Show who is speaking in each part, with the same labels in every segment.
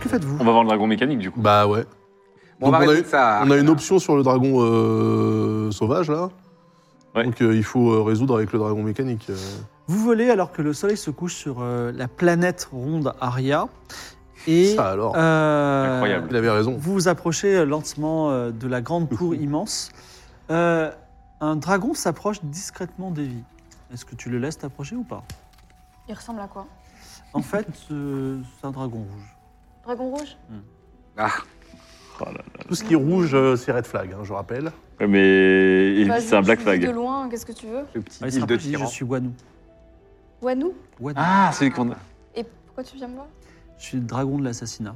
Speaker 1: Que faites-vous
Speaker 2: On va voir le dragon mécanique du coup.
Speaker 3: Bah ouais.
Speaker 1: Bon, on va
Speaker 3: Donc, on a
Speaker 1: résoudre
Speaker 3: eu-
Speaker 1: ça.
Speaker 3: On a une option sur le dragon euh, sauvage là.
Speaker 2: Ouais.
Speaker 3: Donc euh, il faut euh, résoudre avec le dragon mécanique. euh.
Speaker 4: Vous volez alors que le soleil se couche sur euh, la planète ronde Aria. Et
Speaker 3: Ça alors.
Speaker 4: euh,
Speaker 2: Incroyable.
Speaker 3: Il avait raison.
Speaker 4: vous vous approchez lentement euh, de la grande cour immense. Euh, un dragon s'approche discrètement d'Evie. Est-ce que tu le laisses t'approcher ou pas
Speaker 5: Il ressemble à quoi
Speaker 4: En fait, euh, c'est un dragon rouge.
Speaker 5: Dragon rouge
Speaker 1: Ah,
Speaker 3: Tout ce qui est rouge, euh, c'est red flag, hein, je rappelle.
Speaker 2: Ouais, Mais et
Speaker 5: Bah,
Speaker 2: c'est un
Speaker 5: je-
Speaker 2: black
Speaker 5: je le dis
Speaker 2: flag.
Speaker 5: de loin, qu'est-ce que tu veux
Speaker 1: le petit
Speaker 4: Ah, il se
Speaker 1: île de
Speaker 4: rapproche, il dit,
Speaker 1: tyran.
Speaker 4: je suis Wanou.
Speaker 5: Wanou
Speaker 4: Wanou.
Speaker 2: Ah, celui qu'on a.
Speaker 5: Et pourquoi tu viens me voir
Speaker 4: Je suis le dragon de l'assassinat.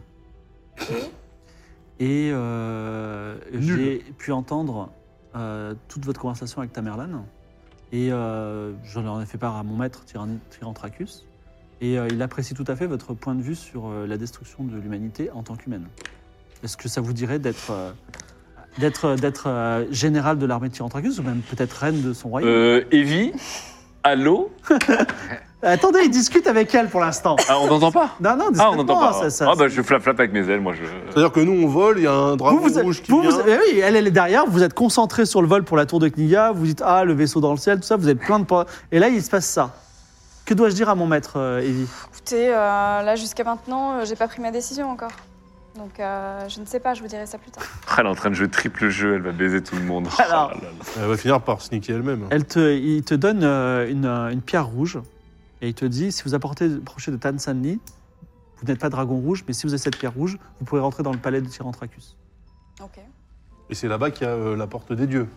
Speaker 4: Et euh, j'ai pu entendre euh, toute votre conversation avec Tamerlan. Et euh, je leur ai fait part à mon maître, Tyran- Tyrantracus. Et euh, il apprécie tout à fait votre point de vue sur euh, la destruction de l'humanité en tant qu'humaine. Est-ce que ça vous dirait d'être euh, d'être d'être euh, général de l'armée de Tyrantracus ou même peut-être reine de son royaume
Speaker 2: Euh, Evie, allô
Speaker 4: Attendez, il discute avec elle pour l'instant.
Speaker 2: Ah, on n'entend pas
Speaker 4: Non, non,
Speaker 2: Ah, on n'entend
Speaker 4: discrètement,
Speaker 2: pas.
Speaker 4: ça- ça-
Speaker 2: ah, bah je flap flap avec mes ailes, moi je.
Speaker 3: C'est-à-dire que nous on vole, il y a un dragon
Speaker 4: Vous, vous,
Speaker 3: rouge qui
Speaker 4: vous,
Speaker 3: vient.
Speaker 4: vous- eh oui, elle, elle est derrière, vous êtes concentré sur le vol pour la tour de Kniga, vous dites Ah, le vaisseau dans le ciel, tout ça, vous êtes plein de. po- Et là, il se passe ça. Que dois-je dire à mon maître, euh, Evie
Speaker 5: Écoutez, euh, là jusqu'à maintenant, euh, j'ai pas pris ma décision encore. Donc euh, je ne sais pas, je vous dirai ça plus tard.
Speaker 2: Ah, elle est en train de jouer triple jeu, elle va baiser tout le monde. Oh
Speaker 4: Alors.
Speaker 2: là là là.
Speaker 3: Elle va finir par sneaker elle-même.
Speaker 4: elle te, Il te donne euh, une, euh, une pierre rouge et il te dit Si vous apportez, approchez de Tan Sanli, vous n'êtes pas dragon rouge, mais si vous avez cette pierre rouge, vous pourrez rentrer dans le palais de Tyrantracus.
Speaker 5: Ok.
Speaker 3: Et c'est là-bas qu'il y a euh, la porte des dieux.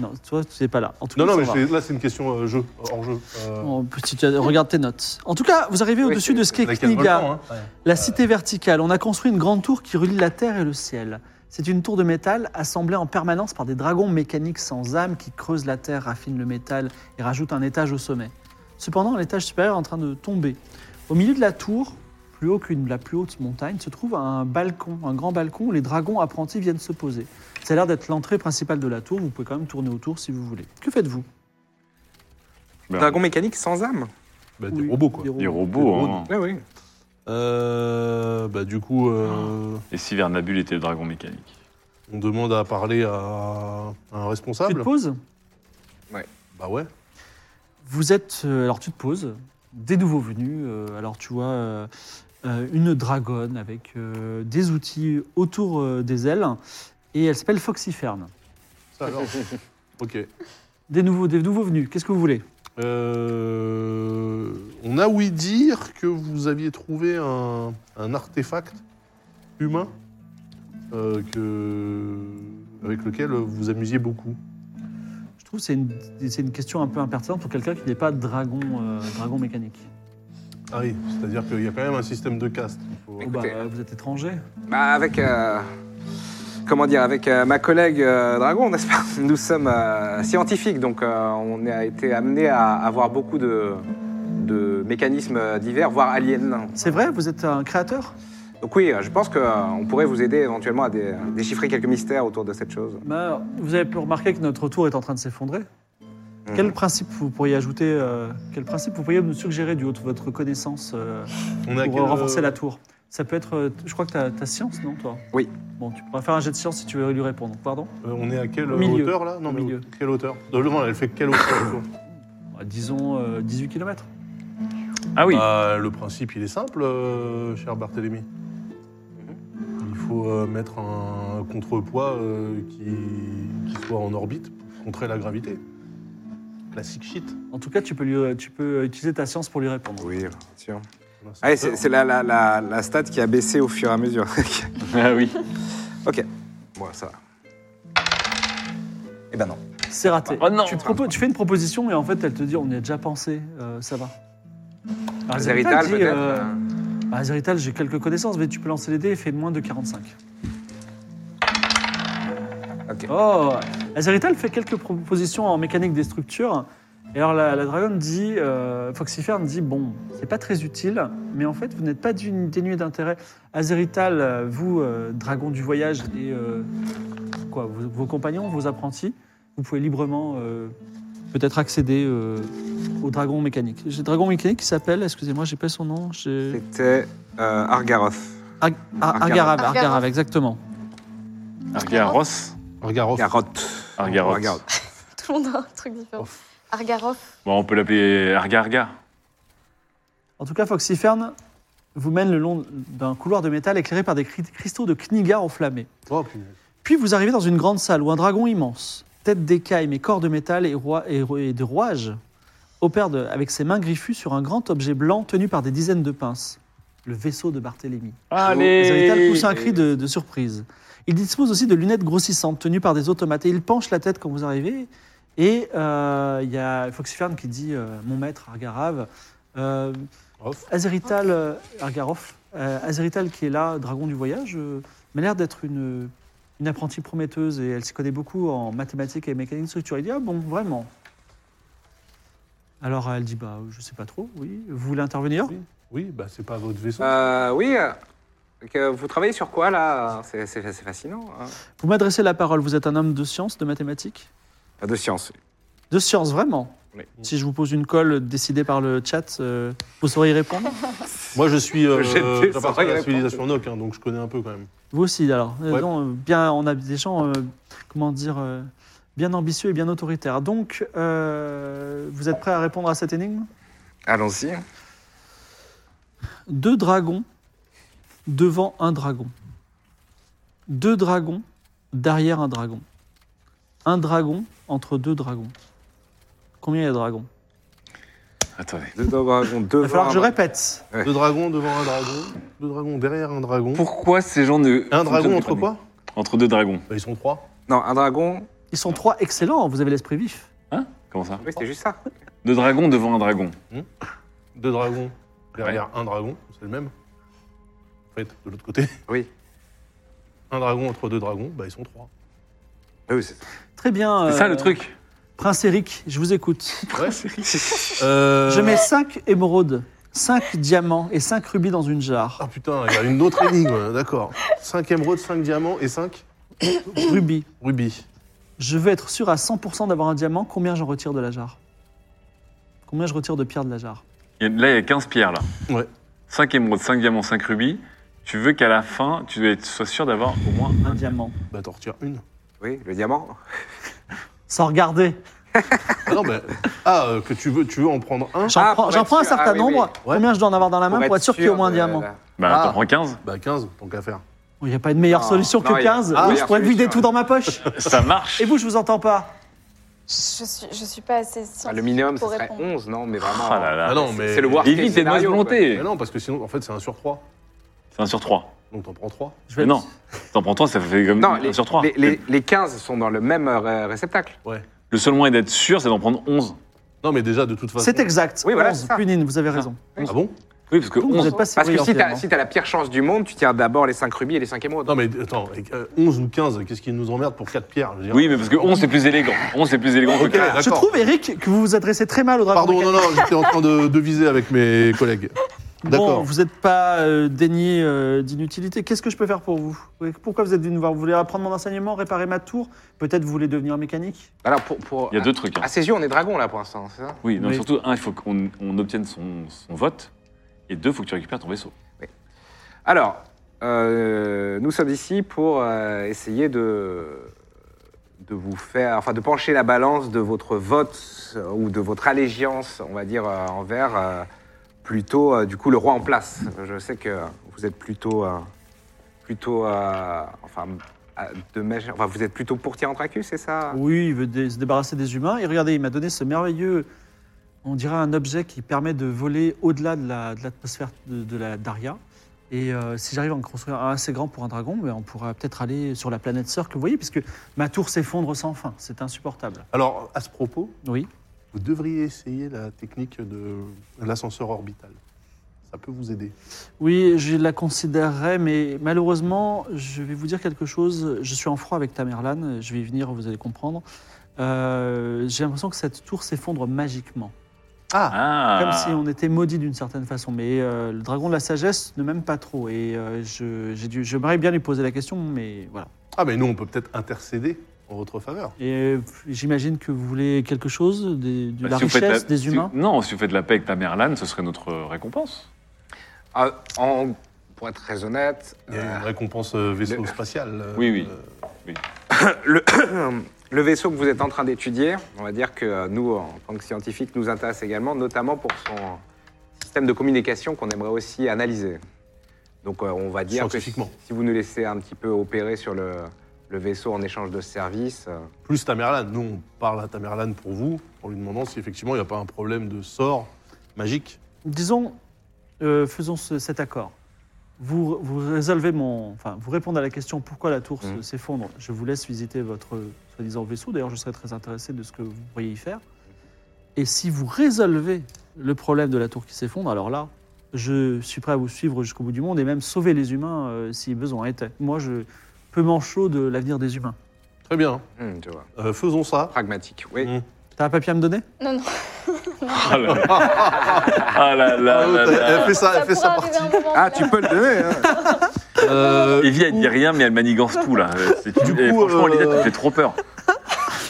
Speaker 4: Non, toi, tu n'es pas là. En tout
Speaker 3: Non,
Speaker 4: cas,
Speaker 3: non,
Speaker 4: ça
Speaker 3: mais
Speaker 4: va.
Speaker 3: c'est- là c'est une question euh, jeu, hors jeu. Euh,
Speaker 4: Bon, petit- tu as- regarde tes notes. En tout cas, vous arrivez
Speaker 1: Oui,
Speaker 4: au-dessus de ce qu'est
Speaker 3: la cave
Speaker 4: Kniga.
Speaker 3: volcan, hein.
Speaker 4: La cité verticale, on a construit une grande tour qui relie la terre et le ciel. C'est une tour de métal assemblée en permanence par des dragons mécaniques sans âme qui creusent la terre, raffinent le métal et rajoutent un étage au sommet. Cependant, l'étage supérieur est en train de tomber. Au milieu de la tour, plus haut qu'une la plus haute montagne, se trouve un balcon, un grand balcon où les dragons apprentis viennent se poser. Ça a l'air d'être l'entrée principale de la tour, vous pouvez quand même tourner autour si vous voulez. Que faites-vous
Speaker 2: Ben,
Speaker 1: Dragon mécanique sans âme.
Speaker 3: Bah, des
Speaker 4: Oui,
Speaker 3: robots quoi.
Speaker 4: des
Speaker 2: Des
Speaker 4: robots.
Speaker 2: robots, hein.
Speaker 1: Ah oui.
Speaker 3: Euh, bah du coup, euh,
Speaker 2: Et si Vernabule était le dragon mécanique
Speaker 3: on demande à parler à un
Speaker 4: Tu te
Speaker 3: responsable.
Speaker 4: poses
Speaker 3: Bah ouais.
Speaker 4: Vous êtes. euh, alors, tu te poses, des nouveaux venus. euh, alors, tu vois euh, euh, une dragonne avec euh, des outils autour euh, des ailes. Et elle s'appelle Foxiferne.
Speaker 3: Ça alors. ok.
Speaker 4: Des nouveaux, des nouveaux venus, qu'est-ce que vous voulez
Speaker 3: Euh, on a ouï dire que vous aviez trouvé un, un artefact humain euh, que, avec lequel vous vous amusiez beaucoup.
Speaker 4: Je trouve que c'est une, c'est une question un peu impertinente pour quelqu'un qui n'est pas dragon, euh, dragon mécanique.
Speaker 3: Ah oui, c'est-à-dire qu'il y a quand même un système de caste. Il faut-
Speaker 4: Oh, bah,
Speaker 1: Écoutez.
Speaker 4: euh, vous êtes étranger
Speaker 1: Bah, avec. euh, comment dire Avec euh, ma collègue euh, Dragon, n'est-ce pas Nous sommes euh, scientifiques, donc euh, on a été amené à avoir beaucoup de, de mécanismes divers, voire aliens.
Speaker 4: C'est vrai, vous êtes un créateur
Speaker 1: Donc, oui, je pense qu'on pourrait vous aider éventuellement à dé- déchiffrer quelques mystères autour de cette chose.
Speaker 4: Bah, Vous avez pu remarquer que notre tour est en train de s'effondrer. Quel principe vous pourriez ajouter euh, Quel principe vous pourriez nous suggérer du haut de votre connaissance euh,
Speaker 3: On a
Speaker 4: pour
Speaker 3: quel, euh,
Speaker 4: renforcer la tour. Ça peut être. euh, Je crois que t'as as science, non, toi
Speaker 1: Oui.
Speaker 4: Bon, tu pourras faire un jet de science si tu veux lui répondre. Pardon
Speaker 3: euh, on est à quelle
Speaker 4: Milieu.
Speaker 3: hauteur là Non, mais
Speaker 4: Milieu.
Speaker 3: quelle hauteur De devant, elle fait quelle hauteur toi
Speaker 4: Bah, Disons euh, 18 km.
Speaker 2: Ah oui
Speaker 3: Bah, le principe, il est simple, euh, cher Barthélémy.
Speaker 1: Mhm.
Speaker 3: Il faut euh, mettre un contrepoids euh, qui, qui soit en orbite pour contrer la gravité. Classique shit.
Speaker 4: En tout cas, tu peux, lui, euh, tu peux utiliser ta science pour lui répondre.
Speaker 1: Oui, bien sûr. Ah, et c'est c'est la, la, la, la stat qui a baissé au fur et à mesure.
Speaker 2: Ah oui.
Speaker 1: ok. Bon, ça va. Eh ben non.
Speaker 4: C'est raté.
Speaker 2: Oh non.
Speaker 4: tu, propos- tu fais une proposition, mais en fait, elle te dit on y a déjà pensé, euh, ça va. Alors,
Speaker 1: Zerital,
Speaker 4: Zerital dit,
Speaker 1: peut-être
Speaker 4: euh,
Speaker 1: euh,
Speaker 4: bah, Zerital, j'ai quelques connaissances, mais tu peux lancer les dés et fais moins de 45.
Speaker 1: Ok.
Speaker 4: Oh Azerital fait quelques propositions en mécanique des structures. Et alors la, la dragonne dit, euh, Foxifern dit, bon, c'est pas très utile, mais en fait, vous n'êtes pas d'une- dénué d'intérêt. Azerital, euh, vous, euh, dragon du voyage et euh, quoi, vos, vos compagnons, vos apprentis, vous pouvez librement euh, peut-être accéder euh, au dragon mécanique. J'ai le dragon mécanique qui s'appelle, excusez-moi, j'ai pas son nom, j'ai...
Speaker 1: C'était euh, Argaroth.
Speaker 4: Ar- Ar- Argarab,
Speaker 5: Argarab.
Speaker 4: Argarab, exactement.
Speaker 2: Argaros.
Speaker 3: Regarde,
Speaker 1: Argaroth.
Speaker 2: Argaroth.
Speaker 1: Argaroth.
Speaker 5: Tout le monde a un truc différent. Argaroff.
Speaker 2: Bon, on peut l'appeler Arga Arga.
Speaker 4: En tout cas, Foxifern vous mène le long d'un couloir de métal éclairé par des cri- cristaux de Kniga enflammés.
Speaker 3: Oh, punaise.
Speaker 4: Puis vous arrivez dans une grande salle où un dragon immense, tête d'écaille mais corps de métal et, roi, et, ro- et de rouage, opère de- avec ses mains griffues sur un grand objet blanc tenu par des dizaines de pinces, le vaisseau de Barthélemy. Zerital pousse un cri de, de surprise. Il dispose aussi de lunettes grossissantes tenues par des automates et il penche la tête quand vous arrivez. Et euh, il y a Foxifern qui dit euh, Mon maître, Argarave, euh,
Speaker 3: Off.
Speaker 4: Azerital euh, Argaroff, euh, Azerital qui est là, dragon du voyage, euh, m'a l'air d'être une, une apprentie prometteuse et elle s'y connaît beaucoup en mathématiques et mécanique structurelle. Il dit Ah bon, vraiment Alors elle dit Bah, je sais pas trop, oui. Vous voulez intervenir
Speaker 3: Oui. Oui, bah c'est pas votre vaisseau.
Speaker 1: Euh, oui. euh, que- vous travaillez sur quoi là C'est c'est- c'est fascinant. hein.
Speaker 4: Vous m'adressez la parole, vous êtes un homme de science, de mathématiques
Speaker 1: Pas De science.
Speaker 4: De science, vraiment
Speaker 1: Oui.
Speaker 4: Si je vous pose une colle décidée par le chat, euh, vous saurez y répondre
Speaker 3: Moi, je suis. Euh,
Speaker 1: J'ai des
Speaker 3: J'appartiens à
Speaker 1: oreilles
Speaker 3: la
Speaker 1: à
Speaker 3: civilisation Noc, hein, donc je connais un peu quand même.
Speaker 4: Vous aussi, alors. Euh,
Speaker 3: Ouais.
Speaker 4: non, euh, bien, on a des gens, euh, comment dire, euh, bien ambitieux et bien autoritaires. Donc, euh, vous êtes prêts à répondre à cette énigme
Speaker 1: Allons-y.
Speaker 4: Deux dragons devant un dragon. Deux dragons derrière un dragon. Un dragon entre deux dragons. Combien il y a de dragons
Speaker 2: Attendez.
Speaker 1: Deux dragons, deux
Speaker 4: Il va falloir que je
Speaker 1: vents.
Speaker 4: répète.
Speaker 1: Ouais.
Speaker 3: Deux dragons devant un dragon, deux dragons derrière un dragon.
Speaker 2: Pourquoi ces gens ne.
Speaker 3: un
Speaker 2: fonctionnent
Speaker 3: dragon entre
Speaker 2: pas
Speaker 3: quoi
Speaker 2: Entre deux dragons.
Speaker 3: Bah, Ils sont trois.
Speaker 1: Non, un dragon.
Speaker 4: Ils sont trois excellents, vous avez l'esprit vif.
Speaker 2: Comment ça
Speaker 1: Oui, c'était juste ça.
Speaker 2: Deux dragons devant un dragon.
Speaker 3: Deux dragons derrière un dragon, c'est le même. En fait, de l'autre côté.
Speaker 1: Oui.
Speaker 3: Un dragon entre deux dragons, bah ils sont trois.
Speaker 1: Ah Oui, c'est-
Speaker 4: Très bien.
Speaker 2: C'est ça
Speaker 4: euh,
Speaker 2: le truc
Speaker 4: Prince Eric, je vous écoute.
Speaker 3: Ouais. Euh,
Speaker 4: Je mets 5 émeraudes, 5 diamants et 5 rubis dans une jarre.
Speaker 3: Ah putain, il y a une autre énigme, d'accord. Cinq émeraudes, cinq diamants et cinq
Speaker 4: Rubis.
Speaker 3: rubis.
Speaker 4: Je veux être sûr à 100% d'avoir un diamant. Combien j'en retire de la jarre Combien je retire de pierres de la jarre
Speaker 2: Il y a- Là, il y a 15 pierres, là.
Speaker 3: Ouais.
Speaker 2: 5 émeraudes, 5 diamants, 5 rubis. Tu veux qu'à la fin, tu dois être- sois sûr d'avoir au moins
Speaker 4: Un diamant.
Speaker 3: Bah t'en retires une.
Speaker 1: oui, le diamant.
Speaker 4: Sans regarder.
Speaker 3: Ah non, bah, ah euh, que tu veux, tu veux en prendre un
Speaker 4: J'en
Speaker 1: Ah,
Speaker 4: prends,
Speaker 1: pour
Speaker 4: j'en
Speaker 1: être
Speaker 4: prends un
Speaker 1: sûr.
Speaker 4: certain
Speaker 1: Ah oui,
Speaker 4: nombre.
Speaker 3: oui.
Speaker 4: Combien je dois en avoir dans la main Ah pour être sûr, qu'il y ait au moins un
Speaker 1: de-
Speaker 4: diamant
Speaker 2: Bah,
Speaker 3: Ah.
Speaker 2: t'en prends 15
Speaker 3: Bah 15, tant qu'à faire.
Speaker 4: Il n'y a pas une meilleure
Speaker 1: Non,
Speaker 4: solution
Speaker 1: non,
Speaker 4: que
Speaker 1: il y a-
Speaker 4: 15.
Speaker 1: Ah,
Speaker 4: Oui, je
Speaker 1: meilleure
Speaker 4: pourrais vider
Speaker 1: solution.
Speaker 4: tout dans ma poche.
Speaker 2: Ça marche
Speaker 4: Et vous, je vous entends pas.
Speaker 5: Je suis, je suis pas assez
Speaker 1: Ah,
Speaker 5: scientifique
Speaker 1: le minimum, ce
Speaker 5: pour
Speaker 1: serait
Speaker 5: répondre.
Speaker 1: 11, non, mais vraiment.
Speaker 2: Ah là là.
Speaker 3: Ah non,
Speaker 1: c'est-
Speaker 3: mais-
Speaker 1: C'est le worst case
Speaker 2: Évite les mauvaises
Speaker 1: scénario, quoi.
Speaker 3: Mais
Speaker 2: volontés
Speaker 3: non, parce que sinon, en fait, c'est un sur trois.
Speaker 2: C'est 1 sur 3.
Speaker 3: Donc t'en prends trois.
Speaker 4: Je
Speaker 2: Mais non, t'en prends 3, ça fait comme
Speaker 1: Non,
Speaker 2: 1
Speaker 1: les,
Speaker 2: sur 3.
Speaker 1: les- les- les 15 sont dans le même euh, réceptacle.
Speaker 3: Ouais.
Speaker 2: Le seul moyen d'être sûr, c'est d'en prendre 11.
Speaker 3: Non, mais déjà, de toute façon.
Speaker 4: C'est exact.
Speaker 1: Oui, voilà,
Speaker 4: 11,
Speaker 1: c'est ça.
Speaker 4: Punine, vous avez raison.
Speaker 3: Ah bon
Speaker 2: Oui, parce que
Speaker 4: Donc, vous
Speaker 2: 11.
Speaker 4: n'êtes pas si
Speaker 1: Parce que
Speaker 4: brillant,
Speaker 1: si t'as
Speaker 4: finalement.
Speaker 1: si t'as la pire chance du monde, tu tires d'abord les 5 rubis et les 5 émeraudes.
Speaker 3: Non, mais attends, euh, 11 ou 15, qu'est-ce qui nous emmerde pour 4 pierres je veux dire
Speaker 2: Oui, mais parce que 11, c'est plus élégant. 11, c'est plus élégant que
Speaker 3: Ok,
Speaker 2: 15.
Speaker 3: d'accord.
Speaker 4: Je trouve, Eric, que vous vous adressez très mal au dragon.
Speaker 3: Pardon, non,
Speaker 4: mécanique.
Speaker 3: non, j'étais en train de, de viser avec mes collègues.
Speaker 4: Bon,
Speaker 3: D'accord.
Speaker 4: vous n'êtes pas euh, dénié euh, d'inutilité. Qu'est-ce que je peux faire pour vous Pourquoi vous êtes venu nous voir Vous voulez apprendre mon enseignement, réparer ma tour Peut-être vous voulez devenir mécanique
Speaker 1: Alors, pour. pour
Speaker 2: Il y a deux trucs.
Speaker 4: Ah,
Speaker 2: hein.
Speaker 1: À ses yeux, on est dragon là pour l'instant, c'est ça
Speaker 2: Oui, non,
Speaker 4: Oui.
Speaker 2: surtout, un, il faut qu'on on obtienne son, son vote. Et deux, il faut que tu récupères ton vaisseau.
Speaker 1: Alors, euh, nous sommes ici pour euh, essayer de, de vous faire, enfin de pencher la balance de votre vote euh, ou de votre allégeance, on va dire, euh, envers euh, plutôt euh, du coup le roi en place. Je sais que vous êtes plutôt, euh, plutôt, euh, enfin, à- de mèche- enfin, vous êtes plutôt pour Tyrantracus, c'est ça
Speaker 4: Oui, il veut dé- se débarrasser des humains. Et regardez, il m'a donné ce merveilleux on dirait un objet qui permet de voler au-delà de la- de l'atmosphère de, de la Daria. Et euh, si j'arrive à en construire un assez grand pour un dragon, ben, on pourra peut-être aller sur la planète sœur que vous voyez, puisque ma tour s'effondre sans fin. C'est insupportable.
Speaker 3: Alors, à ce propos,
Speaker 4: Oui.
Speaker 3: vous devriez essayer la technique de l'ascenseur orbital. Ça peut vous aider.
Speaker 4: Oui, je la considérerais, mais malheureusement, je vais vous dire quelque chose. Je suis en froid avec Tamerlan, je vais y venir, vous allez comprendre. Euh, J'ai l'impression que cette tour s'effondre magiquement,
Speaker 3: Ah,
Speaker 2: Ah
Speaker 4: comme si on était maudit d'une certaine façon. Mais euh, le dragon de la sagesse ne m'aime pas trop, et euh, je- j'ai dû- j'aimerais bien lui poser la question, mais voilà.
Speaker 3: ah mais nous, on peut peut-être intercéder en votre faveur.
Speaker 4: Et euh, j'imagine que vous voulez quelque chose, des- de
Speaker 2: Bah,
Speaker 4: la
Speaker 2: si vous faites
Speaker 4: richesse
Speaker 2: la-
Speaker 4: des
Speaker 2: si-
Speaker 4: humains
Speaker 2: Non, si vous faites la paix avec ta mère Lane, ce serait notre récompense.
Speaker 1: Ah, en- pour être très honnête,
Speaker 3: Il y a une récompense euh, vaisseau spatial. euh,
Speaker 2: Oui, oui.
Speaker 3: euh,
Speaker 1: le, le vaisseau que vous êtes en train d'étudier, on va dire que euh, nous, en tant que scientifiques, nous intéresse également, notamment pour son système de communication qu'on aimerait aussi analyser. Donc euh, on va dire que si,
Speaker 3: Scientifiquement.
Speaker 1: si vous nous laissez un petit peu opérer sur le, le vaisseau en échange de services, euh,
Speaker 3: Plus Tamerlan. Nous, on parle à Tamerlan pour vous, en lui demandant si effectivement il n'y a pas un problème de sort magique.
Speaker 4: Disons, euh, faisons ce- cet accord. Vous, vous résolvez mon, enfin, vous répondez à la question pourquoi la tour se-
Speaker 1: Mhm.
Speaker 4: s'effondre. Je vous laisse visiter votre euh, soi-disant vaisseau. D'ailleurs, je serais très intéressé de ce que vous pourriez y faire. Et si vous résolvez le problème de la tour qui s'effondre, alors là, je suis prêt à vous suivre jusqu'au bout du monde et même sauver les humains euh, si besoin était. Moi, je peux m'en chaud de l'avenir des humains.
Speaker 3: Très bien.
Speaker 1: hmm, tu vois,
Speaker 3: Euh, faisons ça.
Speaker 1: pragmatique, oui.
Speaker 3: Mm.
Speaker 4: T'as un papier à me donner
Speaker 5: Non, non.
Speaker 2: Ah là là. Ah là là
Speaker 3: Ah,
Speaker 2: là
Speaker 3: elle- elle
Speaker 2: là.
Speaker 3: fait ça, elle fait
Speaker 5: pourrait
Speaker 3: sa
Speaker 5: arriver
Speaker 3: partie.
Speaker 5: un moment.
Speaker 1: Ah, tu peux le donner hein.
Speaker 3: Euh,
Speaker 2: Evie, elle dit rien, mais elle manigance tout là. C'est-
Speaker 3: Du
Speaker 2: eh,
Speaker 3: coup,
Speaker 2: franchement,
Speaker 3: euh,
Speaker 2: Lisa, tu me fais trop peur.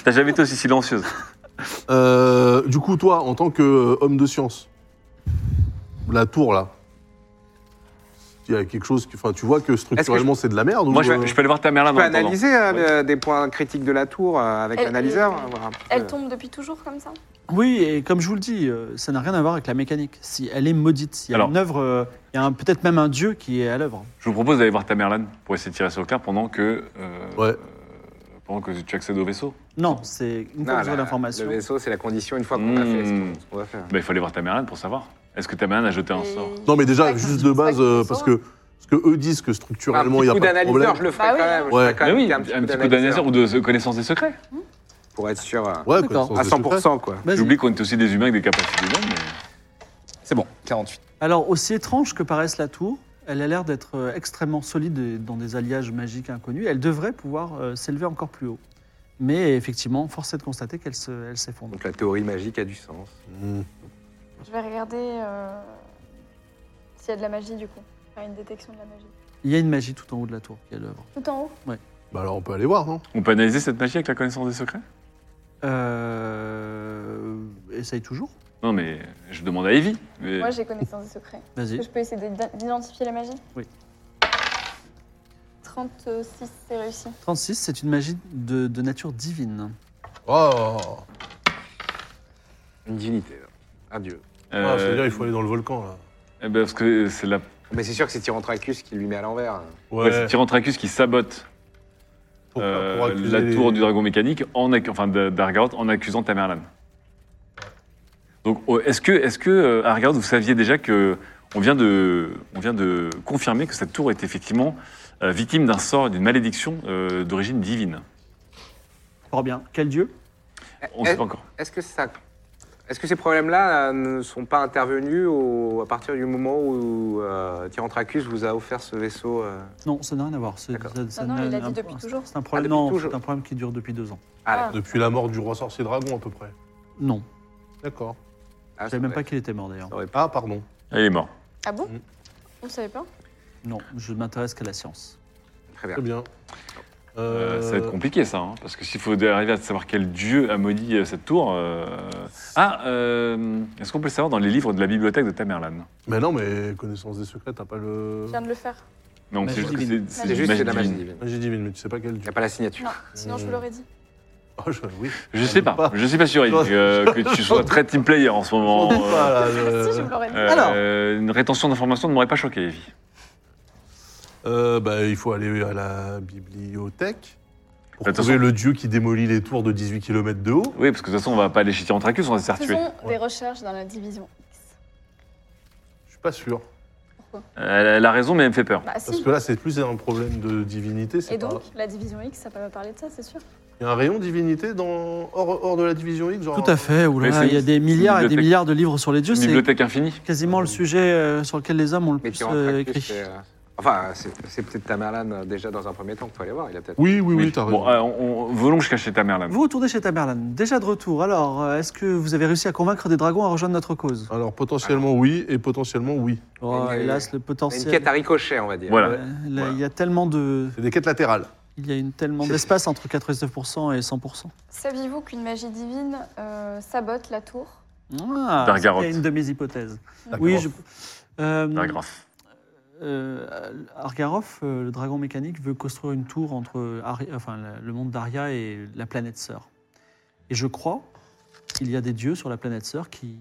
Speaker 2: T'as jamais été aussi silencieuse.
Speaker 3: Euh, du coup, toi, en tant qu'homme de science, la tour là, il y a quelque chose qui. Enfin, tu vois que structurellement c'est de la merde
Speaker 2: Moi,
Speaker 3: ou,
Speaker 2: je,
Speaker 3: euh,
Speaker 2: vais- je peux aller voir ta mère
Speaker 1: Tu
Speaker 2: Lane
Speaker 1: peux
Speaker 2: en attendant.
Speaker 1: analyser euh, le- des points critiques de la tour euh, avec
Speaker 5: Elle-
Speaker 1: l'analyseur. hein, voir un petit peu.
Speaker 5: Elle tombe depuis toujours comme ça
Speaker 4: Oui, et comme je vous le dis, euh, ça n'a rien à voir avec la mécanique. Si elle est maudite, s'il y a
Speaker 2: Alors.
Speaker 4: une œuvre, euh, il y a un- peut-être même un dieu qui est à l'œuvre.
Speaker 2: Je vous propose d'aller voir ta mère Lane pour essayer de tirer sur le clair pendant que. euh,
Speaker 3: Ouais.
Speaker 2: euh, pendant que tu accèdes au vaisseau.
Speaker 4: Non, c'est
Speaker 1: Non,
Speaker 4: une fois que vous aurez
Speaker 1: la-
Speaker 4: l'information.
Speaker 1: Ah Le vaisseau, c'est la condition une fois qu'on a fait ce qu'on-
Speaker 2: Mm.
Speaker 1: ce qu'on va faire.
Speaker 2: Bah, il faut aller voir ta mère Lane pour savoir. Est-ce que ta mère Lane a jeté un sort
Speaker 5: Et-
Speaker 3: Non, mais déjà,
Speaker 5: Ouais,
Speaker 3: juste
Speaker 5: c'est
Speaker 3: de
Speaker 5: pas
Speaker 3: base,
Speaker 5: qu'ils
Speaker 3: euh,
Speaker 5: sont
Speaker 3: parce
Speaker 5: là.
Speaker 3: que, parce que eux disent que structurellement il n'y a
Speaker 1: coup
Speaker 3: pas de
Speaker 1: d'analyseur,
Speaker 3: problème.
Speaker 1: je le ferai
Speaker 5: Bah
Speaker 1: quand
Speaker 5: oui.
Speaker 1: même. je
Speaker 3: Ouais.
Speaker 1: ferai quand
Speaker 2: Mais
Speaker 1: même
Speaker 2: oui,
Speaker 1: un petit hein. coup d'analyseur
Speaker 2: ou de connaissance des secrets.
Speaker 1: pour être sûr euh,
Speaker 3: Ouais,
Speaker 4: D'accord.
Speaker 3: connaissance
Speaker 1: à
Speaker 3: de
Speaker 1: 100% quoi.
Speaker 4: Vas-y.
Speaker 2: J'oublie qu'on est aussi des humains avec des capacités humaines. Mais...
Speaker 6: C'est bon, 48.
Speaker 4: Alors, aussi étrange que paraisse la tour, elle a l'air d'être euh, extrêmement solide et dans des alliages magiques inconnus. Elle devrait pouvoir euh, s'élever encore plus haut. Mais effectivement, force est de constater qu'elle se- elle s'effondre.
Speaker 1: Donc la théorie magique a du sens.
Speaker 3: secrets. Hmm.
Speaker 5: Je vais regarder euh, s'il y a de la magie du coup. Faire une détection de la magie.
Speaker 4: Il y a une magie tout en haut de la tour qui est à l'œuvre.
Speaker 5: Tout en haut
Speaker 3: Bah alors on peut aller voir, non
Speaker 2: On peut analyser cette magie avec la connaissance des secrets
Speaker 4: Euh, Essaye toujours.
Speaker 2: Non, mais je demande à Evie. mais-
Speaker 5: Moi j'ai connaissance des secrets.
Speaker 4: Vas-y.
Speaker 5: Est-ce que je peux essayer d'id- d'identifier la magie
Speaker 4: Oui.
Speaker 5: 36, c'est réussi.
Speaker 4: 36, c'est une magie de, de nature divine.
Speaker 3: Oh
Speaker 1: Une divinité. Adieu.
Speaker 2: Euh,
Speaker 3: Ah, Ça veut dire il faut aller dans le volcan, là.
Speaker 2: eh ben, parce que c'est la.
Speaker 1: Mais c'est sûr que c'est Tyrantracus qui lui met à l'envers.
Speaker 3: Ouais,
Speaker 2: Ouais, c'est Tyrantracus qui sabote
Speaker 3: pour- pour
Speaker 2: euh,
Speaker 3: accuser
Speaker 2: la
Speaker 3: les-
Speaker 2: tour du dragon mécanique, en, accu- enfin de- d'Argaroth, en accusant Tamerlan. Donc, oh, est-ce que, est que euh, Argaroth, vous saviez déjà que on vient de, on vient de confirmer que cette tour est effectivement euh, victime d'un sort, et d'une malédiction euh, d'origine divine
Speaker 4: Fort bien. Quel dieu
Speaker 2: On ne
Speaker 1: Eh,
Speaker 2: sait pas encore.
Speaker 1: Est-ce que ça. Est-ce que ces problèmes-là euh, ne sont pas intervenus au- à partir du moment où euh, Tyrantracus vous a offert ce vaisseau euh,
Speaker 4: Non, ça n'a rien à voir. C'est-
Speaker 1: D'accord.
Speaker 4: ça- ça
Speaker 5: non,
Speaker 4: n'a-
Speaker 5: il a dit
Speaker 4: un-
Speaker 5: depuis
Speaker 4: un-
Speaker 5: toujours.
Speaker 4: C'est un problème.
Speaker 1: Ah, depuis
Speaker 4: non,
Speaker 1: toujours.
Speaker 4: c'est un problème qui dure depuis deux ans.
Speaker 1: Ah, d'accord.
Speaker 3: Depuis la mort du roi sorcier dragon, à peu près.
Speaker 4: Non,
Speaker 3: D'accord.
Speaker 1: Ah,
Speaker 4: je savais même pas qu'il était mort d'ailleurs.
Speaker 3: Ah, pardon.
Speaker 2: Il est mort.
Speaker 5: Ah bon
Speaker 3: Mm.
Speaker 5: Vous savez pas
Speaker 4: Non, je m'intéresse qu'à la science.
Speaker 1: Très bien.
Speaker 3: Très bien.
Speaker 2: Euh, ça va être
Speaker 3: Euh,
Speaker 2: compliqué ça, hein, parce que s'il faut arriver à savoir quel dieu a maudit euh, cette tour. euh, Ah, euh, est-ce qu'on peut le savoir dans les livres de la bibliothèque de Tamerlan
Speaker 3: Mais non, mais connaissance des secrets, t'as pas le.
Speaker 5: Je viens de le faire.
Speaker 2: Non,
Speaker 4: Magie
Speaker 2: c'est juste que
Speaker 4: divine.
Speaker 2: c'est- c'est
Speaker 1: C'est juste
Speaker 2: magie
Speaker 1: c'est de la magie
Speaker 2: divine.
Speaker 1: divine.
Speaker 3: J'ai dit, mais tu sais pas quel
Speaker 1: Il
Speaker 3: dieu.
Speaker 1: n'y a pas la signature.
Speaker 5: Non, sinon je vous l'aurais dit.
Speaker 3: Ah, je- oui.
Speaker 2: Je sais pas, je suis pas sûr Eric, euh, que tu sois très team player en ce
Speaker 3: J'en
Speaker 2: moment.
Speaker 3: doute pas, là,
Speaker 5: Oh. Ah, si, je
Speaker 3: je-
Speaker 5: vous l'aurais dit.
Speaker 2: Euh,
Speaker 4: Alors.
Speaker 2: euh, une rétention d'informations ne m'aurait pas choqué, Evie.
Speaker 3: Euh, bah, il faut aller à la bibliothèque. Pour
Speaker 2: De toute
Speaker 3: trouver
Speaker 2: façon-
Speaker 3: le dieu qui démolit les tours de 18 km de haut.
Speaker 2: Oui, parce que de toute façon, on va pas les chiter en tracus, on va se faire tuer.
Speaker 5: Faisons des recherches dans la division X.
Speaker 3: Je suis pas sûr.
Speaker 2: Elle a- elle a raison, mais elle me fait peur.
Speaker 5: Bah
Speaker 3: Parce
Speaker 5: si.
Speaker 3: que là, c'est plus un problème de divinité. c'est
Speaker 5: Et
Speaker 3: pas-
Speaker 5: donc, la division X, ça peut me parler de ça, c'est sûr.
Speaker 3: Il y a un rayon divinité dans... hors, hors de la division X genre
Speaker 4: Tout à fait, oula,
Speaker 2: Mais c'est
Speaker 4: il y a
Speaker 2: une-
Speaker 4: des milliards et des
Speaker 2: bibliothèque.
Speaker 4: milliards de livres sur les dieux,
Speaker 2: Une
Speaker 4: c'est
Speaker 2: bibliothèque infinie.
Speaker 4: quasiment le sujet euh, sur lequel les hommes ont le
Speaker 1: Mais
Speaker 4: plus
Speaker 1: tu rentres
Speaker 4: euh,
Speaker 1: à Cus,
Speaker 4: écrit.
Speaker 1: c'est, euh, Enfin, c'est c'est peut-être Tamerlan euh, déjà dans un premier temps qu'il faut aller voir. Il a peut-être.
Speaker 3: Oui, oui, oui, t'as raison.
Speaker 2: Bon, euh, on, on- volons jusqu'à chez ta mère, là.
Speaker 4: Vous retournez chez Tamerlan, déjà de retour. Alors, euh, est-ce que vous avez réussi à convaincre des dragons à rejoindre notre cause
Speaker 3: Alors potentiellement oui et potentiellement oui.
Speaker 4: Oh,
Speaker 1: une-
Speaker 4: Hélas, le
Speaker 1: Une
Speaker 4: potentiel.
Speaker 1: quête à ricochet, on va dire.
Speaker 2: Voilà.
Speaker 4: Euh, là, Il y a tellement de,
Speaker 3: C'est des quêtes latérales.
Speaker 4: il y a une, tellement d'espace entre 99% et 100%.
Speaker 5: Saviez-vous qu'une magie divine euh, sabote la tour
Speaker 4: Ah,
Speaker 2: Dargaroth.
Speaker 4: c'était une de mes hypothèses. Oui, je... euh,
Speaker 2: Pas grave.
Speaker 4: euh, Argaroth, euh, le dragon mécanique, veut construire une tour entre Ari- enfin, la- le monde d'Aria et la planète sœur. Et je crois qu'il y a des dieux sur la planète sœur qui,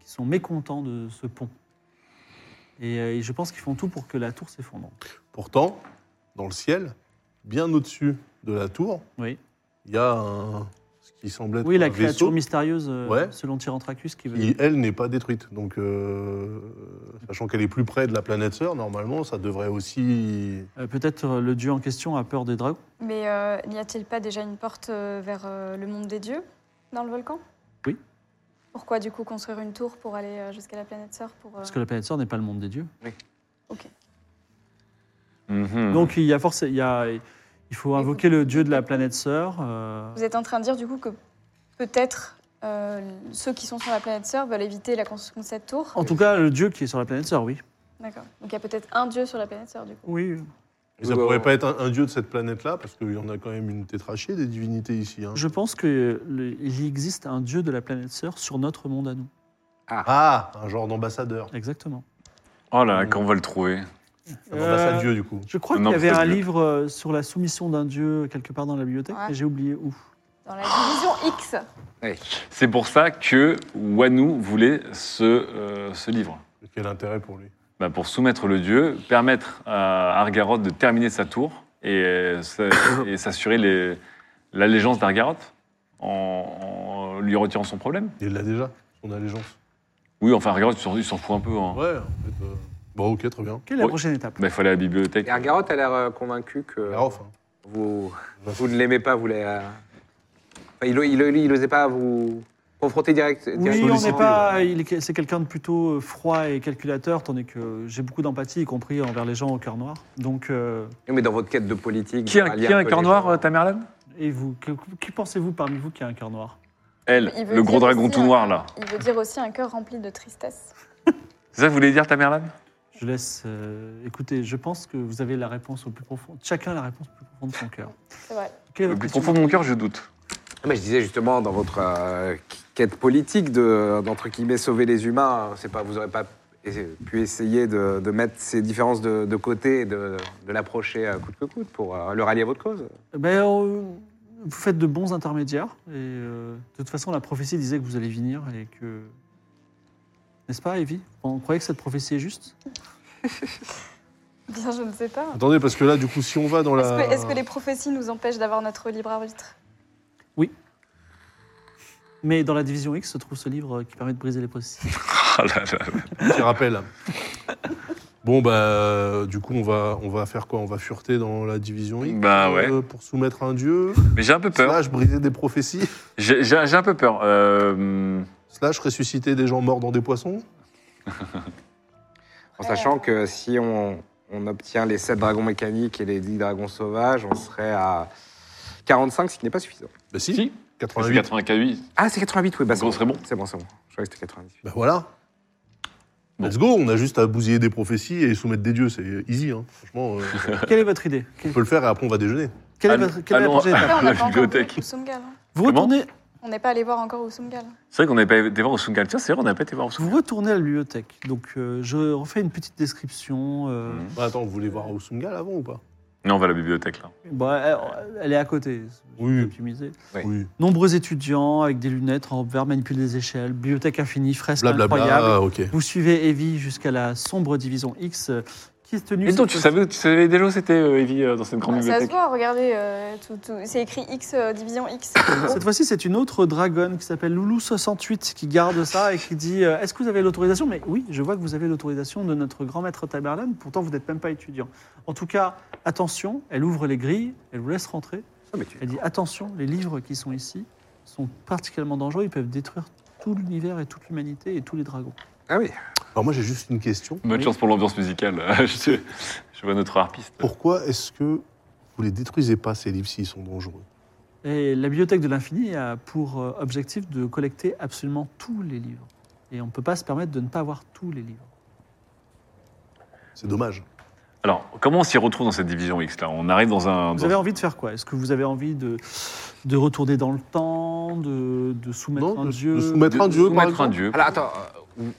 Speaker 4: qui sont mécontents de ce pont. Et, euh, et je pense qu'ils font tout pour que la tour s'effondre.
Speaker 3: Pourtant, dans le ciel, bien au-dessus de la tour,
Speaker 4: Oui,
Speaker 3: il y a un- ce qui semble être
Speaker 4: oui la
Speaker 3: un
Speaker 4: créature
Speaker 3: vaisseau
Speaker 4: mystérieuse, euh,
Speaker 3: Ouais.
Speaker 4: selon Tyrantracus, qui veut...
Speaker 3: qui, elle, n'est pas détruite. Donc, euh, sachant qu'elle est plus près de la planète sœur, normalement, ça devrait aussi...
Speaker 4: Euh, Peut-être euh, le dieu en question a peur des dragons.
Speaker 5: Mais euh, n'y a-t-il pas déjà une porte euh, vers euh, le monde des dieux dans le volcan
Speaker 4: Oui.
Speaker 5: Pourquoi du coup construire une tour pour aller euh, jusqu'à la planète sœur pour euh,
Speaker 4: Parce que la planète sœur n'est pas le monde des dieux.
Speaker 3: Hmm.
Speaker 2: Mhm.
Speaker 4: Donc il y a forcément, il, y a- il faut invoquer le dieu de la planète sœur. euh,
Speaker 5: Vous êtes en train de dire du coup que peut-être euh, ceux qui sont sur la planète sœur veulent éviter la construction de cette tour
Speaker 4: En tout cas, le dieu qui est sur la planète sœur, oui.
Speaker 5: D'accord. Donc il y a peut-être un dieu sur la planète sœur du coup.
Speaker 4: Oui.
Speaker 3: Et ça
Speaker 1: Oui,
Speaker 3: pourrait
Speaker 1: bah,
Speaker 3: pas être un, un dieu de cette planète-là, parce qu'il y en a quand même une tétrachée des divinités ici. hein.
Speaker 4: Je pense que le- il existe un dieu de la planète sœur sur notre monde à nous.
Speaker 3: Ah, un genre d'ambassadeur.
Speaker 4: Exactement.
Speaker 2: Oh là là, quand on va le trouver
Speaker 3: Un
Speaker 4: Euh,
Speaker 3: ambassade dieu, du coup.
Speaker 4: Je crois
Speaker 2: Non,
Speaker 4: qu'il y avait
Speaker 2: pas
Speaker 4: un
Speaker 2: ce dieu.
Speaker 4: livre euh, sur la soumission d'un dieu quelque part dans la bibliothèque,
Speaker 5: Ouais.
Speaker 4: mais j'ai oublié où.
Speaker 5: Dans la division X.
Speaker 1: Ouais.
Speaker 2: C'est pour ça que Wanu voulait ce, euh, ce livre.
Speaker 3: Quel intérêt pour lui
Speaker 2: Bah, pour soumettre le dieu, permettre à Argaroth de terminer sa tour et, euh, sa- et s'assurer les- l'allégeance d'Argaroth en, en lui retirant son problème.
Speaker 3: Il l'a déjà, son allégeance.
Speaker 2: Oui, enfin, Argaroth, il s'en- il s'en fout un peu. hein.
Speaker 3: Ouais, en fait... euh, Bon, ok, très bien.
Speaker 4: Quelle est la
Speaker 2: Oui.
Speaker 4: prochaine étape
Speaker 2: Bah, il faut aller à la bibliothèque.
Speaker 1: Et Argaroth a l'air euh, convaincu que euh,
Speaker 3: Garof, hein.
Speaker 1: vous, vous ne l'aimez pas, vous les. euh, enfin, il, il, il, osait pas vous confronter direct.
Speaker 4: Oui,
Speaker 1: directement.
Speaker 4: on n'est pas. il est- C'est quelqu'un de plutôt euh, froid et calculateur, tandis que j'ai beaucoup d'empathie, y compris envers les gens au cœur noir. Donc, euh,
Speaker 1: Oui, Mais dans votre quête de politique.
Speaker 2: Qui
Speaker 1: vous
Speaker 2: a,
Speaker 1: ralliez
Speaker 2: qui a
Speaker 1: un
Speaker 2: un
Speaker 1: peu
Speaker 2: cœur
Speaker 1: les
Speaker 2: noir,
Speaker 1: gens.
Speaker 2: euh, ta Merlane
Speaker 4: et vous, que- qui pensez-vous parmi vous qui a un cœur noir
Speaker 2: Elle,
Speaker 5: Il veut
Speaker 2: le gros
Speaker 5: dire
Speaker 2: dragon
Speaker 5: aussi,
Speaker 2: tout
Speaker 5: hein.
Speaker 2: noir, là.
Speaker 5: Il veut dire aussi un cœur rempli de tristesse.
Speaker 2: C'est ça que vous voulez dire, ta Merlane
Speaker 4: Je laisse. euh, écoutez, je pense que vous avez la réponse au plus profond. Chacun a la réponse au plus profond de son cœur.
Speaker 5: C'est vrai.
Speaker 4: Quelle est
Speaker 2: Le
Speaker 4: votre
Speaker 2: plus
Speaker 4: question
Speaker 2: Euh, profond de mon cœur, je doute.
Speaker 1: Ah, Mais je disais justement dans votre euh, quête politique de d'entre guillemets sauver les humains, c'est pas vous n'aurez pas essa- pu essayer de, de mettre ces différences de, de côté et de, de l'approcher euh, coûte que coûte pour euh, le rallier à votre cause.
Speaker 4: Eh ben, euh, vous faites de bons intermédiaires. Et euh, de toute façon, la prophétie disait que vous allez venir et que. N'est-ce pas, Evie On croyait que cette prophétie est juste
Speaker 5: Bien, je ne sais pas.
Speaker 3: Attendez, parce que là, du coup, si on va dans
Speaker 5: Est-ce
Speaker 3: la...
Speaker 5: que, est-ce que les prophéties nous empêchent d'avoir notre libre arbitre
Speaker 4: Mais dans la division X se trouve ce livre qui permet de briser les prophéties.
Speaker 2: Ah là là.
Speaker 3: Petit rappel. Bon, bah, euh, du coup, on va, on va faire quoi On va fureter dans la division X
Speaker 2: Bah ouais.
Speaker 3: euh, pour soumettre un dieu,
Speaker 2: Mais j'ai un peu peur.
Speaker 3: slash briser des prophéties,
Speaker 2: J'ai j'ai- j'ai un peu peur. Euh,
Speaker 3: slash ressusciter des gens morts dans des poissons.
Speaker 1: En sachant que si on, on obtient les 7 dragons mécaniques et les 10 dragons sauvages, on serait à 45, ce qui n'est pas suffisant.
Speaker 3: Bah si,
Speaker 2: si,
Speaker 3: 88.
Speaker 2: c'est 88.
Speaker 1: Ah, c'est 88, oui, bah c'est
Speaker 2: Donc, on serait bon.
Speaker 1: C'est bon, c'est bon. Je croyais que c'était 98.
Speaker 3: Bah voilà.
Speaker 2: Bon.
Speaker 3: Let's go, on a juste à bousiller des prophéties et soumettre des dieux, c'est easy, hein. franchement, euh,
Speaker 4: Quelle est votre idée Quelle,
Speaker 3: on peut le faire et après on va déjeuner.
Speaker 4: quelle est,
Speaker 2: Allons-
Speaker 4: votre- quelle est la
Speaker 2: allons-
Speaker 4: prochaine étape
Speaker 5: Après, on
Speaker 2: La
Speaker 5: n'a pas encore vu
Speaker 2: bibliothèque.
Speaker 5: Ousumgal, hein.
Speaker 4: vous
Speaker 2: Comment
Speaker 4: retournez,
Speaker 5: On n'est pas allé voir encore Ousumgal.
Speaker 2: C'est vrai qu'on n'avait pas été voir au Sungal. Tiens, c'est vrai, on n'a pas été voir au Sungal.
Speaker 4: vous retournez à la bibliothèque. Donc, euh, je refais une petite description. euh,
Speaker 2: Mhm.
Speaker 3: Bah, attends, vous voulez voir Osungal avant ou pas
Speaker 2: Non, on va à la bibliothèque, là.
Speaker 4: bon, bah, elle, elle est à côté. c'est
Speaker 3: Oui.
Speaker 4: optimisé.
Speaker 1: Ouais.
Speaker 3: Oui.
Speaker 4: Nombreux étudiants avec des lunettes en vert manipulent des échelles, bibliothèque infinie, fresques
Speaker 3: Blablabla,
Speaker 4: incroyables.
Speaker 3: ok.
Speaker 4: Vous suivez Evie jusqu'à la sombre division X euh, Qui se tenue
Speaker 2: Et donc,
Speaker 4: cette
Speaker 2: tu
Speaker 4: fois-ci
Speaker 2: savais, tu savais déjà où c'était, euh, Evie, euh, dans cette grande
Speaker 5: Ah, ça se
Speaker 2: bibliothèque
Speaker 5: voit, regardez, euh, tout- tout- c'est écrit X, euh, division X.
Speaker 4: Cette fois-ci, c'est une autre dragonne qui s'appelle Loulou68 qui garde ça et qui dit euh, Est-ce que vous avez l'autorisation Mais oui, je vois que vous avez l'autorisation de notre grand maître Taberlan, pourtant vous n'êtes même pas étudiant. En tout cas, attention, elle ouvre les grilles, elle vous laisse rentrer.
Speaker 1: Ah, mais tu-
Speaker 4: Elle dit Attention, les livres qui sont ici sont particulièrement dangereux, ils peuvent détruire tout l'univers et toute l'humanité et tous les dragons.
Speaker 1: Ah oui.
Speaker 3: Alors moi j'ai juste une question.
Speaker 2: Bonne
Speaker 4: Oui.
Speaker 2: chance pour l'ambiance musicale. je, je vois notre harpiste.
Speaker 3: Pourquoi est-ce que vous les détruisez pas ces livres s'ils sont dangereux
Speaker 4: Et la bibliothèque de l'infini a pour euh, objectif de collecter absolument tous les livres. Et on ne peut pas se permettre de ne pas avoir tous les livres.
Speaker 3: C'est dommage.
Speaker 2: Alors, comment on s'y retrouve dans cette division X là On arrive dans un.
Speaker 4: Vous
Speaker 3: Ah
Speaker 2: dans-
Speaker 4: avez envie de faire quoi Est-ce que vous avez envie de, de retourner dans le temps, de, de soumettre
Speaker 3: Non,
Speaker 4: un
Speaker 3: de,
Speaker 4: dieu
Speaker 3: de soumettre un
Speaker 2: de-
Speaker 3: dieu, par
Speaker 2: soumettre un
Speaker 3: exemple
Speaker 2: dieu.
Speaker 1: Alors attends, euh,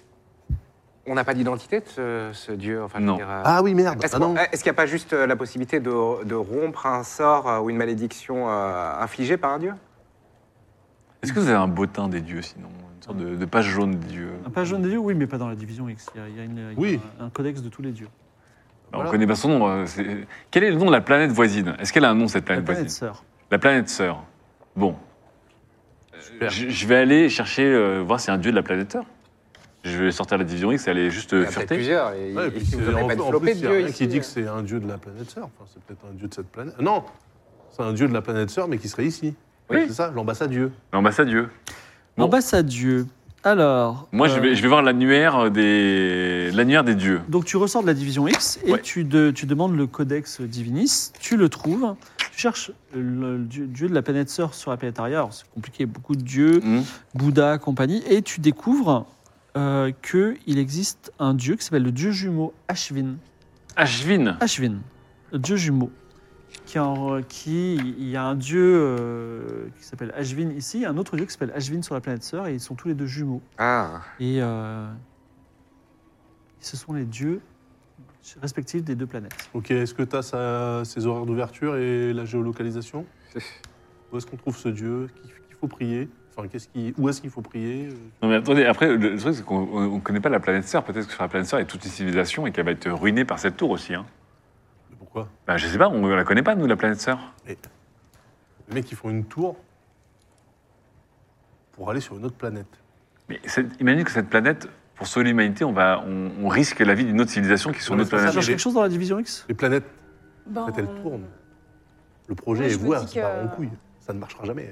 Speaker 1: on n'a pas d'identité de ce, ce dieu enfin, je veux
Speaker 2: Non.
Speaker 1: dire, euh,
Speaker 3: Ah oui, merde.
Speaker 1: Est-ce
Speaker 3: Ah
Speaker 1: qu'on-
Speaker 3: non.
Speaker 1: est-ce qu'il n'y a pas juste euh, la possibilité de, de rompre un sort euh, ou une malédiction euh, infligée par un dieu
Speaker 2: Est-ce que vous avez un bottin des dieux sinon Une sorte de, de page jaune des dieux
Speaker 4: Un page jaune des dieux Oui, mais pas dans la division X. Il y a, il y a une- il y a
Speaker 3: Oui.
Speaker 4: un, un codex de tous les dieux.
Speaker 2: Alors,
Speaker 3: Voilà.
Speaker 2: On connaît pas son nom. euh, c'est- Quel est le nom de la planète voisine Est-ce qu'elle a un nom cette
Speaker 4: La
Speaker 2: planète,
Speaker 4: planète
Speaker 2: voisine
Speaker 4: sœur.
Speaker 2: La planète sœur. Bon. Euh, Je, je vais aller chercher, euh, voir si y a un dieu de la planète sœur. Je vais sortir la division X et aller juste euh,
Speaker 1: Il y en a peut-être
Speaker 2: fureter.
Speaker 1: plusieurs. Et,
Speaker 3: Ouais, et
Speaker 1: et
Speaker 3: puis
Speaker 1: si vous
Speaker 3: c'est-
Speaker 1: n'avez
Speaker 3: en
Speaker 1: pas
Speaker 3: plus- en
Speaker 1: développé
Speaker 3: plus,
Speaker 1: de
Speaker 3: il y a
Speaker 1: dieu
Speaker 3: rien qui
Speaker 1: ici,
Speaker 3: dit que
Speaker 1: euh,
Speaker 3: c'est un dieu de la planète sœur. Enfin, c'est peut-être un dieu de cette planète. Non, c'est un dieu de la planète sœur, mais qui serait ici.
Speaker 2: Oui.
Speaker 3: C'est ça, l'ambassadieu.
Speaker 2: Non, bah ça, dieu. Bon.
Speaker 4: Ambassadieux. Alors.
Speaker 2: Moi, je,
Speaker 4: euh,
Speaker 2: vais, je vais voir l'annuaire des, l'annuaire des dieux.
Speaker 4: Donc tu ressors de la division X et
Speaker 2: Ouais.
Speaker 4: tu, de- tu demandes le codex divinis, tu le trouves, tu cherches le, dieu, dieu de la planète sœur sur la planète arrière, Alors, c'est compliqué, beaucoup de dieux,
Speaker 2: Hmm.
Speaker 4: Bouddha, compagnie, et tu découvres euh, que qu'il existe un dieu qui s'appelle le dieu jumeau Ashvin.
Speaker 2: Ashvin.
Speaker 4: Ashvin, le dieu jumeau, qui, en- qui- il y a un dieu euh, qui s'appelle Ashvin ici, un autre dieu qui s'appelle Ashvin sur la planète sœur, et ils sont tous les deux jumeaux.
Speaker 1: Ah,
Speaker 4: Et euh, ce sont les dieux respectifs des deux planètes.
Speaker 3: Ok, est-ce que tu as ses horaires d'ouverture et la géolocalisation Où est-ce qu'on trouve ce dieu Qui- Qu'il faut prier Enfin, qu'est-ce qui, où est-ce qu'il faut prier Euh,
Speaker 2: Non, mais attendez, après, le, le truc, c'est qu'on on- on connaît pas la planète sœur. Peut-être que sur la planète sœur, il y a toute une civilisation et qu'elle va être ruinée par cette tour aussi. Hein.
Speaker 3: Mais Pourquoi Eh,
Speaker 2: Bah, je sais pas, on la connaît pas, nous, la planète sœur.
Speaker 3: Les mecs, ils font une tour pour aller sur une autre planète.
Speaker 2: Mais cette- imagine que cette planète, pour sauver l'humanité, on, va- on, on risque la vie d'une autre civilisation qui est sur
Speaker 3: Non, mais
Speaker 2: notre
Speaker 3: c'est pour
Speaker 4: Tu
Speaker 2: planète.
Speaker 3: ça,
Speaker 4: cherches quelque chose dans la division X
Speaker 3: Les planètes,
Speaker 5: Ben,
Speaker 3: quand elles tournent, le projet
Speaker 5: ouais,
Speaker 3: est
Speaker 5: je me
Speaker 3: voué à
Speaker 5: dis
Speaker 3: se barrer
Speaker 5: que-
Speaker 3: en couille. Ça ne marchera jamais.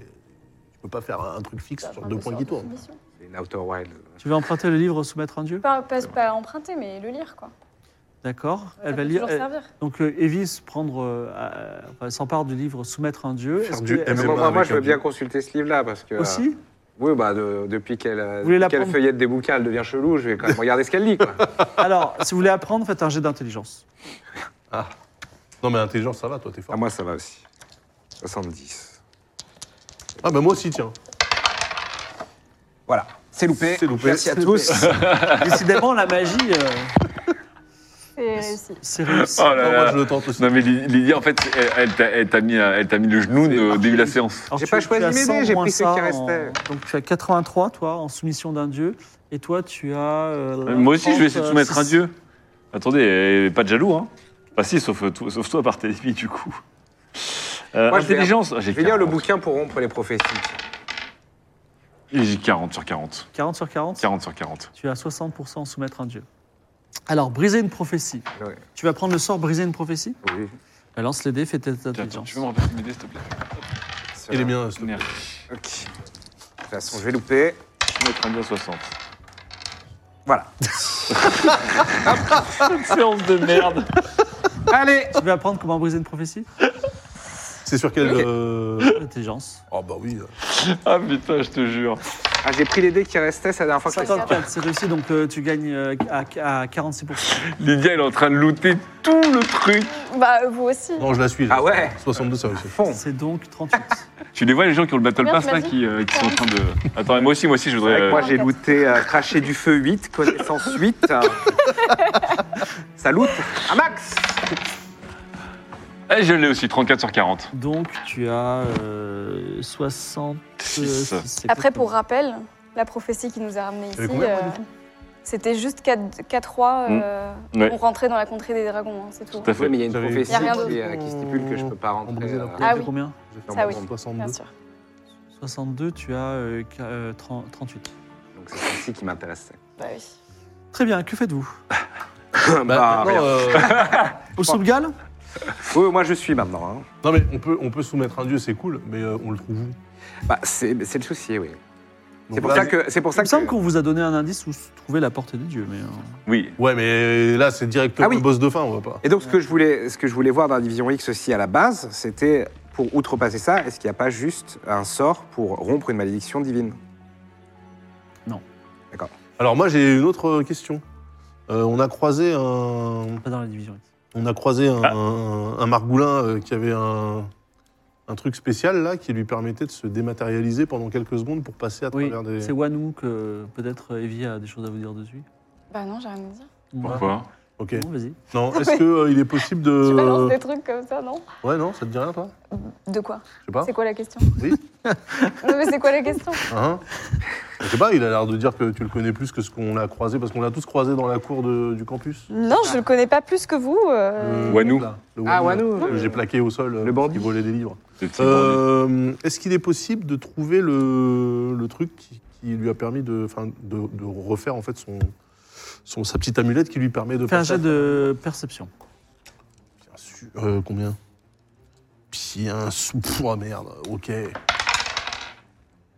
Speaker 3: Tu peux pas faire un truc fixe
Speaker 5: ça
Speaker 3: sur
Speaker 5: prend
Speaker 3: deux
Speaker 5: une
Speaker 3: points
Speaker 5: sorte
Speaker 3: qui
Speaker 5: de
Speaker 3: tournent.
Speaker 5: finition.
Speaker 1: c'est une Outer Wild.
Speaker 4: Tu veux emprunter le livre Soumettre un dieu
Speaker 5: Pas, pas, pas emprunter, mais le lire, quoi.
Speaker 4: D'accord.
Speaker 5: Ça
Speaker 4: Elle
Speaker 5: peut
Speaker 4: va lire.
Speaker 5: Euh, toujours
Speaker 4: elle-
Speaker 5: servir.
Speaker 4: donc euh, Evie se prendre, euh, à- enfin, s'empare du livre Soumettre un dieu.
Speaker 3: Faire
Speaker 4: Est-ce
Speaker 3: du
Speaker 4: que-
Speaker 3: MMA.
Speaker 1: Moi, moi,
Speaker 3: avec
Speaker 1: je
Speaker 3: un
Speaker 1: veux bien
Speaker 3: dieu.
Speaker 1: consulter ce livre-là parce que. euh,
Speaker 4: aussi
Speaker 1: Oui, bah, de- depuis qu'elle euh,
Speaker 4: Vous voulez
Speaker 1: depuis qu'elle
Speaker 4: l'apprendre
Speaker 1: feuillette des bouquins, elle devient chelou. Je vais quand même regarder ce qu'elle lit. Quoi.
Speaker 4: Alors, si vous voulez apprendre, faites un jet d'intelligence.
Speaker 3: Ah. Non, mais intelligence, ça va, toi, t'es fort.
Speaker 1: Ah, moi, ça va aussi. 70.
Speaker 3: Ah, bah moi aussi, tiens.
Speaker 1: Voilà, c'est loupé.
Speaker 3: C'est loupé.
Speaker 1: Merci à
Speaker 3: C'est
Speaker 1: tous.
Speaker 4: Décidément, la magie, euh,
Speaker 5: C'est réussi.
Speaker 4: c'est réussi.
Speaker 2: Oh
Speaker 3: Non,
Speaker 2: là
Speaker 3: moi,
Speaker 2: là.
Speaker 3: je le tente aussi.
Speaker 2: Non mais Lyd- Lydia, en fait, elle- elle t'a- elle t'a mis, à- elle t'a mis le genou de- au début de la séance.
Speaker 4: Alors,
Speaker 1: J'ai
Speaker 4: tu-
Speaker 1: pas
Speaker 4: tu
Speaker 1: choisi
Speaker 4: as
Speaker 1: mes
Speaker 4: 100
Speaker 1: dés, j'ai
Speaker 4: moins
Speaker 1: pris ceux
Speaker 4: ça
Speaker 1: qui
Speaker 4: en-
Speaker 1: restaient.
Speaker 4: Donc tu as 83, toi, en soumission d'un dieu. Et toi, tu as. euh,
Speaker 2: Moi aussi, je vais essayer de
Speaker 4: 30,
Speaker 2: soumettre un
Speaker 4: six-
Speaker 2: dieu. Attendez, elle est pas de jaloux, hein Bah si, sauf, euh, toi- sauf toi par téléphone, du coup. Euh,
Speaker 1: Moi, je vais-
Speaker 2: intelligence, ah,
Speaker 1: Je
Speaker 2: j'ai
Speaker 1: vais lire
Speaker 2: 40.
Speaker 1: le bouquin pour rompre les prophéties.
Speaker 2: Et J'ai 40 sur 40.
Speaker 4: 40 sur 40.
Speaker 2: 40 sur 40.
Speaker 4: Tu as 60% en soumettre un dieu. Alors, briser une prophétie.
Speaker 1: Ouais.
Speaker 4: Tu vas prendre le sort briser une prophétie
Speaker 1: Oui.
Speaker 4: Bah, Lance les dés, fais tes
Speaker 2: Attends,
Speaker 4: intelligences.
Speaker 2: tu peux me rappeler mes dés, s'il te plaît
Speaker 3: Et les miens, s'il te plaît.
Speaker 2: Merde.
Speaker 1: Ok. De toute façon, je vais louper.
Speaker 2: Mettre un dé à 60.
Speaker 1: Voilà.
Speaker 2: Séance de merde
Speaker 1: Allez
Speaker 4: Tu veux apprendre comment briser une prophétie
Speaker 3: C'est sur quel.
Speaker 1: Ok.
Speaker 3: euh,
Speaker 4: Intelligence.
Speaker 3: Oh, bah oui.
Speaker 2: Ah putain, je te jure.
Speaker 1: ah, J'ai pris les dés qui restaient, c'est la dernière fois que ça
Speaker 4: 54, c'est réussi, donc euh, tu gagnes euh, à, à 46%.
Speaker 2: Lydia, elle est en train de looter tout le truc.
Speaker 5: Bah, vous aussi.
Speaker 3: Non, je la suis. là.
Speaker 1: Ah ouais
Speaker 3: 62, ça réussit.
Speaker 1: Fond.
Speaker 4: C'est donc 38.
Speaker 2: Tu les vois les gens qui ont le Battle
Speaker 5: Merde,
Speaker 2: Pass là
Speaker 5: vas-y.
Speaker 2: qui, euh, qui sont en train de. Attends, moi aussi, moi aussi, je voudrais.
Speaker 1: Avec
Speaker 2: euh,
Speaker 1: moi, j'ai looté euh, Cracher du feu 8, Connaissance 8. hein. ça loot. Un max
Speaker 2: Eh, je l'ai aussi, 34 sur 40.
Speaker 4: Donc tu as euh, 66.
Speaker 2: Six.
Speaker 4: c'est
Speaker 5: Après,
Speaker 4: exactement.
Speaker 5: pour rappel, la prophétie qui nous a ramenés
Speaker 3: T'avais
Speaker 5: ici,
Speaker 3: combien,
Speaker 5: euh, C'était juste 4, rois
Speaker 2: Mm.
Speaker 5: euh,
Speaker 2: Ouais.
Speaker 5: pour rentrer dans la contrée des dragons, hein, c'est tout.
Speaker 2: Tout à
Speaker 1: Oui,
Speaker 2: fait.
Speaker 1: mais il y a une
Speaker 3: J'avais-
Speaker 1: prophétie
Speaker 5: Y a rien
Speaker 1: qui,
Speaker 3: d'autre.
Speaker 1: euh, qui stipule que je peux pas
Speaker 3: On
Speaker 1: rentrer.
Speaker 3: brisait la
Speaker 1: euh,
Speaker 5: Ah
Speaker 3: porte.
Speaker 5: oui.
Speaker 4: Combien
Speaker 3: J'ai fait
Speaker 5: Ça,
Speaker 3: un
Speaker 5: oui.
Speaker 3: 62.
Speaker 5: Bien sûr.
Speaker 4: 62, tu as euh, qu- euh, 30 38.
Speaker 1: Donc c'est celle-ci qui m'intéresse.
Speaker 5: Bah oui.
Speaker 4: Très bien, que faites-vous
Speaker 3: Bah,
Speaker 1: Bah, rien.
Speaker 3: non, euh,
Speaker 4: Au Soubgal
Speaker 1: Oui, moi je suis maintenant. hein.
Speaker 3: non, mais on peut, on peut soumettre un dieu, c'est cool, mais euh, on le trouve où
Speaker 1: Bah, c'est c'est le souci, oui.
Speaker 3: Donc
Speaker 1: C'est pour
Speaker 3: là,
Speaker 1: ça que. C'est pour
Speaker 4: Il
Speaker 1: ça
Speaker 4: me semble
Speaker 1: que.
Speaker 4: qu'on vous a donné un indice où se trouvait la portée des dieux, mais... euh,
Speaker 2: Oui.
Speaker 3: Ouais, mais là, c'est directement
Speaker 1: Ah oui.
Speaker 3: le boss de fin, on va pas.
Speaker 1: Et donc ce que je voulais, ce que je voulais voir dans la division X aussi à la base, c'était pour outrepasser ça, est-ce qu'il n'y a pas juste un sort pour rompre une malédiction divine
Speaker 3: Alors, moi, j'ai une autre question. Euh, on a croisé un.
Speaker 4: pas dans la division.
Speaker 3: On a croisé
Speaker 4: Ah.
Speaker 3: un, un- un margoulin euh, qui avait un, un truc spécial là qui lui permettait de se dématérialiser pendant quelques secondes pour passer à
Speaker 4: Oui,
Speaker 3: travers des.
Speaker 4: c'est Wanou que peut-être euh, Evie a des choses à vous dire dessus.
Speaker 5: Bah non, j'ai rien à dire.
Speaker 2: Pourquoi
Speaker 3: Ok.
Speaker 4: Non, vas-y.
Speaker 3: Non, est-ce que euh, il est possible
Speaker 5: Tu balances
Speaker 3: de.
Speaker 5: des trucs comme ça, non
Speaker 3: Ouais, non, ça te dit rien, toi
Speaker 5: De quoi
Speaker 3: Je sais pas.
Speaker 5: C'est quoi la question
Speaker 3: Ah. Oui.
Speaker 5: Non mais c'est quoi la question
Speaker 3: Hein Je sais pas, il a l'air de dire que tu le connais plus que ce qu'on l'a croisé, parce qu'on l'a tous croisé dans la cour de- du campus.
Speaker 5: Non, je le connais pas plus que vous. euh,
Speaker 3: Le-
Speaker 2: Wanou.
Speaker 3: là, le
Speaker 1: Ah,
Speaker 3: là,
Speaker 1: Wanou,
Speaker 3: que
Speaker 1: le-
Speaker 3: J'ai plaqué au sol.
Speaker 1: le bandit.
Speaker 3: Il volait des livres.
Speaker 2: Ce petit bandit.
Speaker 3: Euh, Est-ce qu'il est possible de trouver le, le truc qui, qui lui a permis de, enfin, de, de refaire en fait son, son, sa petite amulette qui lui permet de
Speaker 4: Fais un
Speaker 3: passer
Speaker 4: jet de perception.
Speaker 3: à- Bien sûr. Euh, combien Bien sou. Pff, Oh merde, ok.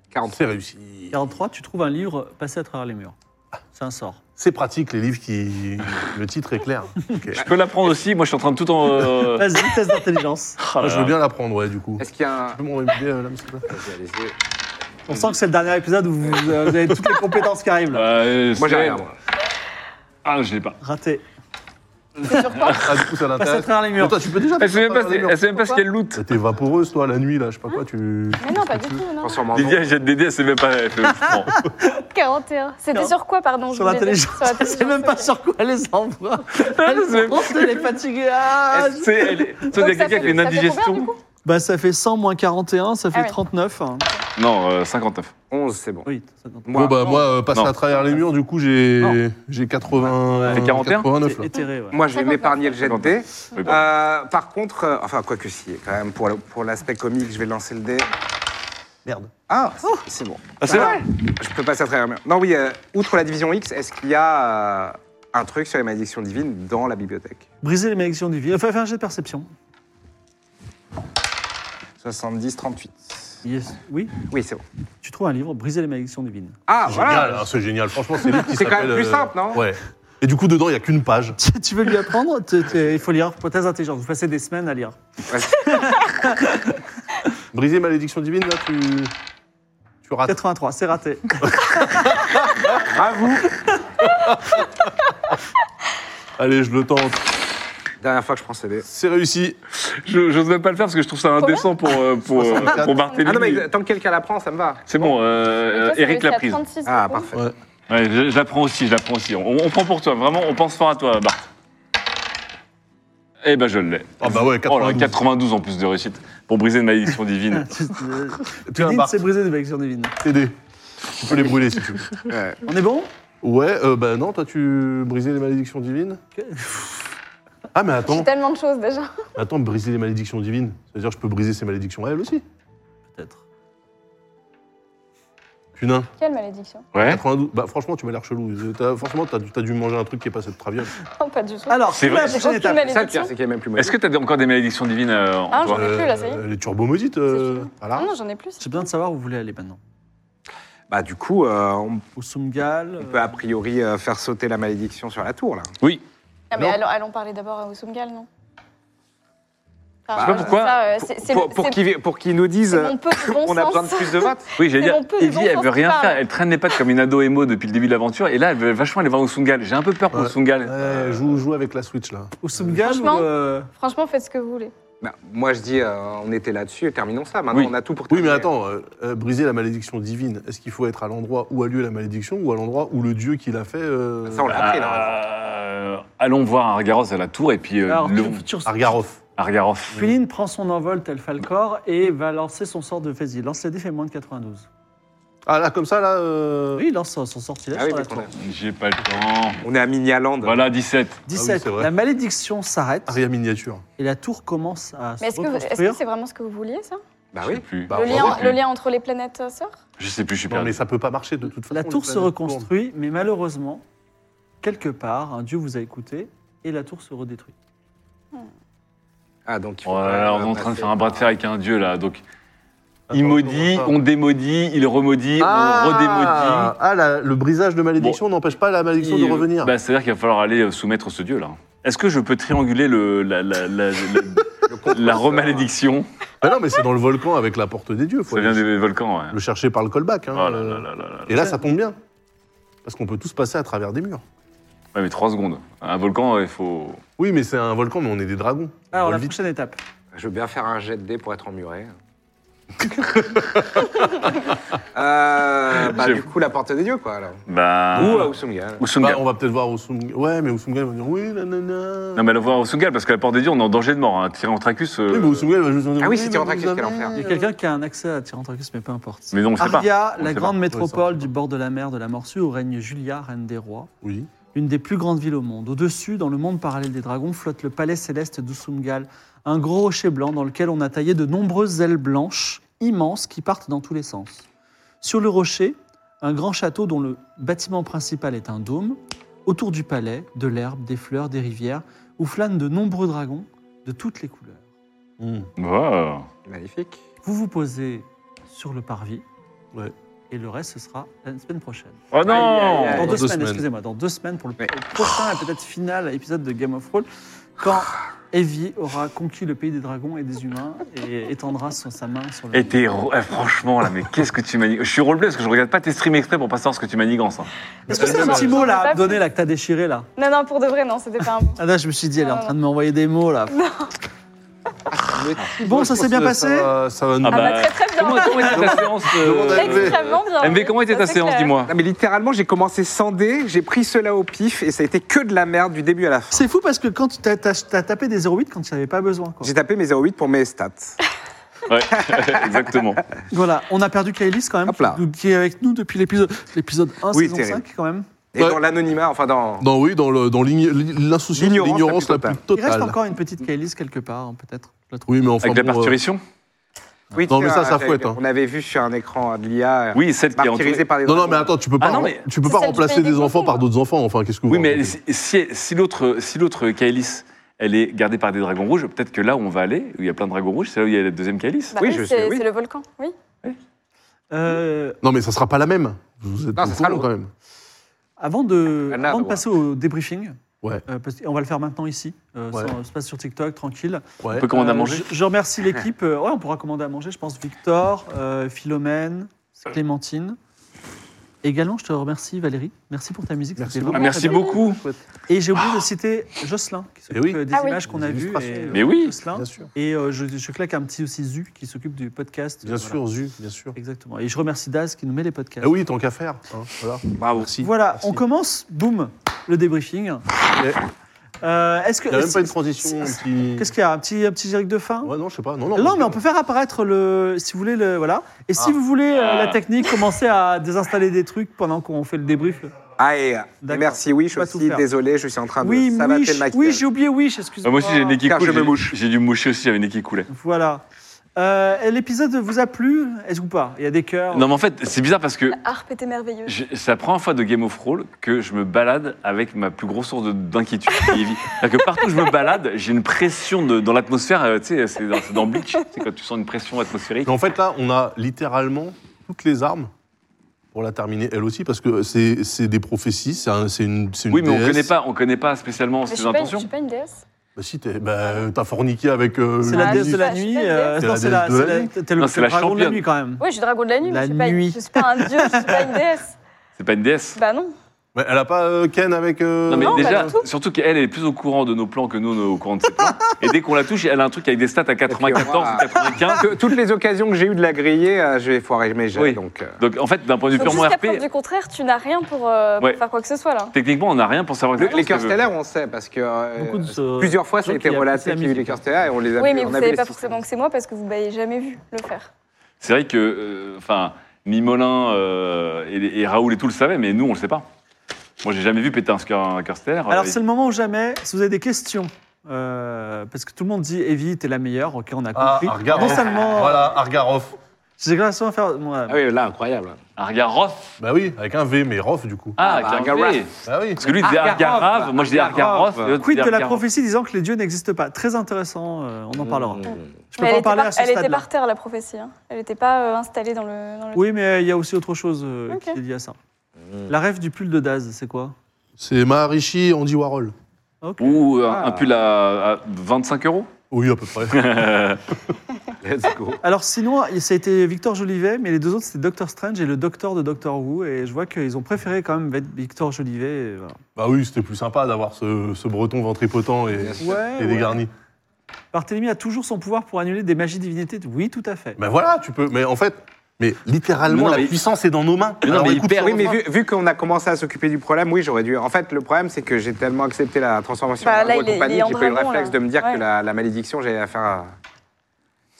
Speaker 1: 40.
Speaker 3: C'est réussi.
Speaker 4: 43, tu trouves un livre passé à travers les murs. C'est un sort.
Speaker 3: C'est pratique, les livres qui. le titre est clair. Ok.
Speaker 2: Je peux l'apprendre aussi. Moi, je suis en train de tout en. euh,
Speaker 4: Vas-y, test d'intelligence.
Speaker 2: ah
Speaker 3: Moi,
Speaker 2: là
Speaker 3: je veux
Speaker 2: là.
Speaker 3: bien l'apprendre, ouais, du coup.
Speaker 1: Est-ce qu'il y a un.
Speaker 3: Tu peux m'en aider, euh, là, monsieur
Speaker 1: Vas-y, allez-y.
Speaker 4: On sent que c'est le dernier épisode où vous, euh, vous avez toutes les compétences qui arrivent. Là.
Speaker 2: Ouais,
Speaker 1: Moi j'ai
Speaker 2: Euh, c'est-
Speaker 1: rien. moi.
Speaker 2: Ah, je l'ai pas.
Speaker 4: Raté.
Speaker 3: Ah, du coup, ça
Speaker 4: Passé à
Speaker 3: l'intéresse.
Speaker 4: travers les
Speaker 3: Mais
Speaker 4: murs.
Speaker 3: Toi, tu peux déjà.
Speaker 2: Elle sait même pas,
Speaker 3: passer à travers les
Speaker 2: elle sait même pas ce
Speaker 5: Pourquoi
Speaker 2: qu'elle loot.
Speaker 3: murs. T'es vaporeuse, toi, la nuit, là, je sais pas quoi, tu.
Speaker 5: Mais non, pas du tout, non.
Speaker 1: Transforme en
Speaker 2: Dédé,
Speaker 1: nom.
Speaker 2: elle jette des dés, elle sait même pas. elle fait, je prends.
Speaker 5: 41. C'était
Speaker 4: Non.
Speaker 5: sur quoi, pardon je
Speaker 4: Sur
Speaker 5: voulais dire
Speaker 4: l'intelligence.
Speaker 5: Sur
Speaker 4: Je sais même pas
Speaker 5: ok.
Speaker 4: sur quoi elle les envoie. Elle,
Speaker 2: Elle sait même pas.
Speaker 4: pense qu'elle est fatiguée. Ah,
Speaker 2: Elle sait- elle est- Toi, E. il y a
Speaker 5: Donc
Speaker 2: quelqu'un
Speaker 5: ça
Speaker 2: qui a
Speaker 5: fait-
Speaker 2: une
Speaker 5: ça fait combien, du
Speaker 2: indigestion.
Speaker 5: coup
Speaker 4: Bah, ça fait 100 moins 41, ça fait
Speaker 5: Ah ouais.
Speaker 4: 39. hein.
Speaker 2: Non, euh, 59.
Speaker 1: 11, c'est bon.
Speaker 4: Oui, 59.
Speaker 3: Bon, bah,
Speaker 1: non,
Speaker 3: moi, euh, passer
Speaker 2: Non.
Speaker 3: à travers les murs, du coup, j'ai j'ai 80.
Speaker 2: Fait 41?
Speaker 3: 89,
Speaker 4: C'est
Speaker 3: là.
Speaker 4: éthéré, ouais.
Speaker 1: moi, je vais
Speaker 5: 59.
Speaker 1: m'épargner le jet de dés.
Speaker 2: Oui, bon.
Speaker 1: Euh, par contre, euh, enfin, quoi que si, quand même, pour le- pour l'aspect comique, je vais lancer le dé.
Speaker 3: Merde.
Speaker 1: Ah, c'est- c'est bon.
Speaker 2: Ah, c'est vrai
Speaker 1: Je peux passer à travers. le mur. Non, oui, euh, outre la division X, est-ce qu'il y a euh, un truc sur les malédictions divines dans la bibliothèque
Speaker 4: Briser les malédictions du vie. Enfin, faire un jet de perception.
Speaker 1: 70, 38.
Speaker 4: Yes. Oui,
Speaker 1: Oui, c'est bon.
Speaker 4: tu trouves un livre, Briser les malédictions divines.
Speaker 1: Ah,
Speaker 3: C'est génial,
Speaker 1: voilà
Speaker 3: hein, c'est génial. Franchement, c'est lui qui
Speaker 1: C'est quand même
Speaker 3: s'appelle,
Speaker 1: plus
Speaker 3: euh,
Speaker 1: simple, non
Speaker 3: Ouais. Et du coup, dedans, il n'y a qu'une page.
Speaker 4: Tu- tu veux lui apprendre T'es- t'es- Il faut lire Prothèse intelligente. Vous passez des semaines à lire.
Speaker 3: Briser malédiction divine, là, tu. Tu rates.
Speaker 4: 83, c'est raté.
Speaker 1: À vous
Speaker 3: Allez, je le tente.
Speaker 1: Dernière fois que je prends ce dé.
Speaker 3: C'est réussi.
Speaker 2: Je J'ose même pas le faire parce que je trouve ça indécent pour, euh, pour, euh, pour Barthélémy.
Speaker 1: Ah non, mais tant que quelqu'un la prend, ça me va.
Speaker 2: C'est bon,
Speaker 5: Toi,
Speaker 2: euh,
Speaker 5: ça
Speaker 2: Eric
Speaker 5: réussit à
Speaker 2: l'a prise.
Speaker 5: 36, du
Speaker 1: Ah,
Speaker 5: coup.
Speaker 1: parfait.
Speaker 3: Ouais.
Speaker 2: Ouais, je, je la prends aussi, je la prends aussi. On, on prend pour toi, vraiment, on pense fort à toi, Bart. Eh ben, je l'ai.
Speaker 3: Ah, bah ouais,
Speaker 2: Oh là,
Speaker 3: 92.
Speaker 2: 92 en plus de réussite pour briser une malédiction divine.
Speaker 3: Tiens,
Speaker 4: Divine,
Speaker 3: Bart,
Speaker 4: c'est briser des malédictions divines.
Speaker 3: t'aider. Tu peux les brûler si tu veux.
Speaker 1: Ouais.
Speaker 4: On est bon
Speaker 3: Ouais, euh, bah non, toi, tu brisais les malédictions divines
Speaker 4: Que-
Speaker 3: Ah, mais
Speaker 5: J'ai
Speaker 3: attends,
Speaker 5: tellement de choses déjà.
Speaker 3: attends, briser les malédictions divines, c'est-à-dire je peux briser ces malédictions à elle aussi
Speaker 4: Peut-être.
Speaker 3: Punain,
Speaker 5: Quelle malédiction
Speaker 2: Ouais.
Speaker 3: 92. Bah franchement, tu m'as l'air chelou. T'as- franchement, t'as, dû- t'as dû manger un truc qui est passé de traviole.
Speaker 5: Non, pas du tout.
Speaker 4: Alors,
Speaker 2: C'est
Speaker 4: c'est la
Speaker 2: vrai.
Speaker 4: prochaine
Speaker 5: Aucune
Speaker 4: étape.
Speaker 1: Ça, le pire,
Speaker 5: malédiction.
Speaker 1: c'est qu'il y a même plus moyen.
Speaker 2: Est-ce que t'avais encore des malédictions divines euh,
Speaker 5: Ah,
Speaker 2: en
Speaker 5: j'en
Speaker 2: toi
Speaker 5: ai plus, là, ça y est.
Speaker 3: les turbomaudites. euh,
Speaker 5: C'est fini.
Speaker 3: voilà.
Speaker 5: Ah non, j'en ai plus.
Speaker 4: J'ai besoin de savoir où vous voulez aller maintenant.
Speaker 1: Bah, du coup, euh, on
Speaker 4: Au Sumgal.
Speaker 1: peut a priori euh, faire sauter la malédiction sur la tour, là.
Speaker 2: Oui.
Speaker 5: Ah, mais
Speaker 3: Non.
Speaker 5: allons, allons parler d'abord au Sumgal, non
Speaker 1: Je
Speaker 5: Enfin,
Speaker 1: sais pas
Speaker 5: euh,
Speaker 2: pourquoi.
Speaker 5: ça, euh,
Speaker 1: Pour-
Speaker 5: c'est- c'est
Speaker 1: pour
Speaker 5: le-
Speaker 1: pour
Speaker 5: c'est-
Speaker 1: qu'ils pour qu'ils nous disent euh,
Speaker 5: c'est mon peu de bon
Speaker 1: on a
Speaker 5: sens.
Speaker 1: besoin de plus de votes.
Speaker 2: Oui, j'allais
Speaker 5: C'est
Speaker 2: dire,
Speaker 5: mon peu de bon
Speaker 2: Evie, elle
Speaker 5: sens
Speaker 2: veut
Speaker 5: qui
Speaker 2: rien
Speaker 5: parle.
Speaker 2: faire. Elle traîne les pattes comme une ado émo depuis le début de l'aventure. Et là, elle veut vachement aller voir Osungal. J'ai un peu peur pour
Speaker 3: Ouais.
Speaker 2: Osungal.
Speaker 3: Ouais, joue, joue avec la Switch là.
Speaker 4: Au Sumgal ou.
Speaker 5: Franchement
Speaker 4: euh,
Speaker 5: Franchement, faites ce que vous voulez.
Speaker 1: Bah, moi, je dis, euh, on était là-dessus, terminons ça. Maintenant,
Speaker 2: Oui.
Speaker 1: on a tout pour
Speaker 3: Oui, mais
Speaker 1: terminer.
Speaker 3: attends, euh, euh, briser la malédiction divine, est-ce qu'il faut être à l'endroit où a lieu la malédiction ou à l'endroit où le dieu qui l'a fait euh,
Speaker 1: Ça, on l'a appris, là.
Speaker 2: Bah, Euh, allons voir Argaroth à la tour et puis euh,
Speaker 4: Alors,
Speaker 2: le-
Speaker 4: tu- tu-
Speaker 3: Argaroth.
Speaker 2: Argaroth.
Speaker 4: Féline prend son envol tel Falcor et va lancer son sort de Fezzi. Lance les dés, fait moins de 92.
Speaker 3: Ah là, comme ça, là. euh,
Speaker 4: Oui, il lance son, son sortilège
Speaker 1: Ah oui,
Speaker 4: sur la
Speaker 1: mais
Speaker 4: tour.
Speaker 1: qu'on est-
Speaker 2: J'ai pas le temps.
Speaker 1: on est à Mignaland.
Speaker 2: Voilà, 17.
Speaker 3: Ah oui,
Speaker 4: 17.
Speaker 3: c'est vrai.
Speaker 4: la malédiction s'arrête
Speaker 3: Aria miniature.
Speaker 4: et la tour commence à se
Speaker 5: Mais est-ce que vous- est-ce que c'est
Speaker 4: reconstruire.
Speaker 5: vraiment ce que vous vouliez, ça
Speaker 1: Bah
Speaker 2: Je
Speaker 1: oui.
Speaker 2: sais plus.
Speaker 3: Bah,
Speaker 5: le,
Speaker 3: on
Speaker 5: lien,
Speaker 3: va
Speaker 5: le lien entre les planètes euh, sœurs
Speaker 2: Je sais plus, je suis
Speaker 3: Non, mais
Speaker 2: perdu.
Speaker 3: ça peut pas marcher de toute façon.
Speaker 4: La tour
Speaker 3: les
Speaker 4: se
Speaker 3: planètes
Speaker 4: reconstruit, mais malheureusement, quelque part, un dieu vous a écouté et la tour se redétruit.
Speaker 1: Ah, donc. il faut
Speaker 2: Oh là
Speaker 1: pas,
Speaker 2: là, on
Speaker 1: euh,
Speaker 2: est en
Speaker 3: bah,
Speaker 2: train de
Speaker 1: passer
Speaker 2: faire un bras de fer avec un dieu, là. Donc,
Speaker 3: tournent.
Speaker 2: il
Speaker 3: Attends,
Speaker 2: maudit,
Speaker 3: attends,
Speaker 2: on
Speaker 3: attends.
Speaker 2: démaudit, il remodit, on redémaudit.
Speaker 3: Ah, là, le brisage de malédiction n'empêche pas la malédiction
Speaker 2: Il-
Speaker 3: de revenir.
Speaker 2: bah, C'est-à-dire qu'il va falloir aller euh, soumettre ce dieu, là. Est-ce que je peux trianguler le, la, la, la, la,
Speaker 1: le contre-
Speaker 2: la remalédiction
Speaker 3: Bah non, mais c'est dans le volcan avec la porte des dieux. Faut
Speaker 2: Ça vient
Speaker 3: aller
Speaker 2: des volcans, ouais.
Speaker 3: le chercher par le callback. hein.
Speaker 2: Oh là là là là là.
Speaker 3: Et là, ça tombe bien. Parce qu'on peut tous passer à travers des murs.
Speaker 2: Ouais, mais trois secondes. Un volcan, il faut.
Speaker 3: Oui, mais c'est un volcan, mais on est des dragons. On
Speaker 4: Alors,
Speaker 3: vole
Speaker 4: Ah, la
Speaker 3: vite.
Speaker 4: prochaine étape.
Speaker 1: euh, Je veux bien faire un jet de dés pour être emmuré. euh, bah,
Speaker 2: J'ai-
Speaker 1: du coup, la porte des dieux, quoi, alors.
Speaker 2: Bah.
Speaker 1: Ou à Usumga.
Speaker 2: Usunga.
Speaker 3: Bah, on va peut-être voir Osunga. Ouais, mais Osunga, il va dire oui,
Speaker 2: Non,
Speaker 3: nanana.
Speaker 2: mais aller voir Usunga, parce que la porte des dieux, on est en danger de mort. Hein. Tirer en tracus. euh,
Speaker 3: Oui, mais Osunga, il va juste dire
Speaker 1: Ah oui, c'est
Speaker 3: mais
Speaker 1: Tyrandracus
Speaker 3: vous
Speaker 1: qui va le
Speaker 3: avez-
Speaker 1: faire.
Speaker 4: Il y a quelqu'un qui a un accès à Tyrantracus, mais peu importe.
Speaker 2: Mais non, on sait pas.
Speaker 4: Aria,
Speaker 2: On
Speaker 4: la
Speaker 2: sait
Speaker 4: grande
Speaker 2: pas.
Speaker 3: Ouais, ça, on
Speaker 4: métropole
Speaker 3: sait
Speaker 4: du bord de la mer de la Morsure où règne Julia, reine des rois,
Speaker 3: Oui.
Speaker 4: l'une des plus grandes villes au monde. Au-dessus, dans le monde parallèle des dragons, flotte le palais céleste d'Usumgal, un gros rocher blanc dans lequel on a taillé de nombreuses ailes blanches immenses qui partent dans tous les sens. Sur le rocher, un grand château dont le bâtiment principal est un dôme. Autour du palais, de l'herbe, des fleurs, des rivières, où flânent de nombreux dragons de toutes les couleurs.
Speaker 3: Hmm.
Speaker 2: Wow.
Speaker 1: Magnifique.
Speaker 4: Vous vous posez sur le parvis.
Speaker 3: Ouais.
Speaker 4: Et le reste, ce sera la semaine prochaine.
Speaker 2: Oh non
Speaker 1: Aïe, aïe,
Speaker 4: Dans
Speaker 1: aïe.
Speaker 4: deux,
Speaker 3: deux
Speaker 4: semaines,
Speaker 3: semaines.
Speaker 4: excusez-moi, dans deux semaines pour le
Speaker 1: Mais-
Speaker 4: prochain et peut-être final épisode de Game of Thrones, quand Evie aura conquis le pays des dragons et des humains et étendra son- sa main sur le.
Speaker 2: Et t'es ro- eh, franchement là, mais qu'est-ce que tu manigances Je suis roleplay parce que je regarde pas tes streams exprès pour pas savoir ce que tu manigances. hein.
Speaker 4: Est-ce que c'est un
Speaker 5: Non,
Speaker 4: petit
Speaker 5: non,
Speaker 4: mot
Speaker 5: j'en
Speaker 4: là
Speaker 5: ai pas
Speaker 4: à me donner
Speaker 5: plus.
Speaker 4: là que t'as déchiré là
Speaker 5: Non, non, pour de vrai, non, c'était pas un bon.
Speaker 4: Ah là, je me suis dit, elle est en train de m'envoyer des mots là. Bon, ça s'est bien
Speaker 3: Ça
Speaker 4: passé
Speaker 3: va, ça va nous-
Speaker 2: Ah
Speaker 5: Ah bah, très très bien.
Speaker 2: Comment, comment était ta séance euh,
Speaker 3: Demande à MV.
Speaker 5: Extrêmement bien.
Speaker 2: MV, comment était
Speaker 5: Ça,
Speaker 2: ta
Speaker 5: c'est
Speaker 2: séance,
Speaker 5: clair.
Speaker 2: dis-moi
Speaker 1: Non, mais littéralement, j'ai commencé sans dés, j'ai pris cela au pif et ça a été que de la merde du début à la fin.
Speaker 4: C'est fou parce que quand tu t'as t'as- t'as tapé des 08 quand tu n'avais pas besoin. Quoi.
Speaker 1: J'ai tapé mes 08 pour mes stats.
Speaker 2: Ouais, exactement.
Speaker 4: Voilà, on a perdu Kailis quand même,
Speaker 1: Hop là.
Speaker 4: qui- qui est avec nous depuis l'épisode l'épisode 1,
Speaker 1: Oui,
Speaker 4: saison
Speaker 1: terrible.
Speaker 4: 5 quand même.
Speaker 1: Et
Speaker 3: Ouais.
Speaker 1: dans l'anonymat, enfin dans.
Speaker 3: Dans, oui, dans le- dans l'ign- l'insouciance,
Speaker 1: L'ignorance
Speaker 3: l'ignorance la
Speaker 1: la plus
Speaker 3: plus
Speaker 4: Il reste
Speaker 3: totale.
Speaker 4: encore une petite Kailis quelque part, hein, peut-être. Je la trouve.
Speaker 3: Oui, mais enfin.
Speaker 2: Avec la
Speaker 3: bon, euh,
Speaker 2: parturition
Speaker 1: Oui,
Speaker 3: Non, mais
Speaker 1: tiens,
Speaker 3: ça, ça
Speaker 1: j'avais-
Speaker 3: fouette, hein.
Speaker 1: On avait vu sur un écran de l'IA
Speaker 2: Oui, celle qui est
Speaker 1: martyrisée
Speaker 2: entourée.
Speaker 1: par des
Speaker 3: Non, non,
Speaker 1: dragons.
Speaker 3: mais attends, tu peux pas,
Speaker 2: Ah non, mais-
Speaker 3: tu peux
Speaker 5: C'est
Speaker 3: pas
Speaker 5: celle du
Speaker 3: remplacer
Speaker 5: pays des
Speaker 3: des enfants
Speaker 5: enfants.
Speaker 3: par d'autres enfants. Enfin, qu'est-ce que vous
Speaker 2: Oui, mais
Speaker 3: racontez
Speaker 2: si, si- si l'autre si l'autre Kaelis, elle est gardée par des dragons rouges, peut-être que là où on va aller, où il y a plein de dragons rouges, c'est là où il y a la deuxième Kaelis.
Speaker 5: Bah
Speaker 1: Oui,
Speaker 5: oui,
Speaker 1: je
Speaker 5: c'est
Speaker 1: sais, oui.
Speaker 5: c'est le volcan, oui.
Speaker 4: Euh,
Speaker 3: Non, mais ça sera pas la même. Vous êtes
Speaker 1: Non,
Speaker 3: au
Speaker 1: ça
Speaker 3: courant,
Speaker 1: sera l'autre.
Speaker 3: quand même.
Speaker 4: Avant de,
Speaker 1: Another
Speaker 4: avant de
Speaker 1: one.
Speaker 4: passer au débriefing,
Speaker 3: Ouais.
Speaker 4: euh, parce que- on va le faire maintenant ici, euh,
Speaker 3: Ouais.
Speaker 4: sans- on se passe sur TikTok, tranquille.
Speaker 3: Ouais.
Speaker 2: On peut commander à
Speaker 4: Euh,
Speaker 2: manger
Speaker 4: je, je remercie l'équipe. euh, ouais, on pourra commander à manger, je pense, Victor, euh, Philomène, Clémentine. Également, je te remercie, Valérie. Merci pour ta musique.
Speaker 3: Merci
Speaker 4: c'était
Speaker 3: beaucoup.
Speaker 2: Ah,
Speaker 4: vraiment
Speaker 2: Merci
Speaker 4: très bien.
Speaker 2: beaucoup. Ah. Eh
Speaker 4: Et j'ai oublié de citer Jocelyn, qui s'occupe
Speaker 3: oui.
Speaker 4: euh, des
Speaker 5: Ah oui.
Speaker 4: images qu'on a
Speaker 3: Des
Speaker 4: vues.
Speaker 3: illustrations.
Speaker 4: et, euh,
Speaker 2: Mais oui.
Speaker 4: Jocelyn.
Speaker 3: Bien sûr.
Speaker 4: Et euh, je, je claque un petit aussi Zu, qui s'occupe du podcast.
Speaker 3: Bien
Speaker 4: Voilà.
Speaker 3: sûr, Zu, bien sûr.
Speaker 4: Exactement. Et je remercie Daz, qui nous met les podcasts.
Speaker 3: Ah oui, tant qu'à faire. hein, voilà.
Speaker 2: Bravo.
Speaker 3: Merci.
Speaker 4: Voilà,
Speaker 3: Merci.
Speaker 4: on commence, boum, le débriefing. Euh, Est-ce que
Speaker 3: Il n'y a même
Speaker 4: si-
Speaker 3: pas une transition. un
Speaker 4: si-
Speaker 3: petit-
Speaker 4: Qu'est-ce qu'il y a Un petit, un petit générique de fin
Speaker 3: Ouais, non, je sais pas. Non, non,
Speaker 4: Non, mais on peut faire apparaître le, si vous voulez le, voilà. Et si
Speaker 3: Ah.
Speaker 4: vous voulez euh, la
Speaker 2: Ah.
Speaker 4: technique, commencez à désinstaller des trucs pendant qu'on fait le débrief.
Speaker 1: Ah, et, et
Speaker 4: D'accord.
Speaker 1: merci, oui, je
Speaker 4: On va tout
Speaker 1: suis
Speaker 4: faire.
Speaker 1: désolé, je suis
Speaker 3: Ah,
Speaker 1: en train de
Speaker 4: Oui,
Speaker 1: savater
Speaker 4: Wish.
Speaker 1: le maquillage.
Speaker 4: oui, j'ai oublié Wish. Excusez-moi.
Speaker 2: Ah, moi aussi, j'ai une équipe
Speaker 1: Car je
Speaker 2: cool.
Speaker 1: me
Speaker 2: j'ai-
Speaker 1: mouche.
Speaker 2: J'ai dû me moucher aussi, j'avais une équipe coulée.
Speaker 4: Voilà. Euh, et L'épisode vous a plu Est-ce ou pas Il y a des cœurs.
Speaker 2: Non, mais en fait, c'est bizarre parce que
Speaker 5: Harpe était merveilleuse.
Speaker 2: Je- C'est la première fois de Game of Thrones que je me balade avec ma plus grosse source de- d'inquiétude. qui est vie. C'est-à-dire que partout où je me balade, j'ai une pression de- dans l'atmosphère. euh, tu sais, c'est dans, c'est dans Bleach. C'est quand tu sens une pression atmosphérique.
Speaker 3: Mais en fait, là, on a littéralement toutes les armes pour la terminer, elle aussi, parce que c'est c'est des prophéties, c'est un- c'est une, c'est une
Speaker 2: Oui, mais on
Speaker 3: déesse.
Speaker 2: connaît pas, on connaît pas spécialement
Speaker 5: Mais je
Speaker 2: ses
Speaker 5: suis, pas une, je
Speaker 2: intentions.
Speaker 5: suis pas une déesse.
Speaker 3: Bah si, t'es- bah, euh, t'as forniqué avec... euh,
Speaker 4: C'est
Speaker 3: le
Speaker 4: la
Speaker 5: Ah,
Speaker 4: déesse
Speaker 3: ministre.
Speaker 4: de la
Speaker 5: je suis
Speaker 4: nuit.
Speaker 5: pas une
Speaker 4: euh,
Speaker 5: déesse.
Speaker 4: non, c'est la,
Speaker 3: C'est la
Speaker 4: c'est la-
Speaker 3: déesse
Speaker 4: t'es le,
Speaker 2: Non,
Speaker 4: t'es
Speaker 2: c'est
Speaker 4: le
Speaker 2: la
Speaker 4: dragon de la
Speaker 2: championne.
Speaker 4: nuit quand même.
Speaker 5: Oui, je suis dragon de la nuit,
Speaker 4: La
Speaker 5: mais je suis pas,
Speaker 4: nuit.
Speaker 5: une- je suis pas un dieu, je suis pas une déesse.
Speaker 2: C'est pas une déesse.
Speaker 5: Bah non.
Speaker 3: Ouais, elle a pas euh, Ken avec... euh,
Speaker 2: Non, mais
Speaker 5: Non, bah,
Speaker 2: déjà,
Speaker 5: du tout.
Speaker 2: surtout qu'elle elle est plus au courant de nos plans que nous, on est au courant de ses plans. Et dès qu'on la touche, elle a un truc avec des stats à 94 ou 95.
Speaker 1: Que- Toutes les occasions que j'ai eues de la griller, euh, je vais foirer mes jets.
Speaker 2: Oui.
Speaker 1: Donc, euh,
Speaker 2: Donc en fait, d'un point de vue
Speaker 5: Donc,
Speaker 2: purement
Speaker 5: Jusqu'à
Speaker 2: RP,
Speaker 5: preuve du contraire, tu n'as rien pour, euh, pour
Speaker 2: Ouais.
Speaker 5: faire quoi que ce soit là.
Speaker 2: techniquement, on n'a rien pour savoir
Speaker 1: le-
Speaker 2: exactement
Speaker 1: les
Speaker 2: ce qu'elle
Speaker 1: cœurs
Speaker 2: veut.
Speaker 1: stellaires, on sait, parce que euh,
Speaker 4: Beaucoup de ce-
Speaker 1: plusieurs fois, ça a
Speaker 4: gens
Speaker 1: été
Speaker 4: qui
Speaker 1: relaté
Speaker 4: apprécient la
Speaker 1: qu'il y a eu
Speaker 4: musique.
Speaker 1: les cœurs stellaires et on les a
Speaker 5: Oui,
Speaker 1: vus-
Speaker 5: mais
Speaker 1: on
Speaker 5: vous
Speaker 1: a vu
Speaker 5: savez
Speaker 1: les
Speaker 5: pas
Speaker 1: systèmes.
Speaker 5: forcément que c'est moi parce que vous m'avez jamais vu le faire.
Speaker 2: C'est vrai que, euh, enfin, Mimolin euh, et, les- et Raoul et tout le savaient, mais nous, on le sait pas. Moi, j'ai jamais vu péter un Scar- un Carster.
Speaker 4: Alors,
Speaker 2: Euh,
Speaker 4: c'est le moment ou jamais. Si vous avez des questions, euh, parce que tout le monde dit Evie, t'es la meilleure. Ok, on a
Speaker 3: Ah,
Speaker 4: compris.
Speaker 3: Argaroff.
Speaker 4: Non seulement.
Speaker 3: Voilà, Argaroff.
Speaker 4: J'ai grâce à faire. moi,
Speaker 7: Ah oui, là, incroyable.
Speaker 2: Argaroff.
Speaker 3: Bah oui, avec un V, mais Roff du coup.
Speaker 2: Ah,
Speaker 7: Ah, bah,
Speaker 2: Argaroff.
Speaker 7: Argaroff.
Speaker 3: Bah oui.
Speaker 2: Parce que lui, il disait
Speaker 1: Argaroff.
Speaker 2: Argarave. Moi, je dis
Speaker 1: Argaroff.
Speaker 2: Argaroff. et l'autre
Speaker 4: Quid
Speaker 2: disait
Speaker 4: de la
Speaker 2: Argaroff.
Speaker 4: prophétie disant que les dieux n'existent pas Très intéressant, euh, on en parlera.
Speaker 7: Mmh.
Speaker 4: Je peux pas
Speaker 5: Mais elle
Speaker 4: en
Speaker 5: était, par,
Speaker 4: parler à ce
Speaker 5: elle était
Speaker 4: stade-là.
Speaker 5: par terre, la prophétie. hein. Elle n'était pas euh, installée dans le. Dans le...
Speaker 4: Oui, mais il y a aussi autre chose euh,
Speaker 5: Ok.
Speaker 4: qui est lié à ça. La rêve du pull de Daz, c'est quoi
Speaker 3: C'est Maharishi Andy Warhol.
Speaker 4: Ok.
Speaker 2: Ou euh, un, un pull à, à 25 euros
Speaker 3: Oui, à peu près.
Speaker 7: Let's go.
Speaker 4: Alors sinon, il- ça a été Victor Jolivet, mais les deux autres, c'était Doctor Strange et le Docteur de Doctor Who. Et je vois qu'ils ont préféré quand même Victor Jolivet. et voilà.
Speaker 3: bah oui, c'était plus sympa d'avoir ce, ce breton ventripotent et,
Speaker 4: Ouais,
Speaker 3: et
Speaker 4: ouais.
Speaker 3: dégarni.
Speaker 4: Barthélemy a toujours son pouvoir pour annuler des magies divinités. Oui, tout à fait.
Speaker 3: Bah voilà, tu peux. Mais en fait, mais littéralement,
Speaker 2: Non,
Speaker 3: la
Speaker 2: mais-
Speaker 3: puissance est dans nos mains.
Speaker 2: Mais non, mais il
Speaker 3: écoute,
Speaker 2: perd-
Speaker 3: sur
Speaker 1: Oui,
Speaker 3: nos
Speaker 1: mais
Speaker 3: mains.
Speaker 1: vu, vu qu'on a commencé à s'occuper du problème, oui, j'aurais dû. En fait, le problème, c'est que j'ai tellement accepté la transformation en
Speaker 5: Bah, là,
Speaker 1: dragon
Speaker 5: il est-
Speaker 1: et compagnie
Speaker 5: il est
Speaker 1: que
Speaker 5: en
Speaker 1: j'ai pas eu le
Speaker 5: dragon,
Speaker 1: réflexe
Speaker 5: là.
Speaker 1: de me dire
Speaker 5: Ouais.
Speaker 1: que la, la malédiction, j'allais la faire. à-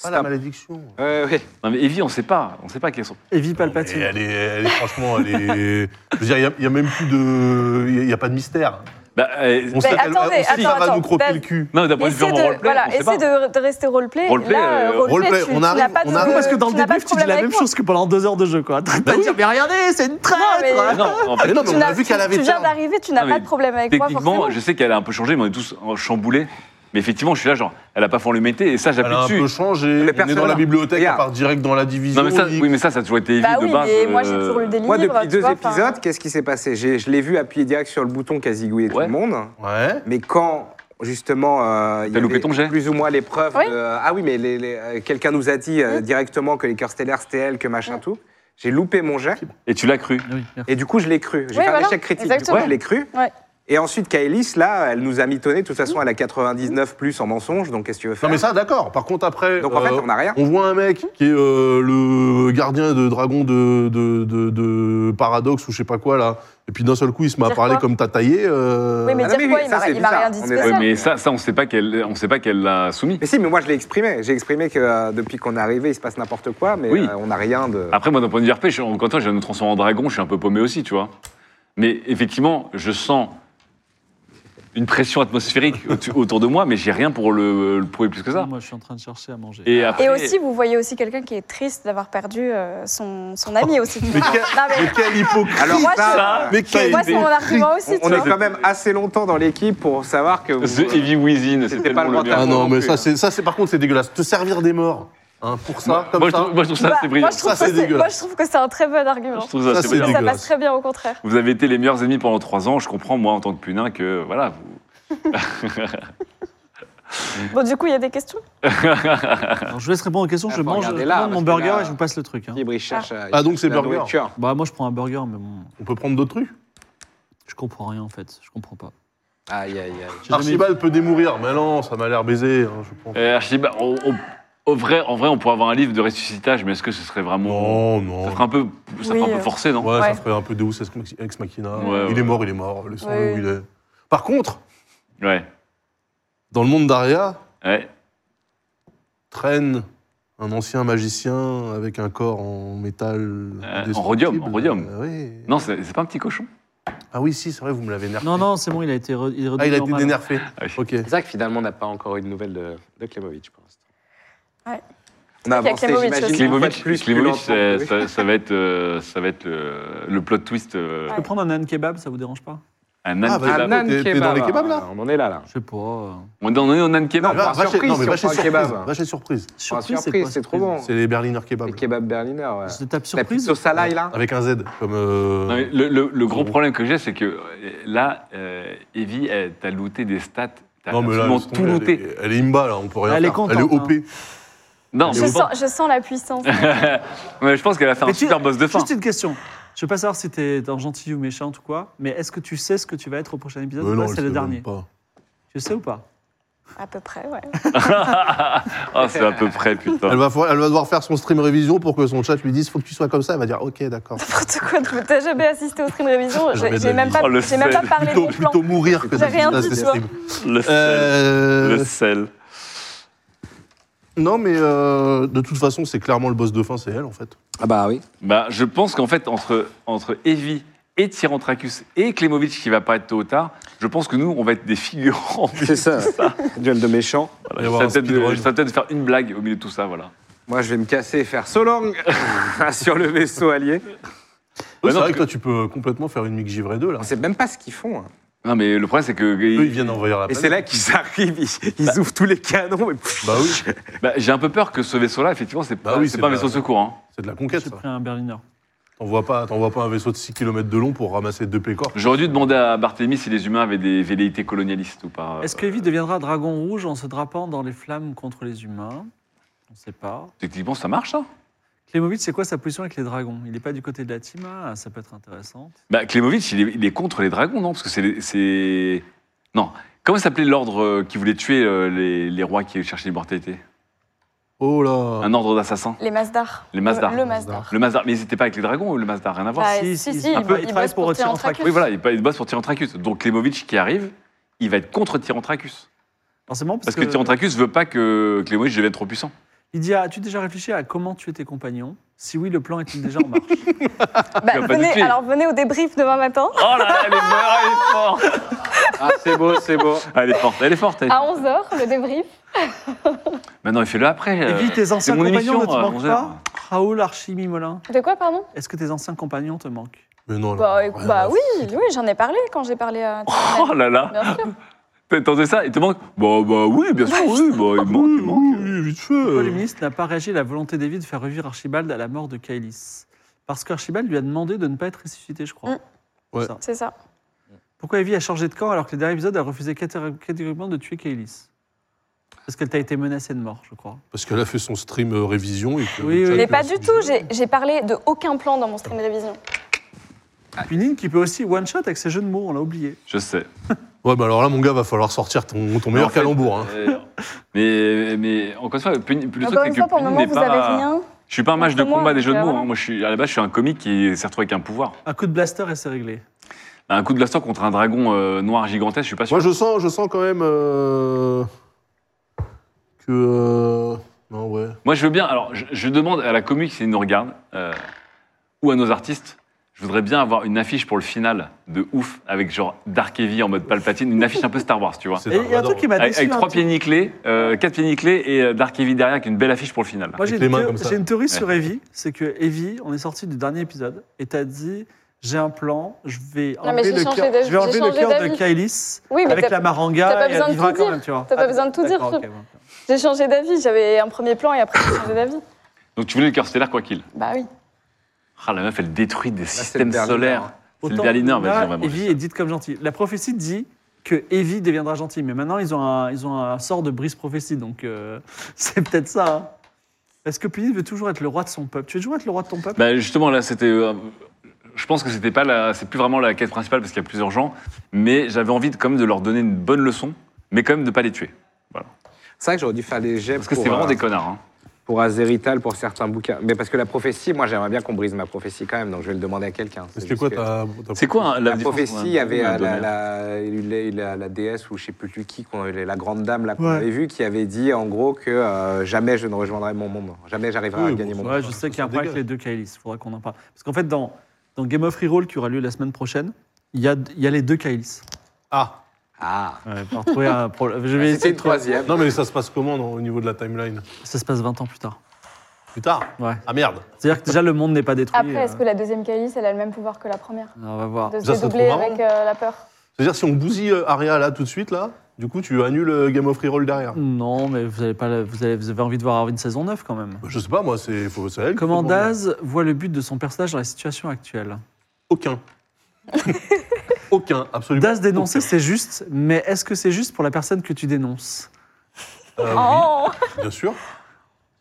Speaker 3: Pas la malédiction.
Speaker 1: Ouais, ouais.
Speaker 2: Non, mais Evie, on sait pas. On sait pas quels sont.
Speaker 4: Evie
Speaker 3: Et
Speaker 4: Palpatine.
Speaker 3: elle est, elle est- franchement, elle est. Je veux dire, il y a- il y a, même plus de. Il n'y a, pas de mystère.
Speaker 2: Bah, euh,
Speaker 3: On sait
Speaker 5: Mais
Speaker 3: qu'elle
Speaker 5: attendez,
Speaker 3: on sait qu'elle
Speaker 5: attends,
Speaker 3: va nous
Speaker 5: attends,
Speaker 3: croquer
Speaker 5: Daz-
Speaker 3: le cul.
Speaker 2: non, d'un point de vue
Speaker 5: Essaie
Speaker 2: en
Speaker 5: de,
Speaker 2: roleplay,
Speaker 5: voilà,
Speaker 2: on sait
Speaker 5: essaie
Speaker 2: pas.
Speaker 5: de, de rester roleplay.
Speaker 2: Roleplay,
Speaker 5: Là,
Speaker 2: euh,
Speaker 5: roleplay,
Speaker 3: roleplay,
Speaker 5: tu,
Speaker 3: on
Speaker 5: tu
Speaker 3: arrive-
Speaker 5: n'as pas
Speaker 3: on
Speaker 5: de-
Speaker 3: arrive-
Speaker 4: Parce que dans
Speaker 5: tu
Speaker 4: le
Speaker 5: n'as pas
Speaker 4: début,
Speaker 5: de
Speaker 4: tu dis la
Speaker 5: problème
Speaker 4: même
Speaker 5: avec
Speaker 4: chose que pendant deux heures de jeu, quoi. T'arrêtes pas de dire, mais regardez, c'est une traître
Speaker 5: mais-
Speaker 4: hein.
Speaker 2: Non, en
Speaker 3: Mais
Speaker 2: fait,
Speaker 3: non, mais on
Speaker 5: moi.
Speaker 3: a vu qu'elle avait
Speaker 5: Tu
Speaker 3: ça.
Speaker 5: viens d'arriver, tu n'as
Speaker 2: Non,
Speaker 5: pas
Speaker 2: mais
Speaker 5: de problème avec moi.
Speaker 2: Techniquement,
Speaker 5: forcément.
Speaker 2: je sais qu'elle a un peu changé, mais on est tous en- chamboulés. Mais effectivement, je suis là, genre, elle a pas formulé et ça,
Speaker 3: Elle
Speaker 2: j'appuie
Speaker 3: a un
Speaker 2: dessus.
Speaker 3: peu changé.
Speaker 1: Mais
Speaker 3: On est
Speaker 1: personne
Speaker 3: dans la
Speaker 1: là.
Speaker 3: bibliothèque, elle
Speaker 1: Regarde.
Speaker 3: part direct dans la division.
Speaker 2: Non, mais ça,
Speaker 3: Nick.
Speaker 2: oui, mais ça, ça a toujours été Evie
Speaker 5: Bah
Speaker 2: de
Speaker 5: oui,
Speaker 2: base.
Speaker 5: mais moi j'ai
Speaker 2: euh,
Speaker 5: toujours lu des livres.
Speaker 1: Moi, depuis
Speaker 5: tu
Speaker 1: deux
Speaker 5: vois, enfin,
Speaker 1: épisodes, qu'est-ce qui s'est passé J'ai- Je l'ai vu appuyer direct sur le bouton casigouiller tout
Speaker 2: Ouais.
Speaker 1: le monde.
Speaker 3: Ouais.
Speaker 1: Mais quand justement euh, il y
Speaker 2: T'as loupé
Speaker 1: avait
Speaker 2: ton jet
Speaker 1: plus ou moins l'épreuve
Speaker 5: Oui. Mm.
Speaker 1: de- ah oui mais les- les- euh, quelqu'un nous a dit euh, directement que les cœurs stellaires c'était elle que machin tout j'ai loupé mon jet
Speaker 2: Et tu l'as cru.
Speaker 4: Oui, merci.
Speaker 1: et du coup je l'ai cru j'ai
Speaker 5: Oui,
Speaker 1: fait
Speaker 5: voilà.
Speaker 1: un échec critique
Speaker 5: Exactement.
Speaker 1: du coup je l'ai cru
Speaker 5: Ouais. Mm.
Speaker 1: et ensuite Kaelis là elle nous a mitonné de toute façon elle a 99 plus en mensonge donc qu'est-ce que tu veux
Speaker 3: Non
Speaker 1: faire
Speaker 3: mais ça d'accord. Par contre après, euh,
Speaker 1: Donc, en fait, on n'a rien.
Speaker 3: on voit un mec qui est euh, le gardien de dragon de, de, de- de paradoxe ou je sais pas quoi là. Et puis d'un seul coup il se met à
Speaker 5: Dire
Speaker 3: parler
Speaker 5: quoi
Speaker 3: comme tataillé. Euh...
Speaker 5: Oui, mais
Speaker 1: Ah non,
Speaker 5: dire
Speaker 1: mais
Speaker 5: quoi
Speaker 1: oui,
Speaker 5: Il
Speaker 1: ça,
Speaker 5: m'a
Speaker 1: c'est
Speaker 5: il m'a
Speaker 1: bizarre.
Speaker 5: rien dit de
Speaker 1: On est-
Speaker 2: Oui,
Speaker 5: spécial.
Speaker 2: mais ça, ça, on sait pas qu'elle, on sait pas qu'elle l'a soumis.
Speaker 1: mais si, mais moi je l'ai exprimé. J'ai exprimé que euh, depuis qu'on est arrivé, il se passe n'importe quoi, mais
Speaker 2: Oui. Ah,
Speaker 1: euh, on n'a rien de.
Speaker 2: Après, moi, d'un point de vue RP, je, suis- quand toi, je viens de me transformer en dragon, je suis un peu paumé aussi, tu vois. Mais effectivement, je sens une pression atmosphérique au- autour de moi, mais j'ai rien pour le, le prouver plus que ça.
Speaker 4: Moi, je suis en train de chercher à manger.
Speaker 2: Et, après,
Speaker 5: Et aussi, vous voyez aussi quelqu'un qui est triste d'avoir perdu euh, son, son ami aussi. tu
Speaker 3: Mais
Speaker 5: vois.
Speaker 3: quel,
Speaker 5: Non, mais-
Speaker 3: mais quel hypocrite
Speaker 1: Alors
Speaker 5: Moi,
Speaker 2: ça,
Speaker 3: Mais quel
Speaker 5: Moi, c'est mon argument aussi,
Speaker 1: on, on
Speaker 5: tu
Speaker 1: est
Speaker 5: vois.
Speaker 1: quand même assez longtemps dans l'équipe pour savoir que. vous- euh,
Speaker 2: The Heavy Within, c'est
Speaker 1: C'était
Speaker 2: tellement
Speaker 1: pas le
Speaker 2: le
Speaker 1: mental.
Speaker 2: mien.
Speaker 3: Ah non
Speaker 1: non
Speaker 3: mais
Speaker 1: plus,
Speaker 3: ça
Speaker 1: hein.
Speaker 3: c'est ça c'est par contre c'est dégueulasse. Te servir des morts hein, pour ça comme
Speaker 2: Moi, je
Speaker 3: ça.
Speaker 2: trouve, moi, je trouve ça
Speaker 5: Bah,
Speaker 2: assez brillant.
Speaker 5: moi, je trouve
Speaker 3: Ça,
Speaker 5: ça,
Speaker 3: c'est
Speaker 5: c'est-
Speaker 3: dégueulasse.
Speaker 5: moi, je trouve que c'est un très bon argument.
Speaker 2: Je trouve ça
Speaker 3: Ça,
Speaker 2: assez
Speaker 3: c'est
Speaker 2: brillant.
Speaker 5: Ça
Speaker 3: dégueulasse.
Speaker 5: passe très bien, au contraire.
Speaker 2: Vous avez été les meilleurs ennemis pendant trois ans. Je comprends, moi, en tant que punin, que voilà. vous-
Speaker 5: Bon, du coup, il y a des questions
Speaker 4: Alors, je vous laisse répondre aux questions,
Speaker 1: Ah,
Speaker 4: je
Speaker 1: faut
Speaker 4: mange
Speaker 1: regarder
Speaker 4: je
Speaker 1: là,
Speaker 4: commande mon
Speaker 1: parce que
Speaker 4: burger
Speaker 1: là-
Speaker 4: et je vous passe le truc. hein.
Speaker 1: Libre, il cherche, euh, il
Speaker 3: Ah, donc,
Speaker 1: cherche
Speaker 3: c'est
Speaker 1: la
Speaker 3: burger.
Speaker 1: nourriture.
Speaker 4: Bah, moi, je prends un burger, mais bon,
Speaker 3: On peut prendre d'autres trucs.
Speaker 4: je comprends rien en fait. Je comprends pas.
Speaker 1: Aïe, aïe, aïe.
Speaker 4: J'ai jamais-
Speaker 3: Archibald peut démourir. Mais non ça m'a l'air baisé. hein, je pense.
Speaker 2: Euh, Archibald, on- on- au vrai, en vrai, on pourrait avoir un livre de ressuscitage, mais est-ce que ce serait vraiment.
Speaker 3: Non
Speaker 2: Ça
Speaker 3: non.
Speaker 2: ferait un peu, ça ferait
Speaker 5: Oui,
Speaker 2: un peu
Speaker 5: euh,
Speaker 2: forcé, non
Speaker 3: Ouais, ça
Speaker 5: Ouais.
Speaker 3: ferait un peu Deus ex machina- ex machina.
Speaker 2: Ouais,
Speaker 3: il
Speaker 2: ouais.
Speaker 3: est mort il est mort. Laissons-le
Speaker 5: Ouais.
Speaker 3: où il est. Par contre
Speaker 2: Ouais.
Speaker 3: dans le monde d'Aria
Speaker 2: Ouais.
Speaker 3: traîne un ancien magicien avec un corps en métal. indestructible.
Speaker 2: Euh, en rhodium, en rhodium.
Speaker 3: Euh, oui.
Speaker 2: Non, c'est c'est pas un petit cochon.
Speaker 3: Ah oui, si, c'est vrai, vous me l'avez nerfé.
Speaker 4: Non, non, c'est bon, il a été. re- est
Speaker 3: Ah, il a été
Speaker 4: normal.
Speaker 3: dénerfé.
Speaker 2: Ah oui.
Speaker 3: Ok.
Speaker 7: C'est ça que finalement, on n'a pas encore eu de nouvelles de, de Klemovic pour l'instant.
Speaker 1: On a
Speaker 5: Il y a
Speaker 1: avancé,
Speaker 5: Klimovic
Speaker 1: j'imagine.
Speaker 5: aussi.
Speaker 1: une fois
Speaker 2: Klimovic,
Speaker 1: de plus, plus
Speaker 2: Klimovic,
Speaker 1: lentement que
Speaker 2: ça,
Speaker 1: lui.
Speaker 2: ça- ça va être, euh, ça va être le, le plot twist. euh,
Speaker 4: Je peux prendre un nan kebab, ça vous dérange pas
Speaker 2: Un nan
Speaker 3: Ah, bah,
Speaker 2: kebab.
Speaker 3: là,
Speaker 1: Nan
Speaker 3: t'es- t'es dans les
Speaker 1: kebab.
Speaker 3: kebabs, là
Speaker 1: Ah, On en est là, là.
Speaker 4: Je sais pas. euh,
Speaker 1: Ah,
Speaker 2: On est on est en nan
Speaker 1: Non,
Speaker 2: kebab.
Speaker 1: bah,
Speaker 3: va chez-
Speaker 1: surprise,
Speaker 3: non, mais
Speaker 1: si
Speaker 3: va
Speaker 1: on
Speaker 3: chez
Speaker 1: prend un
Speaker 3: surprise.
Speaker 1: kebab.
Speaker 3: Va chez surprise.
Speaker 1: surprise,
Speaker 4: quoi,
Speaker 1: c'est trop bon.
Speaker 3: C'est les Berliner Kebab.
Speaker 1: Les kebabs berliner, ouais.
Speaker 4: Je te tape
Speaker 1: La
Speaker 4: surprise.
Speaker 1: pizza au salaï, là
Speaker 3: Avec un Z, comme. euh,
Speaker 2: Non, mais le, le- le gros problème que j'ai, c'est que euh, là, euh, Evie, euh, t'as looté des stats. T'as
Speaker 3: Non, mais là,
Speaker 2: absolument
Speaker 3: laisse
Speaker 2: tout
Speaker 3: tomber, elle,
Speaker 2: looté.
Speaker 3: est, elle est imba, là, on peut rien
Speaker 4: Elle est
Speaker 3: faire.
Speaker 4: contente,
Speaker 3: Elle est OP.
Speaker 4: hein.
Speaker 2: Non,
Speaker 5: je
Speaker 2: mais-
Speaker 5: sens, je sens la puissance.
Speaker 2: Ouais, je pense qu'elle a fait un
Speaker 4: Mais tu-
Speaker 2: super boss de fin.
Speaker 4: Juste une question. Je veux pas savoir si t'es dans gentil ou méchant ou quoi, mais est-ce que tu sais ce que tu vas être au prochain épisode
Speaker 3: Ouais,
Speaker 4: ou pas
Speaker 3: non, elle
Speaker 4: C'est
Speaker 3: sait
Speaker 4: le
Speaker 3: même
Speaker 4: dernier.
Speaker 3: pas.
Speaker 4: Tu sais ou pas
Speaker 5: à peu près, ouais.
Speaker 2: Ah, c'est à peu près, putain.
Speaker 3: Elle va, fa- elle va devoir faire son stream révision pour que son chat lui dise faut que tu sois comme ça. Elle va dire ok, d'accord.
Speaker 5: N'importe quoi. tu- T'as jamais assisté au stream
Speaker 3: Jamais
Speaker 5: révision. J'ai
Speaker 3: de la
Speaker 5: j'ai même
Speaker 3: vie.
Speaker 5: pas,
Speaker 2: Oh, le
Speaker 5: j'ai même pas
Speaker 2: sel.
Speaker 5: parlé de
Speaker 3: Plutôt,
Speaker 5: mon plan.
Speaker 3: plutôt mourir que
Speaker 5: J'ai rien
Speaker 3: d'assister à ces
Speaker 5: dit, tu vois.
Speaker 3: streams.
Speaker 2: Le sel.
Speaker 3: Euh,
Speaker 2: Le sel.
Speaker 3: Non, mais euh, de toute façon, c'est clairement le boss de fin, c'est elle, en fait.
Speaker 6: Ah bah oui.
Speaker 2: Bah, je pense qu'en fait, entre, entre Evie et Tyrantracus et Klemovic qui va apparaître tôt ou tard, je pense que nous, on va être des figurants.
Speaker 6: C'est ça. Duel de méchants.
Speaker 2: Voilà,
Speaker 3: Il va y
Speaker 2: je
Speaker 3: avoir un
Speaker 2: serais peut-être
Speaker 3: speedrun.
Speaker 2: je serais peut-être faire une blague au milieu de tout ça, voilà.
Speaker 1: Moi, je vais me casser et faire Solong sur le vaisseau allié.
Speaker 3: Eux,
Speaker 2: Bah non,
Speaker 3: c'est vrai
Speaker 2: parce
Speaker 3: que toi, tu peux complètement faire une Mick Givré 2, là.
Speaker 1: On sait même pas ce qu'ils font. hein.
Speaker 2: Non, mais le problème, c'est que.
Speaker 3: Eux, ils viennent envahir la
Speaker 1: Et
Speaker 3: planète.
Speaker 1: c'est là qu'ils arrivent, ils, ils ouvrent tous les canons. Et...
Speaker 3: Bah oui,
Speaker 2: Bah, J'ai un peu peur que ce vaisseau-là, effectivement, c'est
Speaker 3: Bah
Speaker 2: pas,
Speaker 3: oui,
Speaker 2: c'est
Speaker 3: c'est
Speaker 2: pas un
Speaker 3: pas-
Speaker 2: vaisseau de secours. hein.
Speaker 3: c'est de la conquête,
Speaker 4: J'ai
Speaker 3: ça.
Speaker 4: pris un Berliner.
Speaker 3: T'envoies pas, t'envoies pas un vaisseau de 6 km de long pour ramasser deux pécores.
Speaker 2: J'aurais dû demander à Barthélemy si les humains avaient des velléités colonialistes ou
Speaker 3: Euh,
Speaker 2: pas.
Speaker 4: Est-ce que Evie deviendra dragon rouge en se drapant dans les flammes contre les humains On ne sait pas.
Speaker 2: Effectivement, ça marche, hein. ça
Speaker 4: Klemovic, c'est quoi sa position avec les dragons Il n'est pas du côté de la team Ah, ça peut être intéressant.
Speaker 2: Bah, Klemovic, il est, il est contre les dragons, non Parce que c'est les- c'est. Non. Comment s'appelait l'ordre euh, qui voulait tuer euh, les, les rois qui cherchaient l'immortalité
Speaker 3: Oh là
Speaker 2: Un ordre d'assassins
Speaker 5: Les Masdar.
Speaker 2: Les Masdar.
Speaker 5: Le, le Masdar.
Speaker 2: Le Mazdar. Mais ils n'étaient pas avec les dragons, le Mazdar, rien à voir.
Speaker 5: Bah,
Speaker 4: Si,
Speaker 5: si,
Speaker 4: si,
Speaker 5: si,
Speaker 4: il
Speaker 5: il,
Speaker 4: peut- il
Speaker 5: il
Speaker 4: travaille
Speaker 5: bosse
Speaker 4: pour
Speaker 5: pour
Speaker 4: Tyrantracus.
Speaker 5: Tyrantracus.
Speaker 2: Oui, voilà, il pa- il bosse pour Tyrantracus. Donc Klemovic qui arrive, il va être contre Tyrantracus.
Speaker 4: Forcément, parce,
Speaker 2: Parce que, Tyrantracus veut pas que Klemovic devienne trop puissant.
Speaker 4: Lydia, as-tu déjà réfléchi à comment tuer tes compagnons Si oui, le plan est-il déjà en marche
Speaker 5: Bah,
Speaker 2: Il va pas nous
Speaker 5: venez,
Speaker 2: tuer.
Speaker 5: alors venez au débrief demain matin
Speaker 2: Oh là là, elle est, meilleure, elle est forte
Speaker 6: Ah, c'est beau, c'est beau.
Speaker 2: Elle est forte, elle est forte. elle est
Speaker 5: à
Speaker 2: forte.
Speaker 5: 11h, le débrief.
Speaker 2: Maintenant, il fait le après. euh,
Speaker 4: Evie, tes
Speaker 2: c'est
Speaker 4: anciens
Speaker 2: mon
Speaker 4: compagnons
Speaker 2: émission,
Speaker 4: ne te
Speaker 2: euh,
Speaker 4: manquent
Speaker 2: 11 heures.
Speaker 4: pas Raoul, Archimie, Molin,
Speaker 5: De quoi, pardon
Speaker 4: est-ce que tes anciens compagnons te manquent
Speaker 2: Euh.
Speaker 3: Mais non,
Speaker 5: Bah,
Speaker 3: là.
Speaker 5: écoute, bah oui, oui, j'en ai parlé quand j'ai parlé à
Speaker 2: Oh là là
Speaker 5: Bien sûr.
Speaker 2: T'entendais ça Il te manque Bah, bah oui, bien sûr, oui, bah, il manque,
Speaker 3: Oui,
Speaker 2: il manque.
Speaker 3: oui, vite fait.
Speaker 4: Le
Speaker 3: euh.
Speaker 4: ministre n'a pas réagi à la volonté d'Evie de faire revivre Archibald à la mort de Kailis. Parce qu'Archibald lui a demandé de ne pas être ressuscité, je crois.
Speaker 5: Mm.
Speaker 3: Ouais.
Speaker 4: Ça.
Speaker 5: C'est ça.
Speaker 4: Pourquoi Evie a changé de camp alors que le dernier épisode a refusé catég- catégoriquement de tuer Kailis Parce qu'elle t'a été menacée de mort, je crois.
Speaker 3: Parce qu'elle a fait son stream euh, révision et que.
Speaker 4: Oui,
Speaker 3: le
Speaker 4: oui.
Speaker 3: chat
Speaker 4: Mais
Speaker 5: Mais
Speaker 3: lui a
Speaker 5: pas du tout,
Speaker 3: suggéré.
Speaker 5: j'ai j'ai parlé de aucun plan dans mon stream révision.
Speaker 2: Ah.
Speaker 4: Punine qui peut aussi one-shot avec ses jeux de mots, on l'a oublié.
Speaker 2: Je sais.
Speaker 3: Ouais, bah alors là, mon gars, va falloir sortir ton, ton meilleur
Speaker 2: Mais en fait,
Speaker 3: calembour. hein.
Speaker 2: euh, mais, mais encore une fois, Puni- le truc,
Speaker 5: Encore
Speaker 2: c'est
Speaker 5: une
Speaker 2: que
Speaker 5: fois, pour le
Speaker 2: Puni
Speaker 5: moment,
Speaker 2: n'est
Speaker 5: vous
Speaker 2: pas.
Speaker 5: avez rien.
Speaker 2: Je suis pas un match de
Speaker 5: Montre-moi,
Speaker 2: combat des jeux de
Speaker 5: euh,
Speaker 2: mots. hein.
Speaker 5: voilà.
Speaker 2: Moi, je suis, à la base, je suis un comique qui s'est retrouvé avec un pouvoir.
Speaker 4: Un coup de blaster et c'est réglé.
Speaker 2: Un coup de blaster contre un dragon euh, noir gigantesque, je suis pas sûr.
Speaker 3: Moi, je sens, je sens quand même. euh, que. euh, Non, ouais.
Speaker 2: Moi, je veux bien. Alors, je, je demande à la commu qui nous regarde euh, ou à nos artistes. Je voudrais bien avoir une affiche pour le final de ouf avec genre Dark Heavy en mode Palpatine, une affiche un peu Star Wars, tu vois.
Speaker 3: C'est
Speaker 4: Et il y a
Speaker 3: Dark
Speaker 4: un
Speaker 3: Vador.
Speaker 4: truc qui m'a
Speaker 2: Avec,
Speaker 4: déçu.
Speaker 2: avec
Speaker 4: un
Speaker 2: trois
Speaker 4: petit
Speaker 2: pieds nickelés, euh, quatre pieds nickelés et euh, Dark Heavy derrière avec une belle affiche pour le final.
Speaker 4: Moi,
Speaker 3: Avec
Speaker 4: j'ai
Speaker 3: les
Speaker 4: une,
Speaker 3: mains
Speaker 4: théo-
Speaker 3: comme ça.
Speaker 4: j'ai une théorie sur Evie, c'est que Evie, on est sorti du dernier épisode, et t'as dit j'ai un plan, je vais
Speaker 5: mais
Speaker 4: enlever
Speaker 5: j'ai
Speaker 4: le
Speaker 5: changé
Speaker 4: cœur,
Speaker 5: d'avis-
Speaker 4: je vais enlever
Speaker 5: j'ai
Speaker 4: le
Speaker 5: changé
Speaker 4: cœur de
Speaker 5: d'avis.
Speaker 4: Kailis
Speaker 5: Oui, mais
Speaker 4: avec
Speaker 5: t'as-
Speaker 4: la maranga
Speaker 5: t'as pas
Speaker 4: et
Speaker 5: besoin
Speaker 4: elle
Speaker 5: de
Speaker 4: vivra
Speaker 5: tout
Speaker 4: quand
Speaker 5: dire.
Speaker 4: même, tu vois.
Speaker 5: T'as pas
Speaker 4: Ah,
Speaker 5: besoin de tout
Speaker 4: d'accord,
Speaker 5: dire,
Speaker 4: ok, bon.
Speaker 5: J'ai changé d'avis, j'avais un premier plan et après j'ai changé d'avis.
Speaker 2: Donc, tu voulais le cœur stellaire, quoi qu'il.
Speaker 5: Bah oui.
Speaker 2: Ah, la meuf, elle détruit des
Speaker 1: c'est
Speaker 2: systèmes
Speaker 1: le Berliner,
Speaker 2: solaires.
Speaker 1: hein.
Speaker 2: C'est le
Speaker 4: Autant
Speaker 2: Berliner, vas-y,
Speaker 4: là,
Speaker 2: on va manger
Speaker 4: Evie
Speaker 2: ça.
Speaker 4: est dite comme gentille. La prophétie dit que Evie deviendra gentille, mais maintenant ils ont un, ils ont un sort de brise prophétie, donc euh, c'est peut-être ça. hein. Est-ce que Punit veut toujours être le roi de son peuple Tu veux toujours être le roi de ton peuple
Speaker 2: Bah, justement, là, c'était. euh, je pense que c'était pas la, c'est plus vraiment la quête principale parce qu'il y a plusieurs gens, mais j'avais envie de, quand même de leur donner une bonne leçon, mais quand même de pas les tuer.
Speaker 1: C'est vrai que j'aurais dû faire des jets
Speaker 2: Parce que
Speaker 1: pour,
Speaker 2: c'est vraiment
Speaker 1: euh,
Speaker 2: des connards. hein.
Speaker 1: pour Azerital, pour certains bouquins. Mais parce que la prophétie, moi j'aimerais bien qu'on brise ma prophétie quand même, donc je vais le demander à quelqu'un.
Speaker 3: Mais
Speaker 1: C'est
Speaker 3: C'était
Speaker 1: juste
Speaker 3: quoi
Speaker 1: que-
Speaker 3: ta. ta-
Speaker 2: C'est quoi hein, la,
Speaker 1: La
Speaker 2: différence, ouais,
Speaker 1: prophétie, il y avait
Speaker 2: ouais,
Speaker 1: euh, la,
Speaker 2: domaine.
Speaker 1: la- la- la- la déesse ou je sais plus plus qui, qu'on- la grande dame là qu'on
Speaker 4: Ouais.
Speaker 1: avait vue, qui avait dit en gros que euh, jamais je ne rejoindrai mon monde, jamais j'arriverai
Speaker 3: Oui,
Speaker 1: à
Speaker 3: bon,
Speaker 1: gagner
Speaker 3: ça
Speaker 1: mon monde.
Speaker 4: Ouais, je sais qu'il y a un
Speaker 3: Ça
Speaker 4: problème avec
Speaker 3: dégage.
Speaker 4: les deux Kailis. Il faudra qu'on en parle. Parce qu'en fait, dans, dans Game of Reroll qui aura lieu la semaine prochaine, il y a, il y a les deux Kailis.
Speaker 3: Ah
Speaker 1: Ah,
Speaker 4: Ouais, on va retrouver un problème. Je vais
Speaker 1: c'était
Speaker 4: essayer
Speaker 1: une
Speaker 4: de trouver-
Speaker 1: troisième.
Speaker 3: Non, mais ça se passe comment dans- au niveau de la timeline
Speaker 4: Ça se passe 20 ans plus tard.
Speaker 3: Plus tard
Speaker 4: Ouais.
Speaker 3: Ah merde
Speaker 4: C'est-à-dire que déjà, le monde n'est pas détruit.
Speaker 5: Après, est-ce
Speaker 4: euh, Bah,
Speaker 5: que la deuxième Calice, elle a le même pouvoir que la première
Speaker 4: On va voir.
Speaker 5: De se
Speaker 3: Ça, ça
Speaker 5: dédoubler
Speaker 3: trouve marrant.
Speaker 5: avec euh, la peur.
Speaker 3: C'est-à-dire, si on bousille euh, Aria là tout de suite, là, du coup, tu annules euh, Game of Reroll derrière
Speaker 4: Non, mais vous avez, pas, la- vous avez, vous avez envie de voir une saison 9 quand même.
Speaker 3: Bah, Je sais pas, moi, c'est. Faut c'est elle qui
Speaker 4: Comment
Speaker 3: faut demander.
Speaker 4: Daz voit le but de son personnage dans la situation actuelle
Speaker 3: Aucun. Aucun, absolument.
Speaker 4: Daz dénoncer, c'est juste, mais est-ce que c'est juste pour la personne que tu dénonces
Speaker 3: Euh,
Speaker 5: Oh
Speaker 3: oui, bien sûr.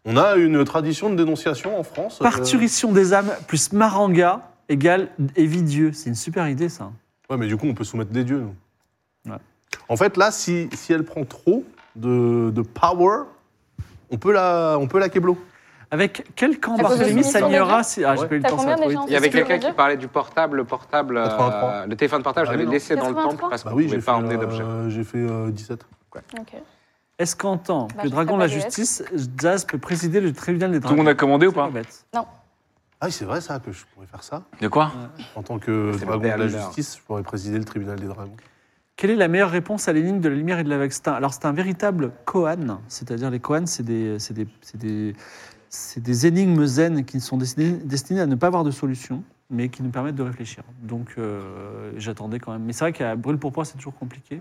Speaker 3: On a une tradition de dénonciation en France. euh,
Speaker 4: Parturition des âmes plus maranga égale Evie Dieu. C'est une super idée, ça.
Speaker 3: Ouais, mais du coup, on peut soumettre des dieux, nous.
Speaker 4: Ouais.
Speaker 3: En fait, là, si, si elle prend trop de, de power, on peut la, on peut la keblo.
Speaker 4: Avec quel camp
Speaker 5: T'as
Speaker 4: Barthélemy
Speaker 5: combien de
Speaker 4: s'alignera
Speaker 5: gens
Speaker 4: si... Ah, j'ai pas eu le
Speaker 5: T'as
Speaker 4: temps, ça
Speaker 5: combien
Speaker 4: va trop
Speaker 5: de
Speaker 4: vite.
Speaker 5: gens
Speaker 1: Il y avait
Speaker 5: Qu'est-ce
Speaker 1: quelqu'un
Speaker 5: que tu veux
Speaker 1: qui
Speaker 5: dire
Speaker 1: parlait du portable, le portable, euh,
Speaker 3: 83.
Speaker 1: le téléphone portable,
Speaker 3: Ah
Speaker 1: je l'avais
Speaker 3: oui, non.
Speaker 1: laissé dans le
Speaker 5: 83.
Speaker 1: temple parce
Speaker 3: Bah
Speaker 1: qu'on ne
Speaker 3: oui,
Speaker 1: pouvait
Speaker 3: j'ai
Speaker 1: pas
Speaker 3: fait,
Speaker 1: emmener
Speaker 3: euh,
Speaker 1: d'objets.
Speaker 3: j'ai fait euh, 17.
Speaker 5: Ok.
Speaker 4: Est-ce qu'en tant
Speaker 5: Bah,
Speaker 4: que
Speaker 5: je
Speaker 4: dragon de
Speaker 5: ferai
Speaker 4: la
Speaker 5: pas de
Speaker 4: justice, Jazz peut présider le tribunal des
Speaker 2: Tout le
Speaker 4: dragons
Speaker 2: monde a commandé ou
Speaker 4: C'est
Speaker 2: pas
Speaker 4: pas bête.
Speaker 3: Ah oui, c'est vrai ça, que je pourrais faire ça.
Speaker 2: De quoi
Speaker 3: En tant que
Speaker 1: C'est le E
Speaker 3: dragon de la
Speaker 1: Berlander.
Speaker 3: justice, je pourrais présider le tribunal des dragons.
Speaker 4: Quelle est la meilleure réponse à l'énigme de la lumière et de la vextin Alors, c'est un véritable koan, c'est-à-dire les koans, c'est des, c'est des, c'est des, c'est des énigmes zen qui sont destinées, destinées à ne pas avoir de solution, mais qui nous permettent de réfléchir. Donc, euh, j'attendais quand même. Mais c'est vrai qu'à brûle pour c'est toujours compliqué.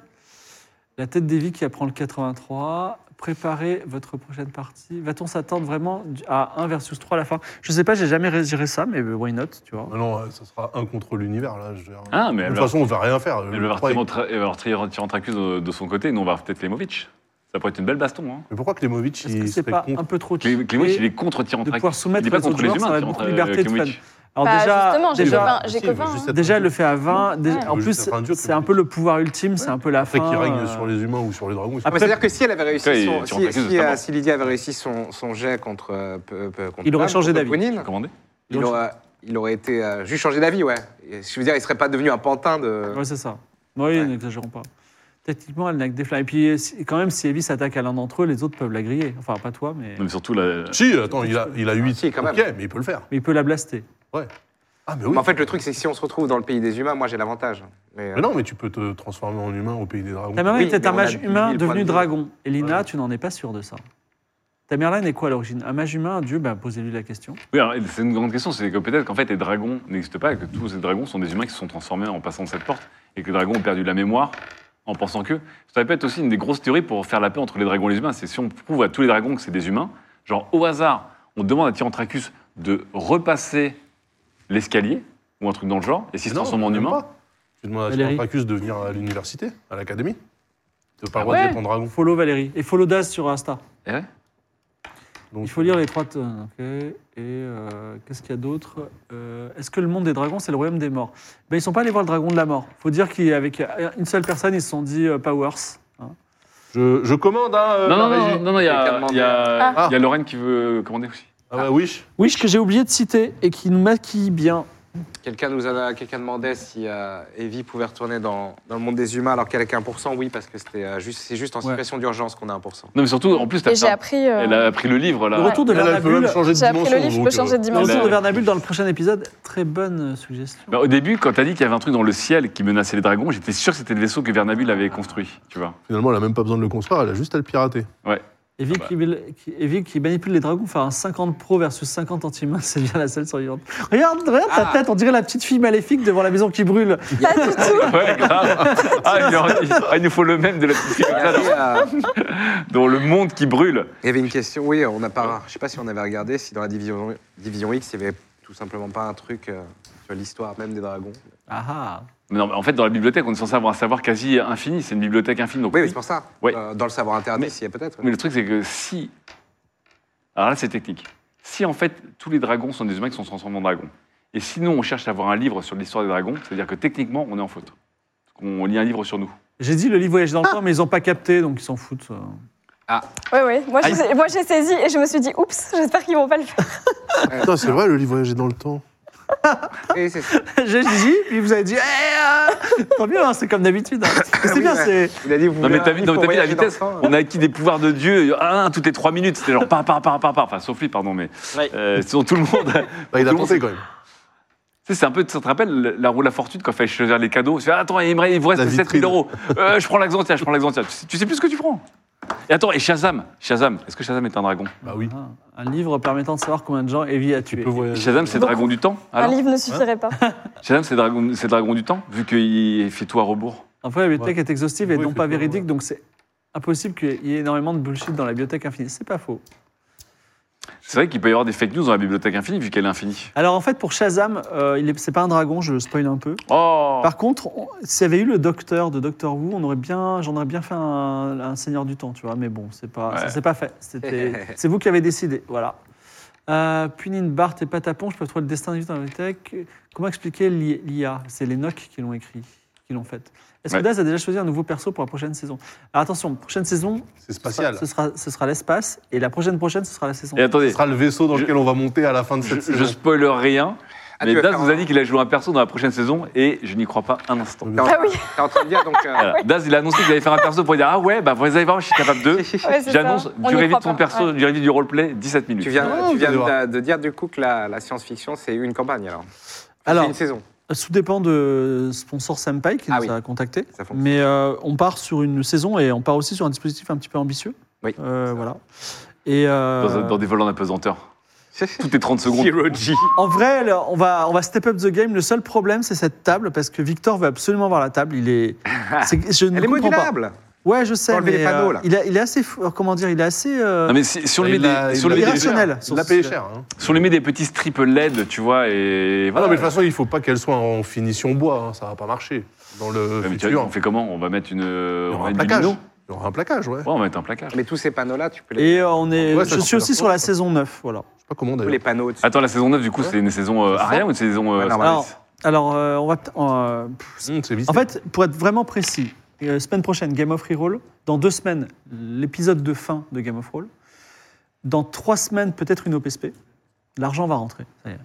Speaker 4: La tête d'Evie qui apprend le 83. Préparez votre prochaine partie. Va-t-on s'attendre vraiment du- à 1 versus 3 à la fin Je sais pas, j'ai jamais ré- géré ça, mais why not, tu vois.
Speaker 3: Ah non, euh, ça sera un contre l'univers là. Je veux dire.
Speaker 2: Ah, mais
Speaker 3: de
Speaker 2: elle
Speaker 3: toute
Speaker 2: va-
Speaker 3: façon, on va rien faire.
Speaker 2: elle
Speaker 3: Le
Speaker 2: va avoir
Speaker 3: trois est-
Speaker 2: tirant tra- elle va avoir tirant- tirant Tracus de, de son côté, nous on va peut-être Klemovic. Ça pourrait être une belle baston. Hein.
Speaker 3: Mais pourquoi Klemovic
Speaker 4: Est-ce que
Speaker 3: il
Speaker 4: c'est
Speaker 3: serait
Speaker 4: pas
Speaker 3: contre
Speaker 4: un peu trop
Speaker 2: Klé- Klemovic, il
Speaker 4: cheaté
Speaker 2: est contre tirant
Speaker 4: de
Speaker 2: Tracus.
Speaker 4: pouvoir soumettre
Speaker 2: il est pas
Speaker 4: les autres
Speaker 2: contre les
Speaker 4: joueurs, ça va
Speaker 2: humains, euh,
Speaker 4: être beaucoup de
Speaker 2: Tirant Tra-
Speaker 4: liberté de
Speaker 2: Klemovic.
Speaker 4: fun. Alors
Speaker 5: Bah,
Speaker 4: déjà,
Speaker 5: justement, j'ai
Speaker 4: déjà,
Speaker 5: copain- j'ai
Speaker 3: Si, il veut
Speaker 5: copain,
Speaker 3: juste
Speaker 5: hein.
Speaker 3: être
Speaker 4: déjà, elle
Speaker 3: un
Speaker 4: le
Speaker 3: dieu.
Speaker 4: fait à 20. déjà-
Speaker 3: Il
Speaker 4: en
Speaker 5: Ouais.
Speaker 3: veut
Speaker 4: plus,
Speaker 3: juste être un dieu,
Speaker 4: c'est un peu le pouvoir ultime, c'est un peu la
Speaker 3: Après
Speaker 4: fin.
Speaker 3: qu'il règne
Speaker 4: euh,
Speaker 3: sur les humains ou sur les dragons, il s'en
Speaker 4: Après,
Speaker 3: fout.
Speaker 1: C'est-à-dire que si elle avait réussi
Speaker 2: Ouais,
Speaker 1: son-
Speaker 2: tu
Speaker 1: si,
Speaker 2: rentres avec eux,
Speaker 1: si,
Speaker 2: c'est pas
Speaker 1: euh,
Speaker 2: bon.
Speaker 1: si Lydia avait réussi son, son jet contre, euh, peu- peu- contre
Speaker 4: Il aurait
Speaker 1: Pam,
Speaker 4: changé
Speaker 1: contre
Speaker 4: d'avis.
Speaker 1: Ponine,
Speaker 2: Commandé
Speaker 1: il aurait, il aurait été euh, juste changé d'avis, ouais. Et je veux dire, il serait pas devenu un pantin de.
Speaker 4: euh, Ouais, c'est ça. Oui, n'exagérons pas. Techniquement, elle n'a que des flammes. Et puis, si- quand même, si Evie s'attaque à l'un d'entre eux, les autres peuvent la griller. Enfin, pas toi, mais,
Speaker 2: Non, mais surtout, la...
Speaker 3: Si, attends, il a, il a 8.
Speaker 1: si, quand même. Bah,
Speaker 3: Ok, mais il peut le faire.
Speaker 4: mais il peut la blaster.
Speaker 3: Ah, mais oui.
Speaker 1: Mais en fait, le truc, c'est que si on se retrouve dans le pays des humains, moi j'ai l'avantage. Mais, euh,
Speaker 3: Mais non, mais tu peux te transformer en humain au pays des dragons.
Speaker 4: Ta Merlin
Speaker 1: Oui,
Speaker 4: était
Speaker 1: mais
Speaker 4: un
Speaker 1: on a
Speaker 4: mage
Speaker 1: dit
Speaker 4: humain
Speaker 1: mille points
Speaker 4: devenu
Speaker 1: de
Speaker 4: dragon. Et Lina,
Speaker 3: Ouais.
Speaker 4: tu n'en es pas sûr de ça. Ta Merlin est quoi à l'origine Un mage humain, un dieu ben, Posez-lui la question.
Speaker 2: Oui, alors, c'est une grande question, c'est que peut-être qu'en fait les dragons n'existent pas, et que tous ces dragons sont des humains qui se sont transformés en passant de cette porte, et que les dragons ont perdu la mémoire en pensant que. Ça peut être aussi une des grosses théories pour faire la paix entre les dragons et les humains, c'est si on prouve à tous les dragons que c'est des humains, genre au hasard, on demande à Tyrantracus de repasser l'escalier, ou un truc dans le genre, et s'il se
Speaker 3: Non,
Speaker 2: transforme en
Speaker 3: même
Speaker 2: humain,
Speaker 3: pas. Tu demandes à
Speaker 4: Valérie.
Speaker 3: Spartacus de venir à l'université, à l'académie. Tu n'as pas le droit
Speaker 2: ouais.
Speaker 3: de dire en dragon.
Speaker 4: Follow Valérie. Et follow Daz sur Insta.
Speaker 2: eh ouais.
Speaker 3: Donc, euh,
Speaker 4: Il faut lire les trois tonnes. ok. Et euh, qu'est-ce qu'il y a d'autre Euh, Est-ce que le monde des dragons, c'est le royaume des morts ben, Ils sont pas allés voir le dragon de la mort. faut dire qu'avec une seule personne, ils se sont dit euh, Powers. hein.
Speaker 3: Je, je commande, hein, euh,
Speaker 2: Non, non,
Speaker 3: la
Speaker 2: non,
Speaker 3: régie.
Speaker 2: non, non, il y a,
Speaker 1: Quelqu'un
Speaker 2: il y a-
Speaker 3: Ah.
Speaker 2: il y a Lorraine qui veut commander aussi.
Speaker 3: Ah, bah, oui.
Speaker 4: Oui, ce que j'ai oublié de citer et qui nous maquille bien.
Speaker 1: euh, Quelqu'un nous a, quelqu'un demandait si euh, Evie pouvait retourner dans, dans le monde des humains alors qu'elle a qu'un pour cent. Oui, parce que c'était euh, juste, c'est juste en
Speaker 4: Ouais.
Speaker 1: situation d'urgence qu'on a 1%.
Speaker 2: Non, mais surtout, en plus, t'as
Speaker 5: Et j'ai
Speaker 2: fait-
Speaker 5: appris. euh,
Speaker 2: elle a pris le livre Ah, là.
Speaker 4: Le retour de
Speaker 3: Elle, elle peut
Speaker 4: Vernabule.
Speaker 3: même changer de
Speaker 5: J'ai appris
Speaker 3: dimension.
Speaker 5: le livre, je
Speaker 3: donc, euh,
Speaker 5: peux changer de
Speaker 4: Le
Speaker 5: dimension.
Speaker 4: retour de
Speaker 2: euh, Elle a-
Speaker 4: Vernabule dans le prochain épisode. Très bonne euh, suggestion.
Speaker 2: Bah, au début, quand t'as dit qu'il y avait un truc dans le ciel qui menaçait les dragons, j'étais sûr que c'était le vaisseau que Vernabule avait construit, tu vois.
Speaker 3: euh, Finalement, elle a même pas besoin de le construire, elle a juste à le pirater.
Speaker 4: Evie,
Speaker 2: bah.
Speaker 4: qui, qui- Evie qui manipule les dragons, faire un 50 pro versus 50 anti-main, c'est bien la seule survivante. Regarde, regarde
Speaker 1: Ah.
Speaker 4: ta tête, on dirait la petite fille maléfique devant la maison qui brûle.
Speaker 5: Pas du tout.
Speaker 2: Ouais, grave. Ah, il, aurait- ah, il nous faut le même de la petite fille
Speaker 1: Il y
Speaker 2: comme ça,
Speaker 1: avait, euh,
Speaker 2: dans- dans le monde qui brûle.
Speaker 1: il y avait une question. Oui, on n'a pas. Je sais pas si on avait regardé si dans la division, division X, il y avait tout simplement pas un truc euh, sur l'histoire même des dragons.
Speaker 4: Ah ah.
Speaker 2: Mais non, mais en fait, dans la bibliothèque, on est censé avoir un savoir quasi infini. C'est une bibliothèque infinie. Donc,
Speaker 1: Oui, mais
Speaker 2: oui.
Speaker 1: c'est pour ça.
Speaker 2: Oui.
Speaker 1: Euh, dans le savoir interdit,
Speaker 2: Mais-
Speaker 1: s'il y a peut-être.
Speaker 2: mais le truc, c'est que si. Alors là, c'est technique. Si en fait, tous les dragons sont des humains qui sont transformés en dragons, et sinon, on cherche à avoir un livre sur l'histoire des dragons, c'est-à-dire que techniquement, on est en faute. On lit un livre sur nous.
Speaker 4: J'ai dit le livre voyage dans le temps, mais ils n'ont pas capté, donc ils s'en foutent. euh.
Speaker 5: Ouais, ouais. Moi,
Speaker 2: Ah,
Speaker 5: je sais- moi, j'ai saisi et je me suis dit, oups, j'espère qu'ils vont pas le faire.
Speaker 3: Putain, c'est vrai, le livre voyager dans le temps.
Speaker 1: Et c'est ça.
Speaker 4: J'ai dit, puis vous avez dit, Eh, euh, tant mieux, hein, c'est comme d'habitude. hein. Mais C'est
Speaker 1: Oui,
Speaker 4: bien,
Speaker 1: ouais.
Speaker 4: c'est.
Speaker 1: Il a dit, vous
Speaker 2: Non, mais
Speaker 1: voulez
Speaker 2: t'as
Speaker 1: un
Speaker 2: vu,
Speaker 1: livre
Speaker 2: non, mais
Speaker 1: pour
Speaker 2: t'as vu la
Speaker 1: voyager dans le
Speaker 2: vitesse
Speaker 1: temps, hein.
Speaker 2: On a acquis des pouvoirs de Dieu, euh, un, un toutes les trois minutes. C'était genre, par, par, par, par, par. Enfin, sauf lui, pardon, mais. euh, sinon, tout le monde.
Speaker 3: Bah, il a
Speaker 2: Tout le monde
Speaker 3: tenté quand même.
Speaker 2: Tu sais, c'est un peu, ça te rappelle le- la roue de la fortune quand il fallait choisir les cadeaux Tu fais, attends, il me reste- il vous reste
Speaker 3: La
Speaker 2: 7000
Speaker 3: vitrine.
Speaker 2: euros. Euh, je prends l'Axantia, je prends l'Axantia. Tu, sais- tu sais plus ce que tu prends. Et attends, et Shazam Shazam, est-ce que Shazam est un dragon
Speaker 3: Bah oui.
Speaker 4: Ah, un livre permettant de savoir combien de gens Evie a
Speaker 3: Tu
Speaker 4: tué.
Speaker 3: peux voyager.
Speaker 2: Shazam, c'est
Speaker 5: Beaucoup.
Speaker 2: dragon du temps
Speaker 5: Un
Speaker 2: alors
Speaker 5: livre ne suffirait pas.
Speaker 2: Shazam, c'est dragon, c'est dragon du temps, vu qu'il fait tout à rebours.
Speaker 4: Après, la bibliothèque est exhaustive et
Speaker 3: Oui,
Speaker 4: non
Speaker 3: c'est
Speaker 4: pas
Speaker 3: pas vrai.
Speaker 4: véridique, donc c'est impossible qu'il y ait énormément de bullshit dans la bibliothèque infinie. C'est pas faux.
Speaker 2: C'est vrai qu'il peut y avoir des fake news dans la bibliothèque infinie, vu qu'elle est infinie.
Speaker 4: Alors en fait, pour Shazam, euh, il est- c'est pas un dragon, je spoil un peu.
Speaker 2: Oh
Speaker 4: Par contre, on- s'il y avait eu le docteur de Doctor Who, on aurait bien, j'en aurais bien fait un, un Seigneur du Temps, tu vois. Mais bon, c'est pas, ça
Speaker 2: Ouais.
Speaker 4: s'est pas fait. C'était- c'est vous qui avez décidé, voilà. Euh, Punine, Bart et Patapon, je peux trouver le destin du dans la bibliothèque. Comment expliquer l'I- l'IA C'est les Nocs qui l'ont écrit, qui l'ont faite. Est-ce que
Speaker 2: Ouais.
Speaker 4: Daz a déjà choisi un nouveau perso pour la prochaine saison Alors attention, prochaine saison,
Speaker 3: C'est
Speaker 4: ce sera,
Speaker 3: spatial.
Speaker 4: ce sera, ce sera l'espace, et la prochaine prochaine, ce sera la saison.
Speaker 2: Et
Speaker 4: Et,
Speaker 2: attendez,
Speaker 3: Ce sera le vaisseau dans
Speaker 2: Je-
Speaker 3: lequel on va monter à la fin de
Speaker 2: je,
Speaker 3: cette
Speaker 2: je
Speaker 3: saison.
Speaker 2: spoiler rien,
Speaker 1: Ah,
Speaker 2: Mais
Speaker 1: tu vas
Speaker 2: Daz
Speaker 1: faire
Speaker 2: nous a
Speaker 1: un-
Speaker 2: dit qu'il allait jouer un perso dans la prochaine saison et je n'y crois pas un instant.
Speaker 3: Oui.
Speaker 5: Ah oui,
Speaker 1: T'es en train de dire donc.
Speaker 5: Ah
Speaker 1: euh,
Speaker 2: Voilà. Daz, il a annoncé qu'il allait faire un perso pour dire Ah ouais, bah vous allez voir, je suis capable de.
Speaker 5: ouais, c'est
Speaker 2: J'annonce,
Speaker 5: ça. On y
Speaker 2: durée vie de
Speaker 5: croit
Speaker 2: ton
Speaker 5: pas,
Speaker 2: perso,
Speaker 5: ouais.
Speaker 2: durée vie du roleplay, 17 minutes.
Speaker 1: Tu viens,
Speaker 3: Ah,
Speaker 1: tu
Speaker 3: vous allez
Speaker 1: viens de-
Speaker 3: voir.
Speaker 1: de, dire du coup que la, la science-fiction, c'est une campagne alors.
Speaker 4: Alors,
Speaker 1: c'est une saison.
Speaker 4: Sous dépend de sponsor Senpai qui
Speaker 1: Ah oui.
Speaker 4: nous a contacté.
Speaker 1: Ça fonctionne.
Speaker 4: Mais euh, on part sur une saison et on part aussi sur un dispositif un petit peu ambitieux.
Speaker 1: Oui.
Speaker 4: Euh, voilà. Et euh,
Speaker 2: Dans, dans des volants d'apesanteur. Toutes les 30 secondes.
Speaker 6: Zero G.
Speaker 4: en vrai, là, on va, on va step up the game. Le seul problème, c'est cette table parce que Victor veut absolument voir la table. Il est, c'est- je ne
Speaker 1: Elle est
Speaker 4: comprends pas.
Speaker 1: modulable.
Speaker 4: Ouais, je sais,
Speaker 1: Faut enlever
Speaker 4: mais
Speaker 1: les panneaux,
Speaker 4: euh,
Speaker 1: là.
Speaker 4: il, a- il est assez, fou- comment dire, il est assez. euh,
Speaker 2: Non, mais si, si on lui met
Speaker 3: Ah, Il l'a-
Speaker 2: des- si on
Speaker 3: il
Speaker 2: lui
Speaker 3: l'a
Speaker 2: met
Speaker 3: payé
Speaker 2: des-
Speaker 4: irrationnel,
Speaker 3: cher.
Speaker 4: sur
Speaker 3: Il l'a
Speaker 4: ce
Speaker 3: payé
Speaker 4: sujet.
Speaker 3: cher. hein.
Speaker 2: si on lui met des petits strips LED, tu vois, et
Speaker 3: Ah non,
Speaker 2: voilà.
Speaker 3: mais de toute façon, il faut pas qu'elle soit en finition bois, hein, ça va pas marcher. Dans le
Speaker 2: Ouais, mais tu vois,
Speaker 3: futur,
Speaker 2: on fait comment On va mettre une. euh, On
Speaker 3: il y aura
Speaker 2: va
Speaker 3: un
Speaker 2: mettre du
Speaker 3: plaquage.
Speaker 2: lino
Speaker 3: Il y aura un plaquage, ouais.
Speaker 2: Ouais, on va mettre un placage.
Speaker 1: Mais tous ces panneaux-là, tu peux les.
Speaker 4: Et euh, on est,
Speaker 3: Ouais, ça
Speaker 4: je
Speaker 3: considère
Speaker 4: suis aussi sur
Speaker 3: pas.
Speaker 4: la saison 9, voilà.
Speaker 3: Je sais pas comment
Speaker 1: Tous
Speaker 3: d'ailleurs.
Speaker 1: les panneaux au-dessus.
Speaker 2: Attends, la saison 9, du coup, c'est une saison euh, arrière ou une saison euh,
Speaker 1: Ouais, normal.
Speaker 2: service
Speaker 4: Alors, alors euh, on va. peut- euh, pff,
Speaker 3: Hum, c'est vite.
Speaker 4: En fait, pour être vraiment précis, euh, semaine prochaine, Game of Reroll. Dans deux semaines, l'épisode de fin de Game of Roll. Dans trois semaines, peut-être une OPSP. L'argent va rentrer. ça y est.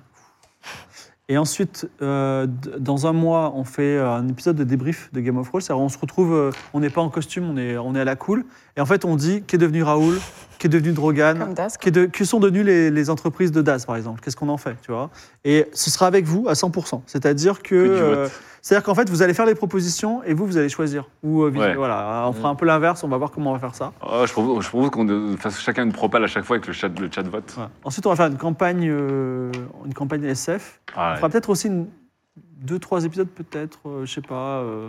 Speaker 4: Et ensuite, euh, d- dans un mois, on fait euh, un épisode de débrief de Game of Roll. C'est-à-dire, on se retrouve, euh, on n'est pas en costume, on est, on est à la cool. Et en fait, on dit qu'est devenu Raoul, qu'est devenu Drogan,
Speaker 5: Comme Daz, quoi.
Speaker 4: qu'est de- que sont devenues les, les entreprises de DAS, par exemple. Qu'est-ce qu'on en fait, tu vois Et ce sera avec vous à 100%. C'est-à-dire que,
Speaker 2: Que du vote.
Speaker 4: euh, c'est-à-dire qu'en fait, vous allez faire les propositions et vous, vous allez choisir. Ou euh, vice-
Speaker 2: Ouais.
Speaker 4: voilà, on fera un peu l'inverse. On va voir comment on va faire ça.
Speaker 2: Oh, Je propose, je propose qu'on euh, fasse chacun une propale à chaque fois avec le chat, le chat vote.
Speaker 4: Ensuite, on va faire une campagne, euh, une campagne SF.
Speaker 2: Ah,
Speaker 4: On fera peut-être aussi une- deux, trois épisodes, peut-être, euh, je sais pas, euh,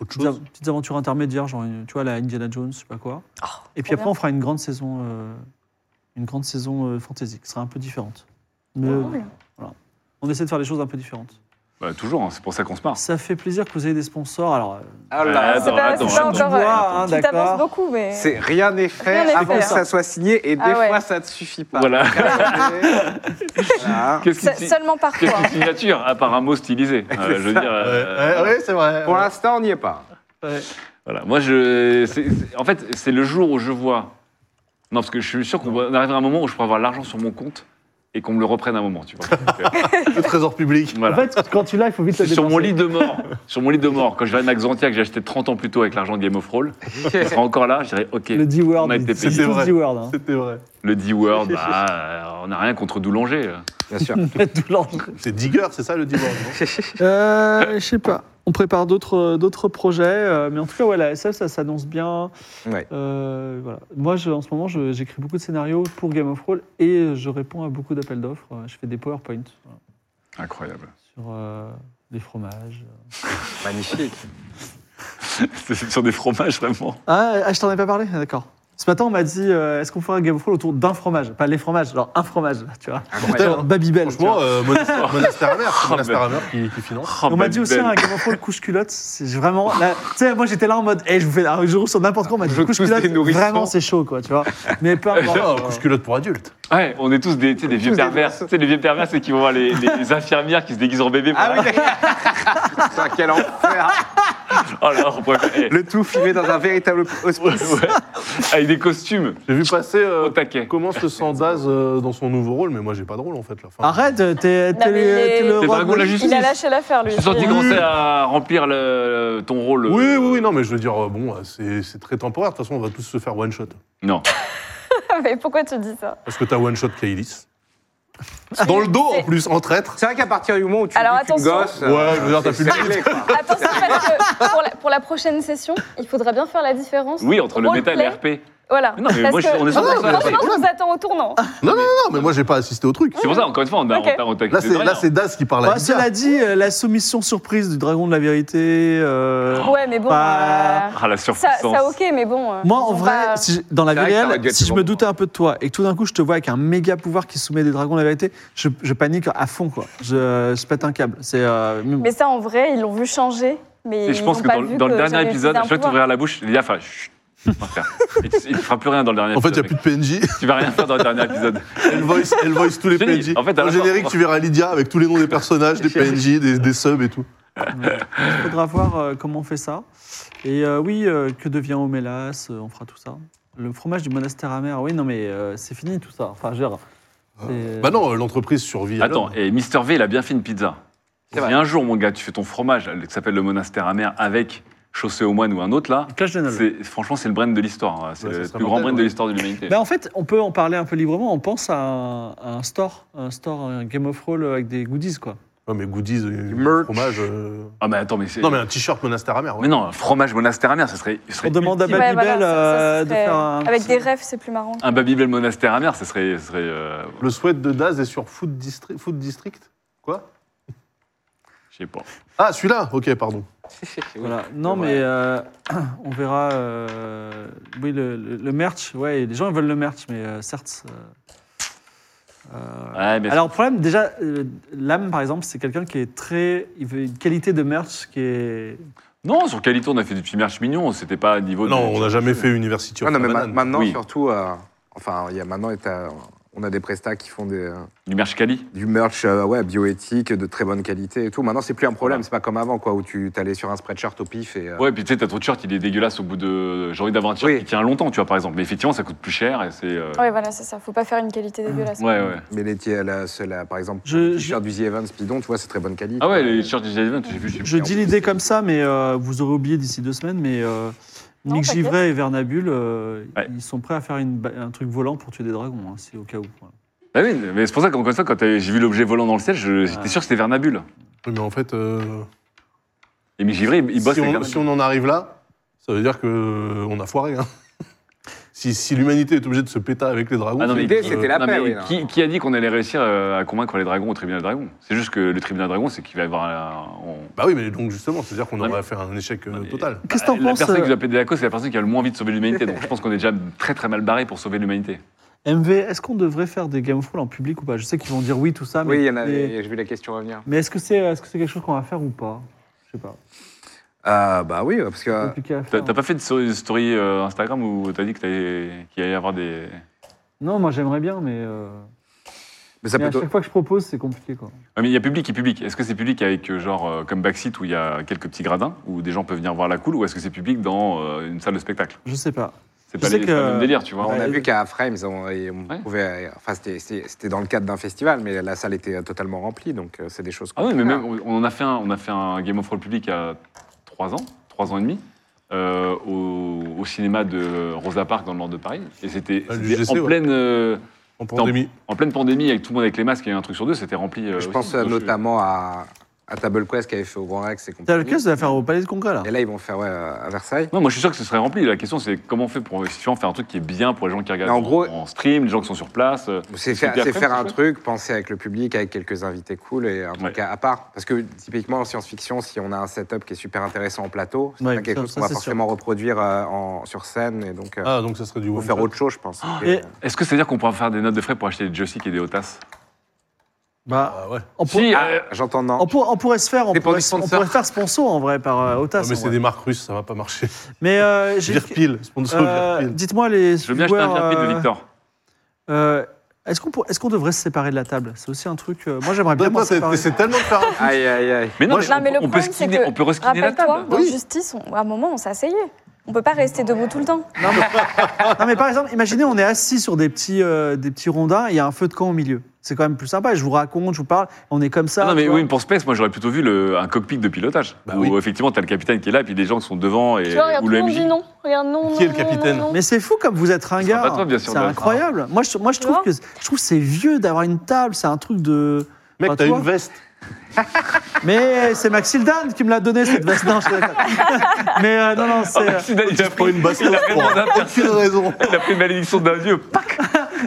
Speaker 3: Autre
Speaker 4: petites,
Speaker 3: chose.
Speaker 4: av- petites aventures intermédiaires, genre une- tu vois la Indiana Jones, je sais pas quoi. et puis
Speaker 5: Oh, trop
Speaker 4: après,
Speaker 5: bien.
Speaker 4: on fera une grande saison, euh, une grande saison euh, fantasy qui sera un peu différente. Mais euh,
Speaker 5: Cool.
Speaker 4: on essaie de faire les choses un peu différentes.
Speaker 2: bah, toujours, hein, c'est pour ça qu'on se
Speaker 5: Ah.
Speaker 2: marre.
Speaker 4: Ça fait plaisir que vous ayez des sponsors. Alors, euh,
Speaker 1: Ah
Speaker 2: Ouais,
Speaker 1: là,
Speaker 5: C'est
Speaker 2: attends,
Speaker 5: pas,
Speaker 2: attends,
Speaker 5: c'est pas
Speaker 2: attends.
Speaker 5: encore.
Speaker 4: Bois, hein,
Speaker 5: tu t'avances
Speaker 4: d'accord.
Speaker 5: beaucoup, mais.
Speaker 1: C'est rien n'est fait
Speaker 5: Rien n'est
Speaker 1: avant
Speaker 5: fait.
Speaker 1: que ça soit signé et des
Speaker 5: Ah ouais.
Speaker 1: fois ça ne suffit pas.
Speaker 2: Voilà.
Speaker 1: Voilà.
Speaker 2: Qu'est-ce qui
Speaker 5: Se-
Speaker 2: si-
Speaker 5: Seulement
Speaker 2: qu'est-ce
Speaker 5: parfois.
Speaker 2: qui signature À part un mot stylisé. Euh, je veux dire.
Speaker 3: Ouais,
Speaker 2: euh,
Speaker 3: ouais, ouais, c'est vrai.
Speaker 1: Pour l'instant, on n'y est pas.
Speaker 2: Voilà. Moi, je. c'est- c'est- en fait, c'est le jour où je vois. Non, parce que je suis sûr qu'on va- on arrivera à un moment où je pourrai avoir l'argent sur mon compte et qu'on me le reprenne à un moment, tu vois. Donc, euh,
Speaker 3: Le trésor public.
Speaker 2: voilà.
Speaker 4: en fait, quand tu l'as, il faut vite
Speaker 2: C'est
Speaker 4: le
Speaker 2: sur mon
Speaker 4: dépenser.
Speaker 2: lit de mort. Sur mon lit de mort, quand je vais à Naxantia que j'ai acheté 30 ans plus tôt avec l'argent de Game of Thrones, je serai encore là, je dirais OK.
Speaker 4: Le D-word.
Speaker 2: On a été
Speaker 4: C'est
Speaker 2: payé.
Speaker 4: tous
Speaker 3: C'était
Speaker 4: D-word. hein.
Speaker 3: C'était vrai.
Speaker 2: Le D-Word, bah, euh, on n'a rien contre Doulanger. euh.
Speaker 1: Bien sûr.
Speaker 4: Tout l'enjeu.
Speaker 3: C'est Digger, c'est ça le divorce
Speaker 4: Euh, je sais pas. On prépare d'autres d'autres projets, euh, mais en tout cas, ouais, la SF, ça s'annonce bien.
Speaker 1: Ouais.
Speaker 4: Euh, voilà. Moi, je- en ce moment, je- j'écris beaucoup de scénarios pour Game of Thrones et je réponds à beaucoup d'appels d'offres. Euh, Je fais des PowerPoint voilà,
Speaker 2: Incroyable.
Speaker 4: sur euh, les fromages.
Speaker 1: Magnifique.
Speaker 2: C'est sur des fromages, vraiment.
Speaker 4: Ah, ah, je t'en ai pas parlé Ah, D'accord. Ce matin, on m'a dit euh, est-ce qu'on ferait un Game of Thrones autour d'un fromage Pas les fromages, genre un fromage, tu vois.
Speaker 1: Incroyable.
Speaker 4: Genre Babybel. tu vois.
Speaker 3: Franchement, euh, Monastère Monastère Hammer, c'est
Speaker 2: Oh,
Speaker 3: Monastère
Speaker 2: mais-
Speaker 3: Hammer qui, qui finance.
Speaker 2: Oh,
Speaker 4: on m'a dit aussi hein,
Speaker 2: Babybel.
Speaker 4: un Game of Thrones couche-culotte. C'est vraiment. là, Tu sais, moi j'étais là en mode, hey, je vous fais un jour sur n'importe quoi. On m'a dit
Speaker 1: Je tousse des
Speaker 4: couche-culotte.
Speaker 1: nourrissons.
Speaker 4: Vraiment, c'est chaud, quoi, tu vois. Mais peu importe.
Speaker 2: Oh,
Speaker 3: Ah, couche culotte pour adultes.
Speaker 2: Ouais, on est tous des, tu sais, des vieux
Speaker 1: des
Speaker 2: pervers. Tu sais, les vieux pervers, c'est qui vont voir les, les infirmières qui se déguisent en bébé. pour
Speaker 1: Ah oui,
Speaker 2: aller-
Speaker 1: d'accord. Putain, quel enfer.
Speaker 2: Oh là, on pourrait faire- eh,
Speaker 1: Le tout filmé dans un véritable hospice.
Speaker 2: ouais. Avec des costumes
Speaker 3: J'ai vu passer euh,
Speaker 2: au taquet.
Speaker 3: comment se sent Daz euh, dans son nouveau rôle, mais moi j'ai pas de rôle en fait. Là. Enfin,
Speaker 4: Arrête, t'es t'es
Speaker 5: Non, mais il est-
Speaker 4: le, t'es le
Speaker 2: T'es
Speaker 4: roi.
Speaker 2: dragon de la justice.
Speaker 5: Il a lâché l'affaire, lui.
Speaker 2: Je suis sorti
Speaker 5: aussi, hein.
Speaker 2: commencer à remplir le- ton rôle. euh,
Speaker 3: Oui, oui, oui, non, mais je veux dire, euh, bon, euh, c'est c'est très temporaire. De toute façon, on va tous se faire one shot.
Speaker 2: Non.
Speaker 5: Mais pourquoi tu dis ça
Speaker 3: Parce que t'as one shot Kailis. Dans le dos en plus, en traître.
Speaker 1: C'est vrai qu'à partir du moment où tu
Speaker 5: Alors,
Speaker 1: dis qu'une
Speaker 5: attention.
Speaker 1: gosse, euh,
Speaker 3: Ouais, je veux dire, t'as
Speaker 1: c'est-
Speaker 3: plus
Speaker 1: c'est
Speaker 3: le-
Speaker 1: réglé, quoi.
Speaker 5: Attention, parce que pour la, pour la prochaine session, il faudra bien faire la différence.
Speaker 2: Oui, entre le métal et
Speaker 5: roleplay.
Speaker 2: le RP.
Speaker 5: Voilà.
Speaker 2: Non, mais
Speaker 5: Parce
Speaker 2: moi, je-
Speaker 5: que-
Speaker 2: on est sur-
Speaker 3: Ah, non, mais y a pas de
Speaker 5: Franchement, je
Speaker 3: problème.
Speaker 5: vous attends au tournant.
Speaker 2: Ah.
Speaker 3: Non, non, non, non, mais moi j'ai pas assisté au truc.
Speaker 2: C'est pour ça, encore une fois, on a-
Speaker 5: Ok.
Speaker 2: on t'a- on t'a
Speaker 3: Là,
Speaker 2: accusé de
Speaker 3: c'est-
Speaker 2: rien.
Speaker 3: là, c'est Daz qui parle à
Speaker 4: Ouais,
Speaker 3: Lydia.
Speaker 4: Bah, cela dit, euh, la soumission surprise du dragon de la vérité. euh,
Speaker 5: Ouais, mais bon.
Speaker 4: Bah,
Speaker 5: euh,
Speaker 2: Ah, la
Speaker 5: ça,
Speaker 2: surpuissance.
Speaker 5: ça, ok, mais bon. euh,
Speaker 4: Moi,
Speaker 5: ils
Speaker 4: en
Speaker 5: ont
Speaker 4: vrai,
Speaker 5: pas-
Speaker 4: si je- dans la
Speaker 1: C'est
Speaker 4: vie
Speaker 1: vrai que ça aurait
Speaker 4: réelle,
Speaker 1: dû être
Speaker 4: si
Speaker 1: le
Speaker 4: je me
Speaker 1: bon
Speaker 4: doutais un peu de toi et que tout d'un coup je te vois avec un méga pouvoir qui soumet des dragons à la vérité, je, je panique à fond, quoi. Je, je pète un câble. C'est. euh,
Speaker 5: Mais ça, en vrai, ils l'ont vu changer. Mais
Speaker 2: Et je
Speaker 5: ils
Speaker 2: pense
Speaker 5: ont
Speaker 2: que
Speaker 5: pas
Speaker 2: dans,
Speaker 5: vu
Speaker 2: dans le
Speaker 5: que
Speaker 2: dernier
Speaker 5: j'avais
Speaker 2: épisode,
Speaker 5: utilisé un
Speaker 2: je vais
Speaker 5: pouvoir.
Speaker 2: t'ouvrir la bouche, il y a enfin, chut, on va faire. Et tu- il ne fera plus rien dans le dernier
Speaker 3: En fait,
Speaker 2: épisode.
Speaker 3: il n'y a plus de PNJ.
Speaker 2: mec. Tu vas rien faire dans le dernier épisode.
Speaker 3: Elle voice, elle voice tous les
Speaker 2: Je te dis,
Speaker 3: PNJ.
Speaker 2: en fait, à
Speaker 3: Au
Speaker 2: la fin-
Speaker 3: générique, tu verras Lydia avec tous les noms des personnages, des PNJ, des, des subs et tout.
Speaker 4: Il faudra voir euh, comment on fait ça. Et euh, oui, euh, que devient Omélas euh, On fera tout ça. Le fromage du monastère amer, oui, non, mais euh, c'est fini tout ça. Enfin, je veux dire, C'est-
Speaker 3: Bah non, l'entreprise survit. à
Speaker 2: Attends,
Speaker 3: l'homme.
Speaker 2: et Mister V, il a bien fait une pizza.
Speaker 1: C'est
Speaker 2: Si
Speaker 1: vrai.
Speaker 2: un jour, mon gars, tu fais ton fromage elle, qui s'appelle le monastère amer avec Chaussée aux moines ou un autre là,
Speaker 4: Clash des Nobles.
Speaker 2: c'est- franchement, c'est le brand de l'histoire. hein. C'est
Speaker 3: Ouais, ça
Speaker 2: le
Speaker 3: serait
Speaker 2: plus grand
Speaker 3: mortel,
Speaker 2: brand de
Speaker 3: ouais.
Speaker 2: l'histoire de l'humanité.
Speaker 4: Bah, en fait, on peut en parler un peu librement. On pense à un, à un store, un store, un Game of Roll avec des goodies, quoi.
Speaker 3: Non, mais goodies, euh,
Speaker 1: merch.
Speaker 3: fromage. euh,
Speaker 2: Ah, mais attends, mais c'est.
Speaker 3: Non, mais un t-shirt monastère amer. ouais.
Speaker 2: Mais non, fromage monastère amer, ça serait.
Speaker 4: On demande à
Speaker 5: Ouais,
Speaker 4: Babybel
Speaker 5: voilà, ça- ça,
Speaker 4: euh,
Speaker 5: ce
Speaker 4: de
Speaker 5: serait-
Speaker 4: faire un.
Speaker 5: Avec
Speaker 4: petit-
Speaker 5: des rêves, c'est plus marrant.
Speaker 2: Un Babybel monastère amer, ça serait. ça serait, euh,
Speaker 3: Le sweat de Daz est sur Food, Distri- Food District Quoi
Speaker 2: Je sais pas.
Speaker 3: Ah, celui-là Ok, pardon.
Speaker 4: Voilà. Non, mais euh, on verra. euh, Oui, le, le- le merch. Ouais, les gens ils veulent le merch, mais euh, certes. euh, euh,
Speaker 2: Ouais, mais
Speaker 4: Alors, le problème, déjà, euh, l'âme, par exemple, c'est quelqu'un qui est très. Il veut une qualité de merch qui est.
Speaker 2: Non, sur Calito, on a fait du petit merch mignon, c'était pas à niveau.
Speaker 3: Non,
Speaker 2: de...
Speaker 3: on n'a jamais fait University of
Speaker 1: Ouais, Ah non, mais ma-
Speaker 3: Banane.
Speaker 1: maintenant,
Speaker 2: Oui.
Speaker 1: surtout, euh, enfin, il y a maintenant, et t'as- on a des prestats qui font des, euh,
Speaker 2: Du merch Cali.
Speaker 1: du merch euh, ouais, bioéthique, de très bonne qualité et tout. Maintenant, c'est plus un problème,
Speaker 2: Voilà.
Speaker 1: c'est pas comme avant, quoi, où tu t'allais sur un spreadshirt au pif et. euh,
Speaker 2: Ouais, puis tu sais, t'as trop de shirt, il est dégueulasse au bout de. J'ai envie d'avoir un t-shirt
Speaker 1: Oui.
Speaker 2: qui tient longtemps, tu vois, par exemple. Mais effectivement, ça coûte plus cher et c'est. euh,
Speaker 5: Ouais, voilà, c'est ça. Faut pas faire une qualité dégueulasse.
Speaker 2: Ouais, ouais.
Speaker 1: Mais les t- la- ceux- la- par exemple,
Speaker 4: Je-
Speaker 1: le
Speaker 4: je-
Speaker 1: t-shirt du Z Evans Pidon, tu vois, c'est très bonne qualité.
Speaker 2: Ah ouais, les shirts du Event, j'ai vu. j'ai
Speaker 4: Je
Speaker 2: vu.
Speaker 4: dis l'idée comme ça, mais euh, vous aurez oublié d'ici deux semaines, mais euh,
Speaker 5: Non,
Speaker 4: Nick
Speaker 5: t'inquiète.
Speaker 4: Givray et Vernabule, euh,
Speaker 2: Ouais.
Speaker 4: ils sont prêts à faire une ba- un truc volant pour tuer des dragons, hein, c'est au cas où. voilà.
Speaker 2: Bah oui, mais c'est pour ça qu'encore une fois, quand euh, j'ai vu l'objet volant dans le ciel, je- j'étais
Speaker 4: Ah.
Speaker 2: sûr que c'était Vernabule.
Speaker 3: Oui, Mais en fait, euh,
Speaker 2: Et Mick Givray, il, il bosse
Speaker 3: si,
Speaker 2: avec
Speaker 3: on,
Speaker 2: Vernabule.
Speaker 3: si on en arrive là, ça veut dire qu'on a foiré. hein. Si, si l'humanité est obligée de se péter avec les dragons,
Speaker 2: Ah non, mais
Speaker 1: L'idée,
Speaker 3: euh,
Speaker 1: c'était la
Speaker 2: Non, mais
Speaker 1: paix, oui. non.
Speaker 2: qui, qui a dit qu'on allait réussir euh, à convaincre les dragons au tribunal des dragons C'est juste que le tribunal des dragons, c'est qu'il va y avoir un. on-
Speaker 3: Bah oui, mais donc justement, c'est-à-dire qu'on
Speaker 2: Non, mais-
Speaker 3: aurait fait un échec euh,
Speaker 2: Non, mais-
Speaker 3: total.
Speaker 4: Qu'est-ce que t'en
Speaker 2: Bah, la
Speaker 4: penses,
Speaker 2: personne qui
Speaker 4: euh,
Speaker 2: doit plaider la cause, c'est la personne qui a le moins envie de sauver l'humanité. Donc je pense qu'on est déjà très très mal barré pour sauver l'humanité.
Speaker 4: MV, est-ce qu'on devrait faire des Game of Thrones en public ou pas Je sais qu'ils vont dire oui, tout ça, mais,
Speaker 1: Oui, il y en a,
Speaker 4: mais,
Speaker 1: j'ai vu la question revenir.
Speaker 4: mais est-ce que c'est est -ce que c'est quelque chose qu'on va faire ou pas Je sais pas.
Speaker 2: Ah.
Speaker 1: Euh, bah oui, parce que.
Speaker 4: C'est
Speaker 1: euh,
Speaker 4: compliqué à faire. hein.
Speaker 2: T'as t'as pas fait de story, story, euh, Instagram où t'as dit que t'allais- qu'il allait y avoir des.
Speaker 4: Non, moi j'aimerais bien, mais, euh,
Speaker 1: Mais ça
Speaker 4: mais
Speaker 1: peut
Speaker 4: à chaque fois que je propose, c'est compliqué. Quoi.
Speaker 2: Ah, mais il y a public et public. Est-ce que c'est public avec euh, genre euh, comme backseat où il y a quelques petits gradins où des gens peuvent venir voir la cool ou est-ce que c'est public dans euh, une salle de spectacle
Speaker 4: Je sais pas.
Speaker 2: C'est
Speaker 4: Je
Speaker 2: pas,
Speaker 4: sais
Speaker 2: les-
Speaker 4: que-
Speaker 2: c'est pas le même délire, tu vois.
Speaker 1: on a
Speaker 4: Ouais.
Speaker 1: vu qu'à Frames, on, et on
Speaker 2: Ouais.
Speaker 1: pouvait. Enfin, c'était- c'était c'était dans le cadre d'un festival, mais la salle était euh, totalement remplie, donc euh, c'est des choses.
Speaker 2: Ah oui,
Speaker 1: qu'on
Speaker 2: mais
Speaker 1: peut
Speaker 2: même on en a fait un, on a fait un Game of Thrones public il y a trois ans, trois ans et demi. euh, au, au cinéma de Rosa Park dans le nord de Paris et c'était
Speaker 3: Ah,
Speaker 2: c'était
Speaker 3: l'UGC,
Speaker 2: en
Speaker 3: ouais.
Speaker 2: pleine euh,
Speaker 3: En pandémie.
Speaker 2: en pleine pandémie avec tout le monde avec les masques et un truc sur deux c'était rempli euh,
Speaker 1: Je
Speaker 2: aussi.
Speaker 1: pense euh,
Speaker 2: Donc,
Speaker 1: notamment à, à Table Quest qui avait fait au Grand Rex et
Speaker 4: T'as
Speaker 1: compagnie.
Speaker 4: le cas de la faire au Palais de Congrès, là
Speaker 1: Et là, ils vont faire ouais, à Versailles.
Speaker 2: Non, moi je suis sûr que ce serait rempli. La question c'est comment on fait pour effectivement faire un truc qui est bien pour les gens qui regardent
Speaker 1: Mais en
Speaker 2: en,
Speaker 1: gros-
Speaker 2: en stream, les gens qui sont sur place. euh. C'est
Speaker 1: C'est faire,
Speaker 2: bien
Speaker 1: c'est
Speaker 2: fait,
Speaker 1: faire un
Speaker 2: c'est
Speaker 1: truc, penser avec le public, avec quelques invités cool et un truc
Speaker 2: Ouais.
Speaker 1: à, à part. Parce que typiquement en science-fiction, si on a un setup qui est super intéressant en plateau, c'est
Speaker 4: Ouais,
Speaker 1: pas quelque
Speaker 4: ça-
Speaker 1: chose
Speaker 4: ça,
Speaker 1: qu'on va
Speaker 4: c'est sûr.
Speaker 1: forcément reproduire euh, en, sur scène et donc euh,
Speaker 3: Ah, donc ça serait du
Speaker 1: faut
Speaker 3: one
Speaker 1: faire
Speaker 3: shot.
Speaker 1: autre chose, je pense.
Speaker 4: et-
Speaker 2: Est-ce que ça veut dire qu'on pourra faire des notes de frais pour acheter des joysticks et des otas
Speaker 4: Bah,
Speaker 3: Ah ouais.
Speaker 4: on, pour-
Speaker 2: Si,
Speaker 1: Ah,
Speaker 2: euh,
Speaker 1: J'entends non.
Speaker 4: on, pour- on pourrait se faire, on
Speaker 1: Dépend
Speaker 4: pourrait,
Speaker 1: du
Speaker 4: se- on
Speaker 1: sponsor.
Speaker 4: pourrait faire sponsor en vrai par euh, Otas.
Speaker 3: Non, mais
Speaker 4: en
Speaker 3: c'est
Speaker 4: vrai.
Speaker 3: des marques russes, ça va pas marcher.
Speaker 4: Mais euh, j'ai-
Speaker 3: Virpil, sponsor
Speaker 4: Euh,
Speaker 3: Virpil.
Speaker 4: Dites-moi les
Speaker 2: je veux bien acheter un
Speaker 4: viewers,
Speaker 2: Virpil
Speaker 4: euh,
Speaker 2: de Victor.
Speaker 4: euh, Est-ce qu'on pour- est-ce qu'on devrait se séparer de la table C'est aussi un truc. euh, moi, j'aimerais bien
Speaker 3: Toi,
Speaker 4: m'en
Speaker 3: toi, t'es-
Speaker 4: séparer.
Speaker 3: t'essaies tellement de faire un-
Speaker 1: Aïe, aïe, aïe.
Speaker 2: Mais non,
Speaker 3: Moi,
Speaker 2: mais
Speaker 3: je-
Speaker 2: on,
Speaker 5: Non, mais le
Speaker 2: on peut
Speaker 5: problème, c'est
Speaker 2: skinner,
Speaker 5: que-
Speaker 2: on peut reskiner la
Speaker 5: Rappelle-toi,
Speaker 2: table.
Speaker 5: dans
Speaker 3: Oui.
Speaker 5: Justice, on- à un moment, on s'asseyait. On peut pas rester debout tout le temps.
Speaker 4: Non, mais par exemple, imaginez, on est assis sur des petits, euh, des petits rondins et il y a un feu de camp au milieu. C'est quand même plus sympa. Je vous raconte, je vous parle. On est comme ça.
Speaker 2: Ah non,
Speaker 4: tu
Speaker 2: mais
Speaker 4: vois.
Speaker 2: oui, pour Space, moi j'aurais plutôt vu le- un cockpit de pilotage.
Speaker 3: Bah
Speaker 2: où
Speaker 3: oui.
Speaker 2: effectivement t'as le capitaine qui est là et puis des gens qui sont devant et
Speaker 5: Tu vois, regarde,
Speaker 2: ou
Speaker 5: tout
Speaker 2: le
Speaker 5: le monde dit
Speaker 2: MJ.
Speaker 5: non. Regarde, non,
Speaker 3: Qui est
Speaker 5: non,
Speaker 3: le
Speaker 5: non,
Speaker 3: capitaine
Speaker 5: non, non.
Speaker 4: Mais c'est fou comme vous êtes
Speaker 2: sympa,
Speaker 4: ringard.
Speaker 2: toi, bien sûr,
Speaker 4: C'est
Speaker 2: de-
Speaker 4: incroyable. Moi, je, moi, je
Speaker 5: Tu
Speaker 4: trouve
Speaker 5: vois
Speaker 4: que je trouve que c'est vieux d'avoir une table. C'est un truc de.
Speaker 3: Mec,
Speaker 4: Enfin,
Speaker 3: t'as
Speaker 4: tu vois.
Speaker 3: une veste.
Speaker 4: Mais euh, c'est Maxildan qui me l'a donné cette veste. Non, je déconne. mais euh, non, non,
Speaker 2: Oh,
Speaker 4: c'est. euh,
Speaker 2: Maxime, il a
Speaker 3: Pour
Speaker 2: pris
Speaker 3: une baston, pour aucune raison.
Speaker 2: il a pris une malédiction d'un dieu. Pac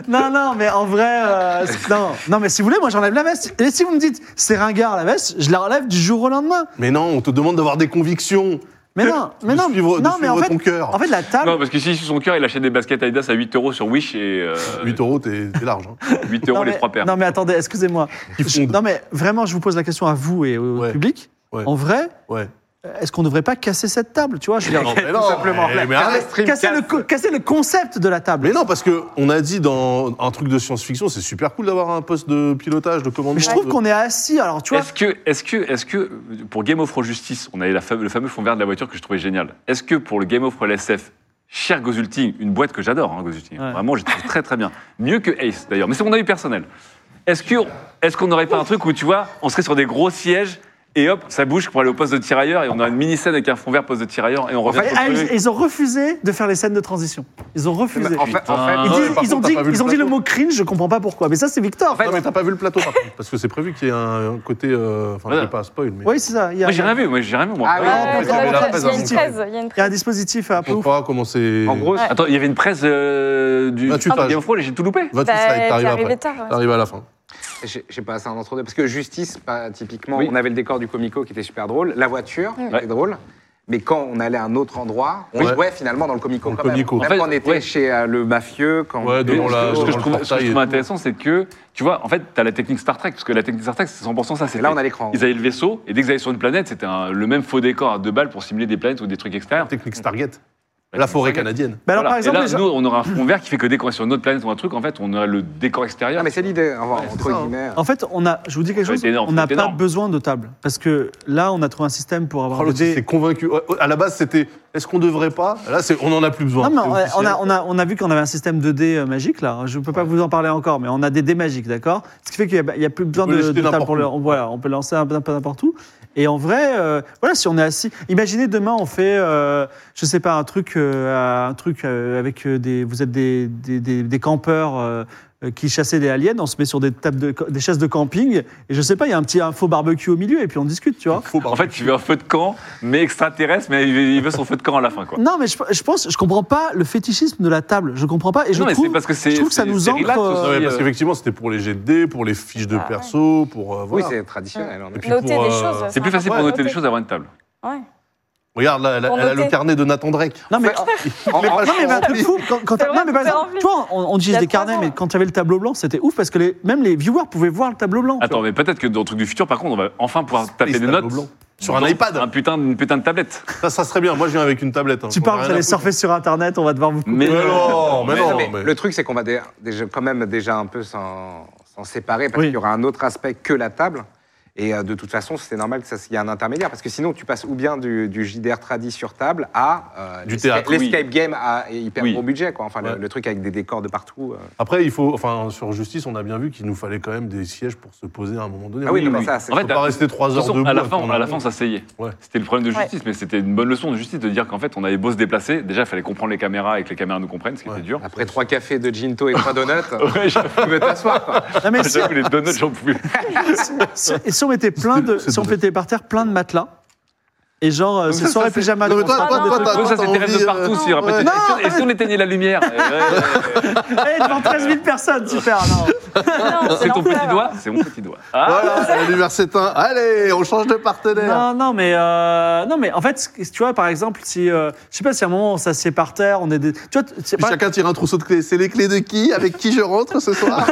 Speaker 4: Non, non, mais en vrai, euh, c'est- non. non, mais si vous voulez, moi j'enlève la veste. Et si vous me dites c'est ringard la veste, je la relève du jour au lendemain.
Speaker 3: Mais non, on te demande d'avoir des convictions.
Speaker 4: Mais non, mais
Speaker 3: De
Speaker 4: non,
Speaker 3: suivre- de
Speaker 4: non, mais en
Speaker 3: suivre
Speaker 4: fait,
Speaker 3: ton cœur.
Speaker 4: en fait, la table.
Speaker 2: Non, parce que si sur son cœur, il achète des baskets Adidas à 8 euros sur Wish et euh,
Speaker 3: 8 euros, t'es t'es large. hein.
Speaker 2: 8
Speaker 4: non,
Speaker 2: euros
Speaker 4: mais,
Speaker 2: les trois paires.
Speaker 4: non, mais attendez, excusez-moi.
Speaker 3: Qui
Speaker 4: Je-
Speaker 3: fondent.
Speaker 4: Non, mais vraiment, je vous pose la question à vous et au
Speaker 3: Ouais.
Speaker 4: public.
Speaker 3: Ouais.
Speaker 4: En vrai,
Speaker 3: Ouais.
Speaker 4: est-ce qu'on ne devrait pas casser cette table, tu vois je veux dire,
Speaker 3: Non, mais non, eh,
Speaker 1: simplement.
Speaker 3: mais- mais arrête.
Speaker 4: casser, le, co- casser le concept de la table.
Speaker 3: Mais non, parce que on a dit dans un truc de science-fiction, c'est super cool d'avoir un poste de pilotage, de Euh, commandement.
Speaker 4: Mais je trouve
Speaker 3: de-
Speaker 4: qu'on est assis. Alors, tu vois,
Speaker 2: Est-ce que, est-ce que, est-ce que pour Game of Thrones Justice, on avait la fame- le fameux fond vert de la voiture que je trouvais génial. Est-ce que pour le Game of Thrones SF, Cher Gozulti, une boîte que j'adore, hein, Gozulti.
Speaker 4: Ouais.
Speaker 2: Vraiment, je trouve très très bien. Mieux que Ace d'ailleurs, mais c'est mon avis personnel. Est-ce que- est-ce qu'on n'aurait pas un truc où, tu vois, on serait sur des gros sièges et hop, ça bouge pour aller au poste de tirailleur et on a une mini-scène avec un fond vert poste de tirailleur et on revient
Speaker 1: fait,
Speaker 2: sur le
Speaker 4: Ah,
Speaker 2: truc.
Speaker 4: ils, ils ont refusé de faire les scènes de transition. Ils ont refusé.
Speaker 1: En fait, en fait-
Speaker 2: Putain.
Speaker 4: Ils,
Speaker 3: Ah
Speaker 4: disent-
Speaker 3: ouais, par
Speaker 4: ils ont
Speaker 3: contre,
Speaker 4: dit,
Speaker 3: t'as pas vu le
Speaker 4: ils ont dit le
Speaker 3: plateau.
Speaker 4: mot cringe, je comprends pas pourquoi. Mais ça, c'est Victor.
Speaker 1: fait,
Speaker 3: Non, mais t'as pas vu le plateau, par contre, parce que c'est prévu qu'il y ait un côté. euh, Enfin, je
Speaker 2: Voilà.
Speaker 3: vais pas spoil, mais.
Speaker 4: Oui, c'est ça. Il y a,
Speaker 2: Moi, j'ai rien vu, moi, j'ai rien vu, moi.
Speaker 1: Ah oui,
Speaker 5: Ouais,
Speaker 3: mais
Speaker 5: c'est
Speaker 3: non,
Speaker 5: vrai,
Speaker 3: mais la
Speaker 5: il y
Speaker 3: presse
Speaker 5: a une
Speaker 3: avant-
Speaker 5: presse, il y a une
Speaker 4: il y a un
Speaker 5: presse.
Speaker 4: dispositif à
Speaker 3: On
Speaker 4: proof.
Speaker 3: comprend comment c'est.
Speaker 1: En gros,
Speaker 4: Ah,
Speaker 2: Attends, il y avait une presse euh, du
Speaker 3: 28 pages.
Speaker 2: Game of Thrones et j'ai tout loupé.
Speaker 3: 28
Speaker 5: Bah,
Speaker 3: slides,
Speaker 5: t'es
Speaker 3: t'arrives
Speaker 5: arrivé
Speaker 3: après.
Speaker 5: tard, ouais.
Speaker 3: T'arrives à la fin.
Speaker 1: J'ai j'ai passé un entre-deux. Parce que Justice, pas typiquement,
Speaker 2: Oui.
Speaker 1: on avait le décor du Comico qui était super drôle, la voiture qui était drôle. Mais quand on allait à un autre endroit, on
Speaker 3: Oui.
Speaker 1: jouait finalement dans le Comico
Speaker 3: Dans le
Speaker 1: quand même.
Speaker 3: Comico.
Speaker 1: Même
Speaker 2: En fait,
Speaker 1: quand on était
Speaker 2: ouais.
Speaker 1: chez euh, le mafieux, quand
Speaker 3: Ouais,
Speaker 2: Mais
Speaker 3: devant
Speaker 2: ce
Speaker 3: la-
Speaker 2: que- ce que je
Speaker 3: devant
Speaker 2: trouve,
Speaker 3: le
Speaker 2: ce que je
Speaker 3: portail et
Speaker 2: trouve
Speaker 3: tout.
Speaker 2: intéressant, c'est que, tu vois, en fait, tu as la technique Star Trek, parce que la technique Star Trek, c'est 100% ça.
Speaker 1: Et
Speaker 2: c'était-
Speaker 1: là, on a l'écran.
Speaker 2: Ils avaient le vaisseau, et dès qu'ils allaient sur une planète, c'était un- le même faux décor à deux balles pour simuler des planètes ou des trucs extérieurs.
Speaker 3: Technique Stargate.
Speaker 2: La
Speaker 3: La forêt
Speaker 2: Stargate.
Speaker 3: canadienne.
Speaker 4: Bah alors,
Speaker 2: Voilà.
Speaker 4: par exemple,
Speaker 2: et là,
Speaker 4: les gens-
Speaker 2: nous, on aura un fond vert qui fait que dès qu'on est sur une autre planète ou un truc, en fait, on a le décor extérieur.
Speaker 1: Non, mais c'est l'idée, en-
Speaker 3: c'est
Speaker 1: entre
Speaker 3: ça, hein.
Speaker 1: guillemets.
Speaker 4: en fait, on a, je vous dis quelque
Speaker 2: Ça va
Speaker 4: chose,
Speaker 2: être Ah énorme,
Speaker 4: on
Speaker 2: ça va
Speaker 4: n'a
Speaker 2: être
Speaker 4: pas
Speaker 2: énorme.
Speaker 4: besoin de table. Parce que là, on a trouvé un système pour avoir
Speaker 3: Oh, l'autre,
Speaker 4: des-
Speaker 3: il s'est convaincu. Ouais, à la base, c'était est-ce qu'on devrait pas Là, c'est on en a plus besoin.
Speaker 4: Non, mais on,
Speaker 3: C'est
Speaker 4: on
Speaker 3: officiel.
Speaker 4: a, on, a, on a vu qu'on avait un système de dés euh, magique, là. Je ne peux pas vous en parler encore, mais on a des dés magiques, d'accord Ce qui fait qu'il n'y a, plus besoin
Speaker 3: peut les
Speaker 4: de,
Speaker 3: jeter
Speaker 4: de table
Speaker 3: n'importe
Speaker 4: pour le.
Speaker 3: où.
Speaker 4: on- Voilà, on peut lancer un peu un peu n'importe où. Et en vrai, euh, voilà, si on est assis. Imaginez demain, on fait, euh, je sais pas, un truc, euh, un truc euh, avec euh, des. Vous êtes des, des, des, des campeurs. euh, euh, qui chassaient des aliens, on se met sur des, tables de, des chaises de camping, et je sais pas, il y a un petit un faux barbecue au milieu, et puis on discute, tu vois.
Speaker 3: Faux,
Speaker 2: En
Speaker 3: pardon.
Speaker 2: fait, il veut un feu de camp, mais extraterrestre, mais il veut, il veut son feu de camp à la fin, quoi.
Speaker 4: Non, mais je, je pense, je comprends pas le fétichisme de la table. Je comprends pas. Et je
Speaker 2: Non, mais
Speaker 4: trouve,
Speaker 2: c'est parce que c'est-
Speaker 4: je trouve que ça
Speaker 2: c'est-
Speaker 4: nous
Speaker 2: c'est relax
Speaker 4: ancre.
Speaker 2: aussi.
Speaker 3: Ah
Speaker 4: euh,
Speaker 3: ouais,
Speaker 2: euh,
Speaker 3: parce qu'effectivement, c'était pour les GD, pour les fiches de
Speaker 5: Ah,
Speaker 3: perso, pour. euh,
Speaker 1: Oui,
Speaker 3: voilà.
Speaker 1: c'est traditionnel. hein. on est-
Speaker 3: Et puis
Speaker 5: Noter
Speaker 3: pour,
Speaker 5: des
Speaker 3: euh,
Speaker 5: choses.
Speaker 2: C'est plus facile pour
Speaker 5: important.
Speaker 2: noter des choses d'avoir une table.
Speaker 5: Ouais.
Speaker 3: Ah, Regarde, là, elle, a-
Speaker 5: Pour
Speaker 3: elle a le
Speaker 5: noter.
Speaker 3: carnet de Nathan Drake.
Speaker 4: Non, mais,
Speaker 1: En- en-
Speaker 4: non, mais il y avait un truc fou. Quand, quand
Speaker 5: Ah, C'est
Speaker 4: non,
Speaker 5: vrai,
Speaker 4: mais par
Speaker 5: c'est
Speaker 4: exemple,
Speaker 5: rempli.
Speaker 4: toi, on, on
Speaker 5: Il y
Speaker 4: utilise
Speaker 5: a
Speaker 4: des
Speaker 5: trois
Speaker 4: carnets,
Speaker 5: ans.
Speaker 4: mais quand il y avait le tableau blanc, c'était ouf parce que les- même les viewers pouvaient voir le tableau blanc. tu
Speaker 2: Attends, mais peut-être que dans le truc du futur, par contre, on va enfin pouvoir taper
Speaker 3: Space
Speaker 2: des
Speaker 3: tableau
Speaker 2: notes. Ah,
Speaker 3: blanc. Sur un
Speaker 2: dans
Speaker 3: iPad.
Speaker 2: Un putain, une putain de tablette.
Speaker 3: Ça, ça serait bien. Moi, je viens avec une tablette. hein.
Speaker 4: Tu
Speaker 3: J'en ai
Speaker 4: parles,
Speaker 3: rien
Speaker 4: vous allez
Speaker 3: à foutre.
Speaker 4: surfer sur Internet, on va devoir vous couper.
Speaker 2: Mais,
Speaker 3: Mais non, mais
Speaker 2: Mais
Speaker 3: non.
Speaker 1: Non, mais
Speaker 3: mais-
Speaker 1: Le truc, c'est qu'on va dé- déjà, quand même déjà un peu s'en s'en séparer parce
Speaker 4: Oui.
Speaker 1: qu'il y aura un autre aspect que la table. Et euh, de toute façon, c'est normal qu'il y ait un intermédiaire parce que sinon, tu passes ou bien du, du JDR tradi sur table à euh,
Speaker 3: Du
Speaker 1: l'esca-
Speaker 3: théâtre, oui.
Speaker 1: l'escape game à hyper
Speaker 2: Oui.
Speaker 1: gros budget. Quoi. Enfin, le-
Speaker 3: Ouais.
Speaker 1: le, truc avec des décors de partout. euh.
Speaker 3: Après, il faut, enfin, sur Justice, on a bien vu qu'il nous fallait quand même des sièges pour se poser à un moment donné.
Speaker 1: Ah oui,
Speaker 3: On
Speaker 1: non,
Speaker 3: peut
Speaker 1: mais ça, c'est
Speaker 3: on peut
Speaker 2: En fait,
Speaker 3: pas rester
Speaker 2: De
Speaker 3: trois
Speaker 2: toute
Speaker 3: heures
Speaker 2: façon,
Speaker 3: debout.
Speaker 2: à la fin,
Speaker 3: attendre.
Speaker 2: à la fin, ça saillait.
Speaker 3: Ouais.
Speaker 2: C'était le problème de
Speaker 5: Ouais.
Speaker 2: justice, mais c'était une bonne leçon de justice de dire qu'en fait, on avait beau se déplacer. Déjà, il fallait comprendre les caméras et que les caméras nous comprennent, ce qui
Speaker 3: Ouais.
Speaker 2: était
Speaker 4: Ah,
Speaker 2: dur.
Speaker 1: Après trois cafés de Ginto et trois donuts, euh,
Speaker 2: Ouais, j'avoue,
Speaker 1: tu peux t'asseoir. quoi.
Speaker 4: Non, mais si,
Speaker 2: j'avoue, les donuts, j'en pouvais. plus.
Speaker 4: si- et si on mettait plein de,
Speaker 3: C'est
Speaker 4: si on
Speaker 3: dommage.
Speaker 4: mettait par terre plein de matelas, et genre, euh, c'est
Speaker 3: ça,
Speaker 4: soirée
Speaker 3: c'est-
Speaker 4: pyjama.
Speaker 3: Non, mais
Speaker 4: qu'on
Speaker 3: toi,
Speaker 4: se
Speaker 3: toi,
Speaker 4: parle de
Speaker 3: toi,
Speaker 4: trucs.
Speaker 3: toi,
Speaker 2: Nous, ça
Speaker 3: t'as
Speaker 2: s'intéresse
Speaker 3: envie,
Speaker 2: de partout.
Speaker 3: euh,
Speaker 2: si, rappelle-
Speaker 3: ouais.
Speaker 2: et si on- et si on éteignait la lumière Eh, ouais,
Speaker 4: Eh, devant 13 000 personnes, super. Non.
Speaker 5: Non,
Speaker 2: C'est ton
Speaker 5: l'enfer.
Speaker 2: petit doigt C'est mon petit doigt. Ah,
Speaker 3: Voilà, l'univers s'éteint. Allez, on change de partenaire.
Speaker 4: Non, non, mais euh, non, mais en fait, ce que- tu vois, par exemple, si euh, je sais pas, si à un moment on s'assied par terre, on est des, tu vois, tu- c'est
Speaker 3: Puis
Speaker 4: pas-
Speaker 3: Chacun tire un trousseau de clés. C'est les clés de qui Avec qui je rentre ce soir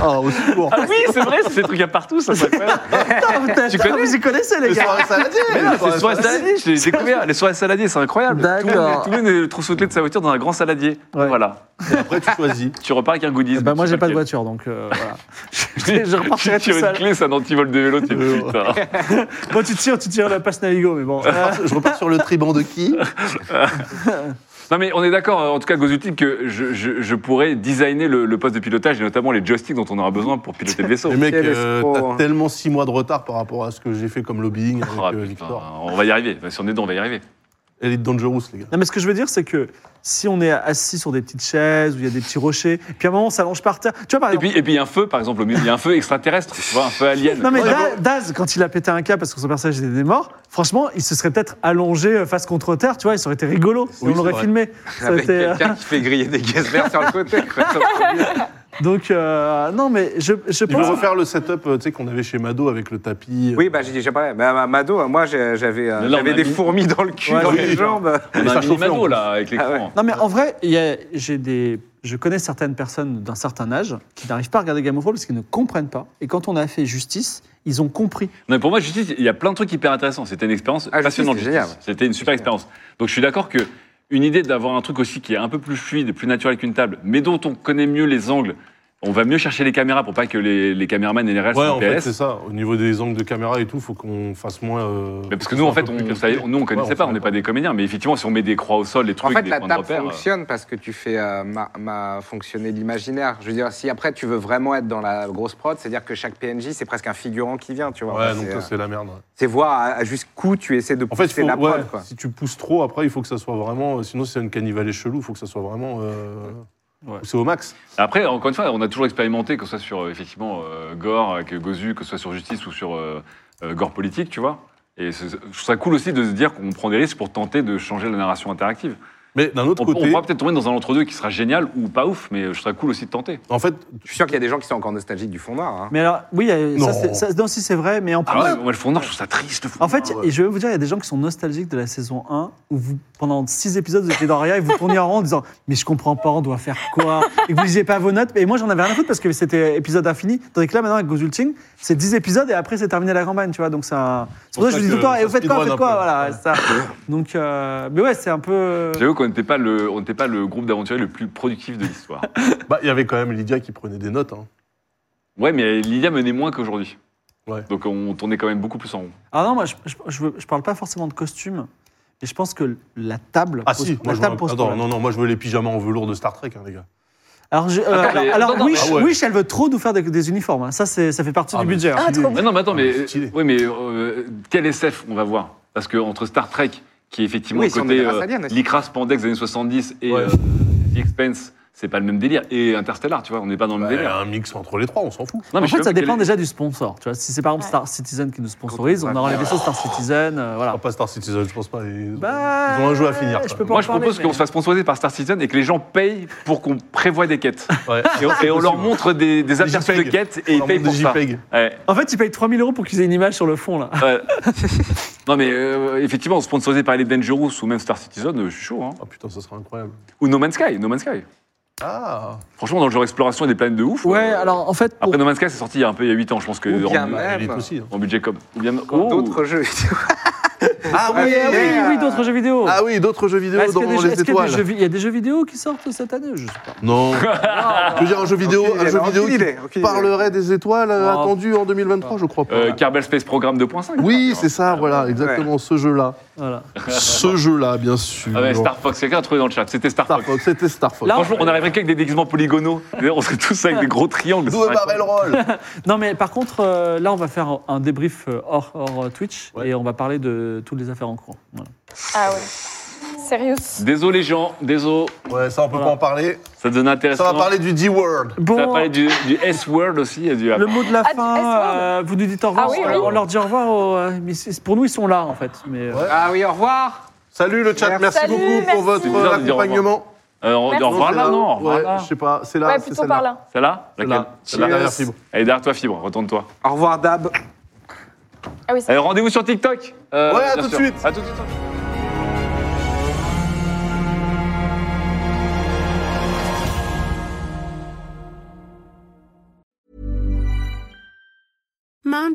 Speaker 3: Ah, au secours.
Speaker 2: Ah oui, c'est vrai, c'est des trucs à partout, ça. c'est incroyable.
Speaker 4: Putain, vous-
Speaker 2: Tu
Speaker 4: putain,
Speaker 2: connais
Speaker 4: vous y connaissez les
Speaker 3: Les
Speaker 4: gars.
Speaker 3: soirées saladières.
Speaker 2: Mais non,
Speaker 3: les
Speaker 2: c'est les
Speaker 3: soirées
Speaker 2: soirées
Speaker 3: saladières.
Speaker 2: saladiers, je l'ai découvert. Les soirées saladiers, c'est incroyable.
Speaker 4: D'accord.
Speaker 2: Tout le monde le trousseau de clés de sa voiture dans un grand saladier.
Speaker 4: Ouais.
Speaker 2: Voilà.
Speaker 3: Après, tu choisis.
Speaker 2: Tu repars avec un goodies.
Speaker 4: Bah moi
Speaker 2: tu
Speaker 4: j'ai
Speaker 2: sais
Speaker 4: pas de
Speaker 2: lequel.
Speaker 4: voiture donc euh, voilà. Je- je repartirai
Speaker 2: Tu tires
Speaker 4: tout
Speaker 2: une
Speaker 4: seul.
Speaker 2: clé, c'est un antivol de vélo. tu-
Speaker 3: Euh,
Speaker 2: Putain.
Speaker 4: Moi tu tires, tu tires la passe Navigo mais bon. Euh,
Speaker 3: Je repars sur le triban de qui
Speaker 2: Non mais on est d'accord, en tout cas Gozuti, que je, je- je pourrais designer le, le poste de pilotage et notamment les joysticks dont on aura besoin pour piloter le vaisseau.
Speaker 3: Les mecs,
Speaker 1: quel
Speaker 3: euh,
Speaker 1: escroc,
Speaker 3: t'as
Speaker 1: hein.
Speaker 3: tellement six mois de retard par rapport à ce que j'ai fait comme lobbying avec
Speaker 2: Ah,
Speaker 3: euh,
Speaker 2: putain,
Speaker 3: Victor.
Speaker 2: on va y arriver, Enfin, si on est dedans, on va y arriver.
Speaker 3: Elite Dangerous, les gars.
Speaker 4: Non mais ce que je veux dire c'est que si on est assis sur des petites chaises où il y a des petits rochers, puis à un moment on s'allonge par terre. Tu vois par
Speaker 2: Et
Speaker 4: exemple.
Speaker 2: puis et puis il y a un feu par exemple, au milieu. il y a un feu extraterrestre, tu vois, un feu alien.
Speaker 4: non mais Da- Daz, quand il a pété un câble parce que son personnage était mort, franchement il se serait peut-être allongé euh, face contre terre, tu vois, il aurait été rigolo, si
Speaker 3: Oui,
Speaker 4: on l'aurait
Speaker 3: c'est vrai.
Speaker 4: filmé. Ça aurait
Speaker 1: Avec
Speaker 4: été, euh,
Speaker 1: quelqu'un qui fait griller des gaz verts sur le côté. quoi.
Speaker 4: Donc, euh, non, mais je, je
Speaker 3: Ils vont
Speaker 4: pense.
Speaker 3: refaire le setup euh, tu sais, qu'on avait chez Mado avec le tapis. euh,
Speaker 1: Oui, bah, j'ai déjà parlé. Mais à Mado, moi, j'ai- j'avais euh,
Speaker 2: Là, on
Speaker 1: j'avais
Speaker 2: a
Speaker 1: des
Speaker 2: mis-
Speaker 1: fourmis dans le cul,
Speaker 4: Ouais,
Speaker 1: dans
Speaker 4: oui.
Speaker 1: les jambes.
Speaker 2: on
Speaker 3: mais
Speaker 2: a
Speaker 3: ça
Speaker 2: un
Speaker 3: chauffait, en
Speaker 2: mini-mado,
Speaker 3: plus.
Speaker 2: là avec l'écran.
Speaker 1: Ah ouais.
Speaker 4: Non, mais en vrai, il y a- j'ai des, je connais certaines personnes d'un certain âge qui n'arrivent pas à regarder Game of Thrones parce qu'ils ne comprennent pas. Et quand on a fait justice, ils ont compris.
Speaker 2: Non, mais pour moi, Justice, il y a plein de trucs hyper intéressants. C'était une expérience
Speaker 1: Ah, Justice,
Speaker 2: passionnante.
Speaker 1: c'est
Speaker 2: Justice.
Speaker 1: génial.
Speaker 2: C'était une super expérience. Donc, je suis d'accord que une idée d'avoir un truc aussi qui est un peu plus fluide, plus naturel qu'une table, mais dont on connaît mieux les angles, On va mieux chercher les caméras pour pas que les, les caméramans et les réels
Speaker 3: Ouais,
Speaker 2: soient en
Speaker 3: en fait,
Speaker 2: PLS.
Speaker 3: c'est ça. Au niveau des angles de caméra et tout, faut qu'on fasse moins. euh,
Speaker 2: Mais parce que
Speaker 3: qu'on
Speaker 2: nous, en
Speaker 3: soit un
Speaker 2: fait,
Speaker 3: peu
Speaker 2: on,
Speaker 3: plus
Speaker 2: on
Speaker 3: calculé.
Speaker 2: savait- nous, on connaissait
Speaker 3: Ouais,
Speaker 2: pas, on
Speaker 3: savait
Speaker 2: n'est pas des comédiens. Mais effectivement, si on met des croix au sol, des trucs,
Speaker 1: En fait,
Speaker 2: des
Speaker 1: la
Speaker 2: points de
Speaker 1: table
Speaker 2: repère. euh,
Speaker 1: fonctionne parce que tu fais euh, ma, ma- fonctionner l'imaginaire. Je veux dire, si après tu veux vraiment être dans la grosse prod, c'est-à-dire que chaque PNJ, c'est presque un figurant qui vient, tu vois.
Speaker 3: Ouais,
Speaker 1: Enfin,
Speaker 3: donc
Speaker 1: c'est,
Speaker 3: ça,
Speaker 1: euh,
Speaker 3: c'est la merde. ouais.
Speaker 1: c'est voir à, à jusqu'où tu essaies de
Speaker 3: En fait,
Speaker 1: pousser
Speaker 3: faut-
Speaker 1: la
Speaker 3: ouais,
Speaker 1: prod, quoi.
Speaker 3: si tu pousses trop, après, il faut que ça soit vraiment. euh, Sinon, c'est une canivalée chelou, il faut que ça soit vraiment. euh,
Speaker 2: Ouais.
Speaker 3: C'est au max.
Speaker 2: euh, Après, encore une fois, on a toujours expérimenté, que ce soit sur euh, effectivement euh, Gore, avec Gozu, que ce soit sur Justice ou sur euh, euh, Gore politique, tu vois. Et c'est- je trouve ça cool aussi de se dire qu'on prend des risques pour tenter de changer la narration interactive.
Speaker 3: Mais d'un autre
Speaker 2: On, on
Speaker 3: côté,
Speaker 2: pourra peut-être tomber dans un entre-deux qui sera génial ou pas ouf, mais euh, je serais cool aussi de tenter.
Speaker 3: en fait,
Speaker 1: Je suis sûr qu'il y a des gens qui sont encore nostalgiques du fond noir. hein.
Speaker 4: Mais alors, oui, euh,
Speaker 3: Non.
Speaker 4: ça, c'est- ça, non, si c'est vrai, mais en plus.
Speaker 2: Ah ouais, moi, le fond noir, je trouve ça triste. le fond
Speaker 4: En fait,
Speaker 3: Ah
Speaker 2: noir, ouais.
Speaker 4: et je vais vous dire, il y a des gens qui sont nostalgiques de la saison 1, où vous, pendant 6 épisodes, vous étiez dans rien et vous tourniez en rond en disant Mais je comprends pas, on doit faire quoi Et que vous lisiez pas vos notes. Et moi, j'en avais rien à foutre parce que c'était épisode infini. Tandis que là, maintenant, avec Gozulting, c'est 10 épisodes et après, c'est terminé la campagne, tu vois. Donc, ça. C'est pour ça que je vous dis tout le temps
Speaker 3: ça
Speaker 4: Et vous faites quoi
Speaker 3: speedrun
Speaker 4: Faites
Speaker 3: un
Speaker 4: quoi
Speaker 3: peu.
Speaker 4: Voilà. ça. Donc, euh, mais ouais, c'est un peu.
Speaker 2: J'avoue qu'on n'était pas, le- on n'était pas le groupe d'aventuriers le plus productif de l'histoire.
Speaker 3: bah, il y avait quand même Lydia qui prenait des notes. hein.
Speaker 2: ouais, mais Lydia menait moins qu'aujourd'hui.
Speaker 3: Ouais.
Speaker 2: Donc on tournait quand même beaucoup plus en rond.
Speaker 4: Ah non, moi, je, je, je veux- je parle pas forcément de costume, mais je pense que la table.
Speaker 3: Ah
Speaker 4: pose-
Speaker 3: si,
Speaker 4: la
Speaker 3: moi, je
Speaker 4: table
Speaker 3: veux-
Speaker 4: pose
Speaker 3: attends,
Speaker 4: problème.
Speaker 3: non, non, moi je veux les pyjamas en velours de Star Trek, hein, les gars.
Speaker 4: Alors, je- euh,
Speaker 2: Attends, mais-
Speaker 4: alors- alors,
Speaker 2: non, non,
Speaker 4: Wish,
Speaker 3: mais- Ah ouais.
Speaker 4: Wish, elle veut trop nous faire des, des uniformes. hein. Ça, c'est- ça fait partie
Speaker 3: Ah,
Speaker 4: du
Speaker 3: mais-
Speaker 4: budget. hein.
Speaker 5: Ah, trop
Speaker 2: Mais non, mais attends, mais,
Speaker 3: mais stylé.
Speaker 2: oui, mais euh, quel SF on va voir Parce que entre Star Trek, qui est effectivement
Speaker 1: Oui,
Speaker 2: le
Speaker 1: si on est
Speaker 2: côté
Speaker 1: grâce à Alien aussi.
Speaker 2: l'Icra Spandex des années 70 et
Speaker 3: Ouais.
Speaker 2: euh, The Expense, c'est pas le même délire. Et Interstellar, tu vois, on n'est pas dans le même
Speaker 3: Bah,
Speaker 2: délire.
Speaker 3: un mix entre les trois, on s'en fout.
Speaker 2: Non, mais
Speaker 4: en
Speaker 2: je
Speaker 4: fait,
Speaker 2: sais
Speaker 4: ça
Speaker 2: pas
Speaker 4: dépend
Speaker 2: quel est-
Speaker 4: déjà du sponsor. Tu vois, si c'est par exemple Star Citizen qui nous sponsorise, on aura les vaisseaux Star Citizen, euh,
Speaker 3: Ah,
Speaker 4: voilà.
Speaker 3: pas Star Citizen, je pense pas. Ils,
Speaker 4: Bah,
Speaker 3: ils ont un jeu à finir.
Speaker 4: je
Speaker 3: quand
Speaker 4: peux
Speaker 3: même.
Speaker 4: pas-
Speaker 2: Moi, je
Speaker 4: parler,
Speaker 2: propose
Speaker 4: mais-
Speaker 2: qu'on se fasse sponsoriser par Star Citizen et que les gens payent pour qu'on prévoie des quêtes.
Speaker 3: Ouais.
Speaker 2: Et on, et on leur montre des, des aperçus de
Speaker 3: JPEG.
Speaker 2: quêtes et ils
Speaker 3: On
Speaker 2: payent
Speaker 3: leur
Speaker 2: pour
Speaker 3: montre
Speaker 2: ça.
Speaker 3: des JPEG.
Speaker 2: Ouais.
Speaker 4: En fait, ils payent 3000 euros pour qu'ils aient une image sur le fond, là.
Speaker 2: Ouais. non, mais euh, effectivement, sponsorisé par les Dangerous ou même Star Citizen, euh, je suis chaud. hein.
Speaker 3: Ah putain, ça serait incroyable.
Speaker 2: Ou No Man's Sky, No Man's Sky.
Speaker 3: Ah
Speaker 2: Franchement, dans le genre exploration, il y a des planètes de ouf.
Speaker 4: Ouais,
Speaker 2: euh,
Speaker 4: alors en fait, pour-
Speaker 2: Après, No Man's Sky, c'est sorti il y a un peu il y a 8 ans, je pense que.
Speaker 1: Ou bien
Speaker 2: en,
Speaker 1: même.
Speaker 3: Elite aussi. hein.
Speaker 2: en budget com. Ou bien.
Speaker 1: Comme
Speaker 2: Oh.
Speaker 1: D'autres jeux.
Speaker 3: Ah
Speaker 4: oui,
Speaker 1: Ouais,
Speaker 4: oui,
Speaker 1: mais,
Speaker 4: oui,
Speaker 1: euh,
Speaker 4: d'autres jeux vidéo.
Speaker 3: Ah oui, d'autres jeux vidéo
Speaker 4: Est-ce
Speaker 3: dans
Speaker 4: qu'il y a des jeux-
Speaker 3: les
Speaker 4: est-ce qu'il y a des
Speaker 3: étoiles.
Speaker 4: jeux vi- il y a des jeux vidéo qui sortent cette année Je sais pas.
Speaker 3: Non. Je veux dire, un jeu vidéo,
Speaker 1: Aucune
Speaker 3: un
Speaker 1: idée,
Speaker 3: jeu
Speaker 1: non,
Speaker 3: vidéo
Speaker 1: aucune
Speaker 3: qui
Speaker 1: idée, aucune idée.
Speaker 3: parlerait des étoiles euh,
Speaker 4: Oh.
Speaker 3: attendues en 2023, je crois pas.
Speaker 2: Euh, Kerbal Space Program 2.5.
Speaker 3: oui, c'est ça, voilà, exactement, ce jeu-là.
Speaker 4: Voilà.
Speaker 3: Ce jeu-là, bien sûr.
Speaker 2: Ah ouais, Star Fox, quelqu'un a trouvé dans le chat. C'était Star,
Speaker 3: Star
Speaker 2: Fox.
Speaker 3: Fox, c'était Star Fox.
Speaker 4: Là,
Speaker 2: Franchement, on arriverait qu'avec des déguisements polygonaux. D'ailleurs, on serait tous avec des gros triangles.
Speaker 3: Double barrel roll
Speaker 4: Non, mais par contre, euh, là, on va faire un débrief euh, hors, hors, euh, Twitch
Speaker 3: Ouais.
Speaker 4: et on va parler de toutes les affaires en cours. Voilà.
Speaker 5: Ah ouais. Sérieux
Speaker 2: Désolé, les gens. Désolé.
Speaker 3: Ouais, ça, on peut
Speaker 4: Voilà.
Speaker 3: pas en parler.
Speaker 2: Ça donne
Speaker 3: Ça
Speaker 2: intéressant.
Speaker 3: va parler du D-Word.
Speaker 4: Bon,
Speaker 2: Ça va parler du, du S-Word aussi. et Du...
Speaker 4: le mot de la
Speaker 5: Ah, du
Speaker 4: fin,
Speaker 5: S-word.
Speaker 4: euh, vous nous dites au revoir.
Speaker 5: Ah oui,
Speaker 4: on,
Speaker 5: oui.
Speaker 4: on leur dit au revoir. aux, euh, mais c'est- pour nous, ils sont là, en fait. Mais, euh,
Speaker 1: Ah oui, au revoir.
Speaker 3: Salut le chat, merci,
Speaker 5: Merci. Salut,
Speaker 3: beaucoup pour
Speaker 5: merci.
Speaker 3: votre
Speaker 2: C'est bizarre de dire au revoir.
Speaker 3: accompagnement.
Speaker 2: Euh, on dit
Speaker 5: Merci.
Speaker 2: au revoir
Speaker 3: c'est
Speaker 2: là,
Speaker 3: là.
Speaker 2: non Au revoir
Speaker 3: Ouais,
Speaker 2: là.
Speaker 3: je sais pas, Ah, c'est là,
Speaker 5: Ouais,
Speaker 3: c'est
Speaker 5: plutôt par
Speaker 3: celle-là.
Speaker 5: là.
Speaker 2: Celle-là Laquelle
Speaker 3: Celle-là, c'est la
Speaker 2: Celle-là
Speaker 3: dernière
Speaker 1: Yes.
Speaker 3: fibre.
Speaker 2: Allez, derrière toi, Fibre, retourne-toi.
Speaker 1: Au revoir, Dab.
Speaker 5: Ah
Speaker 3: Eh,
Speaker 5: oui, c'est
Speaker 2: Allez, rendez-vous sur TikTok. Euh,
Speaker 3: Ouais, à
Speaker 2: bien
Speaker 3: tout de
Speaker 2: sûr.
Speaker 3: suite.
Speaker 2: À tout de suite.
Speaker 8: Mom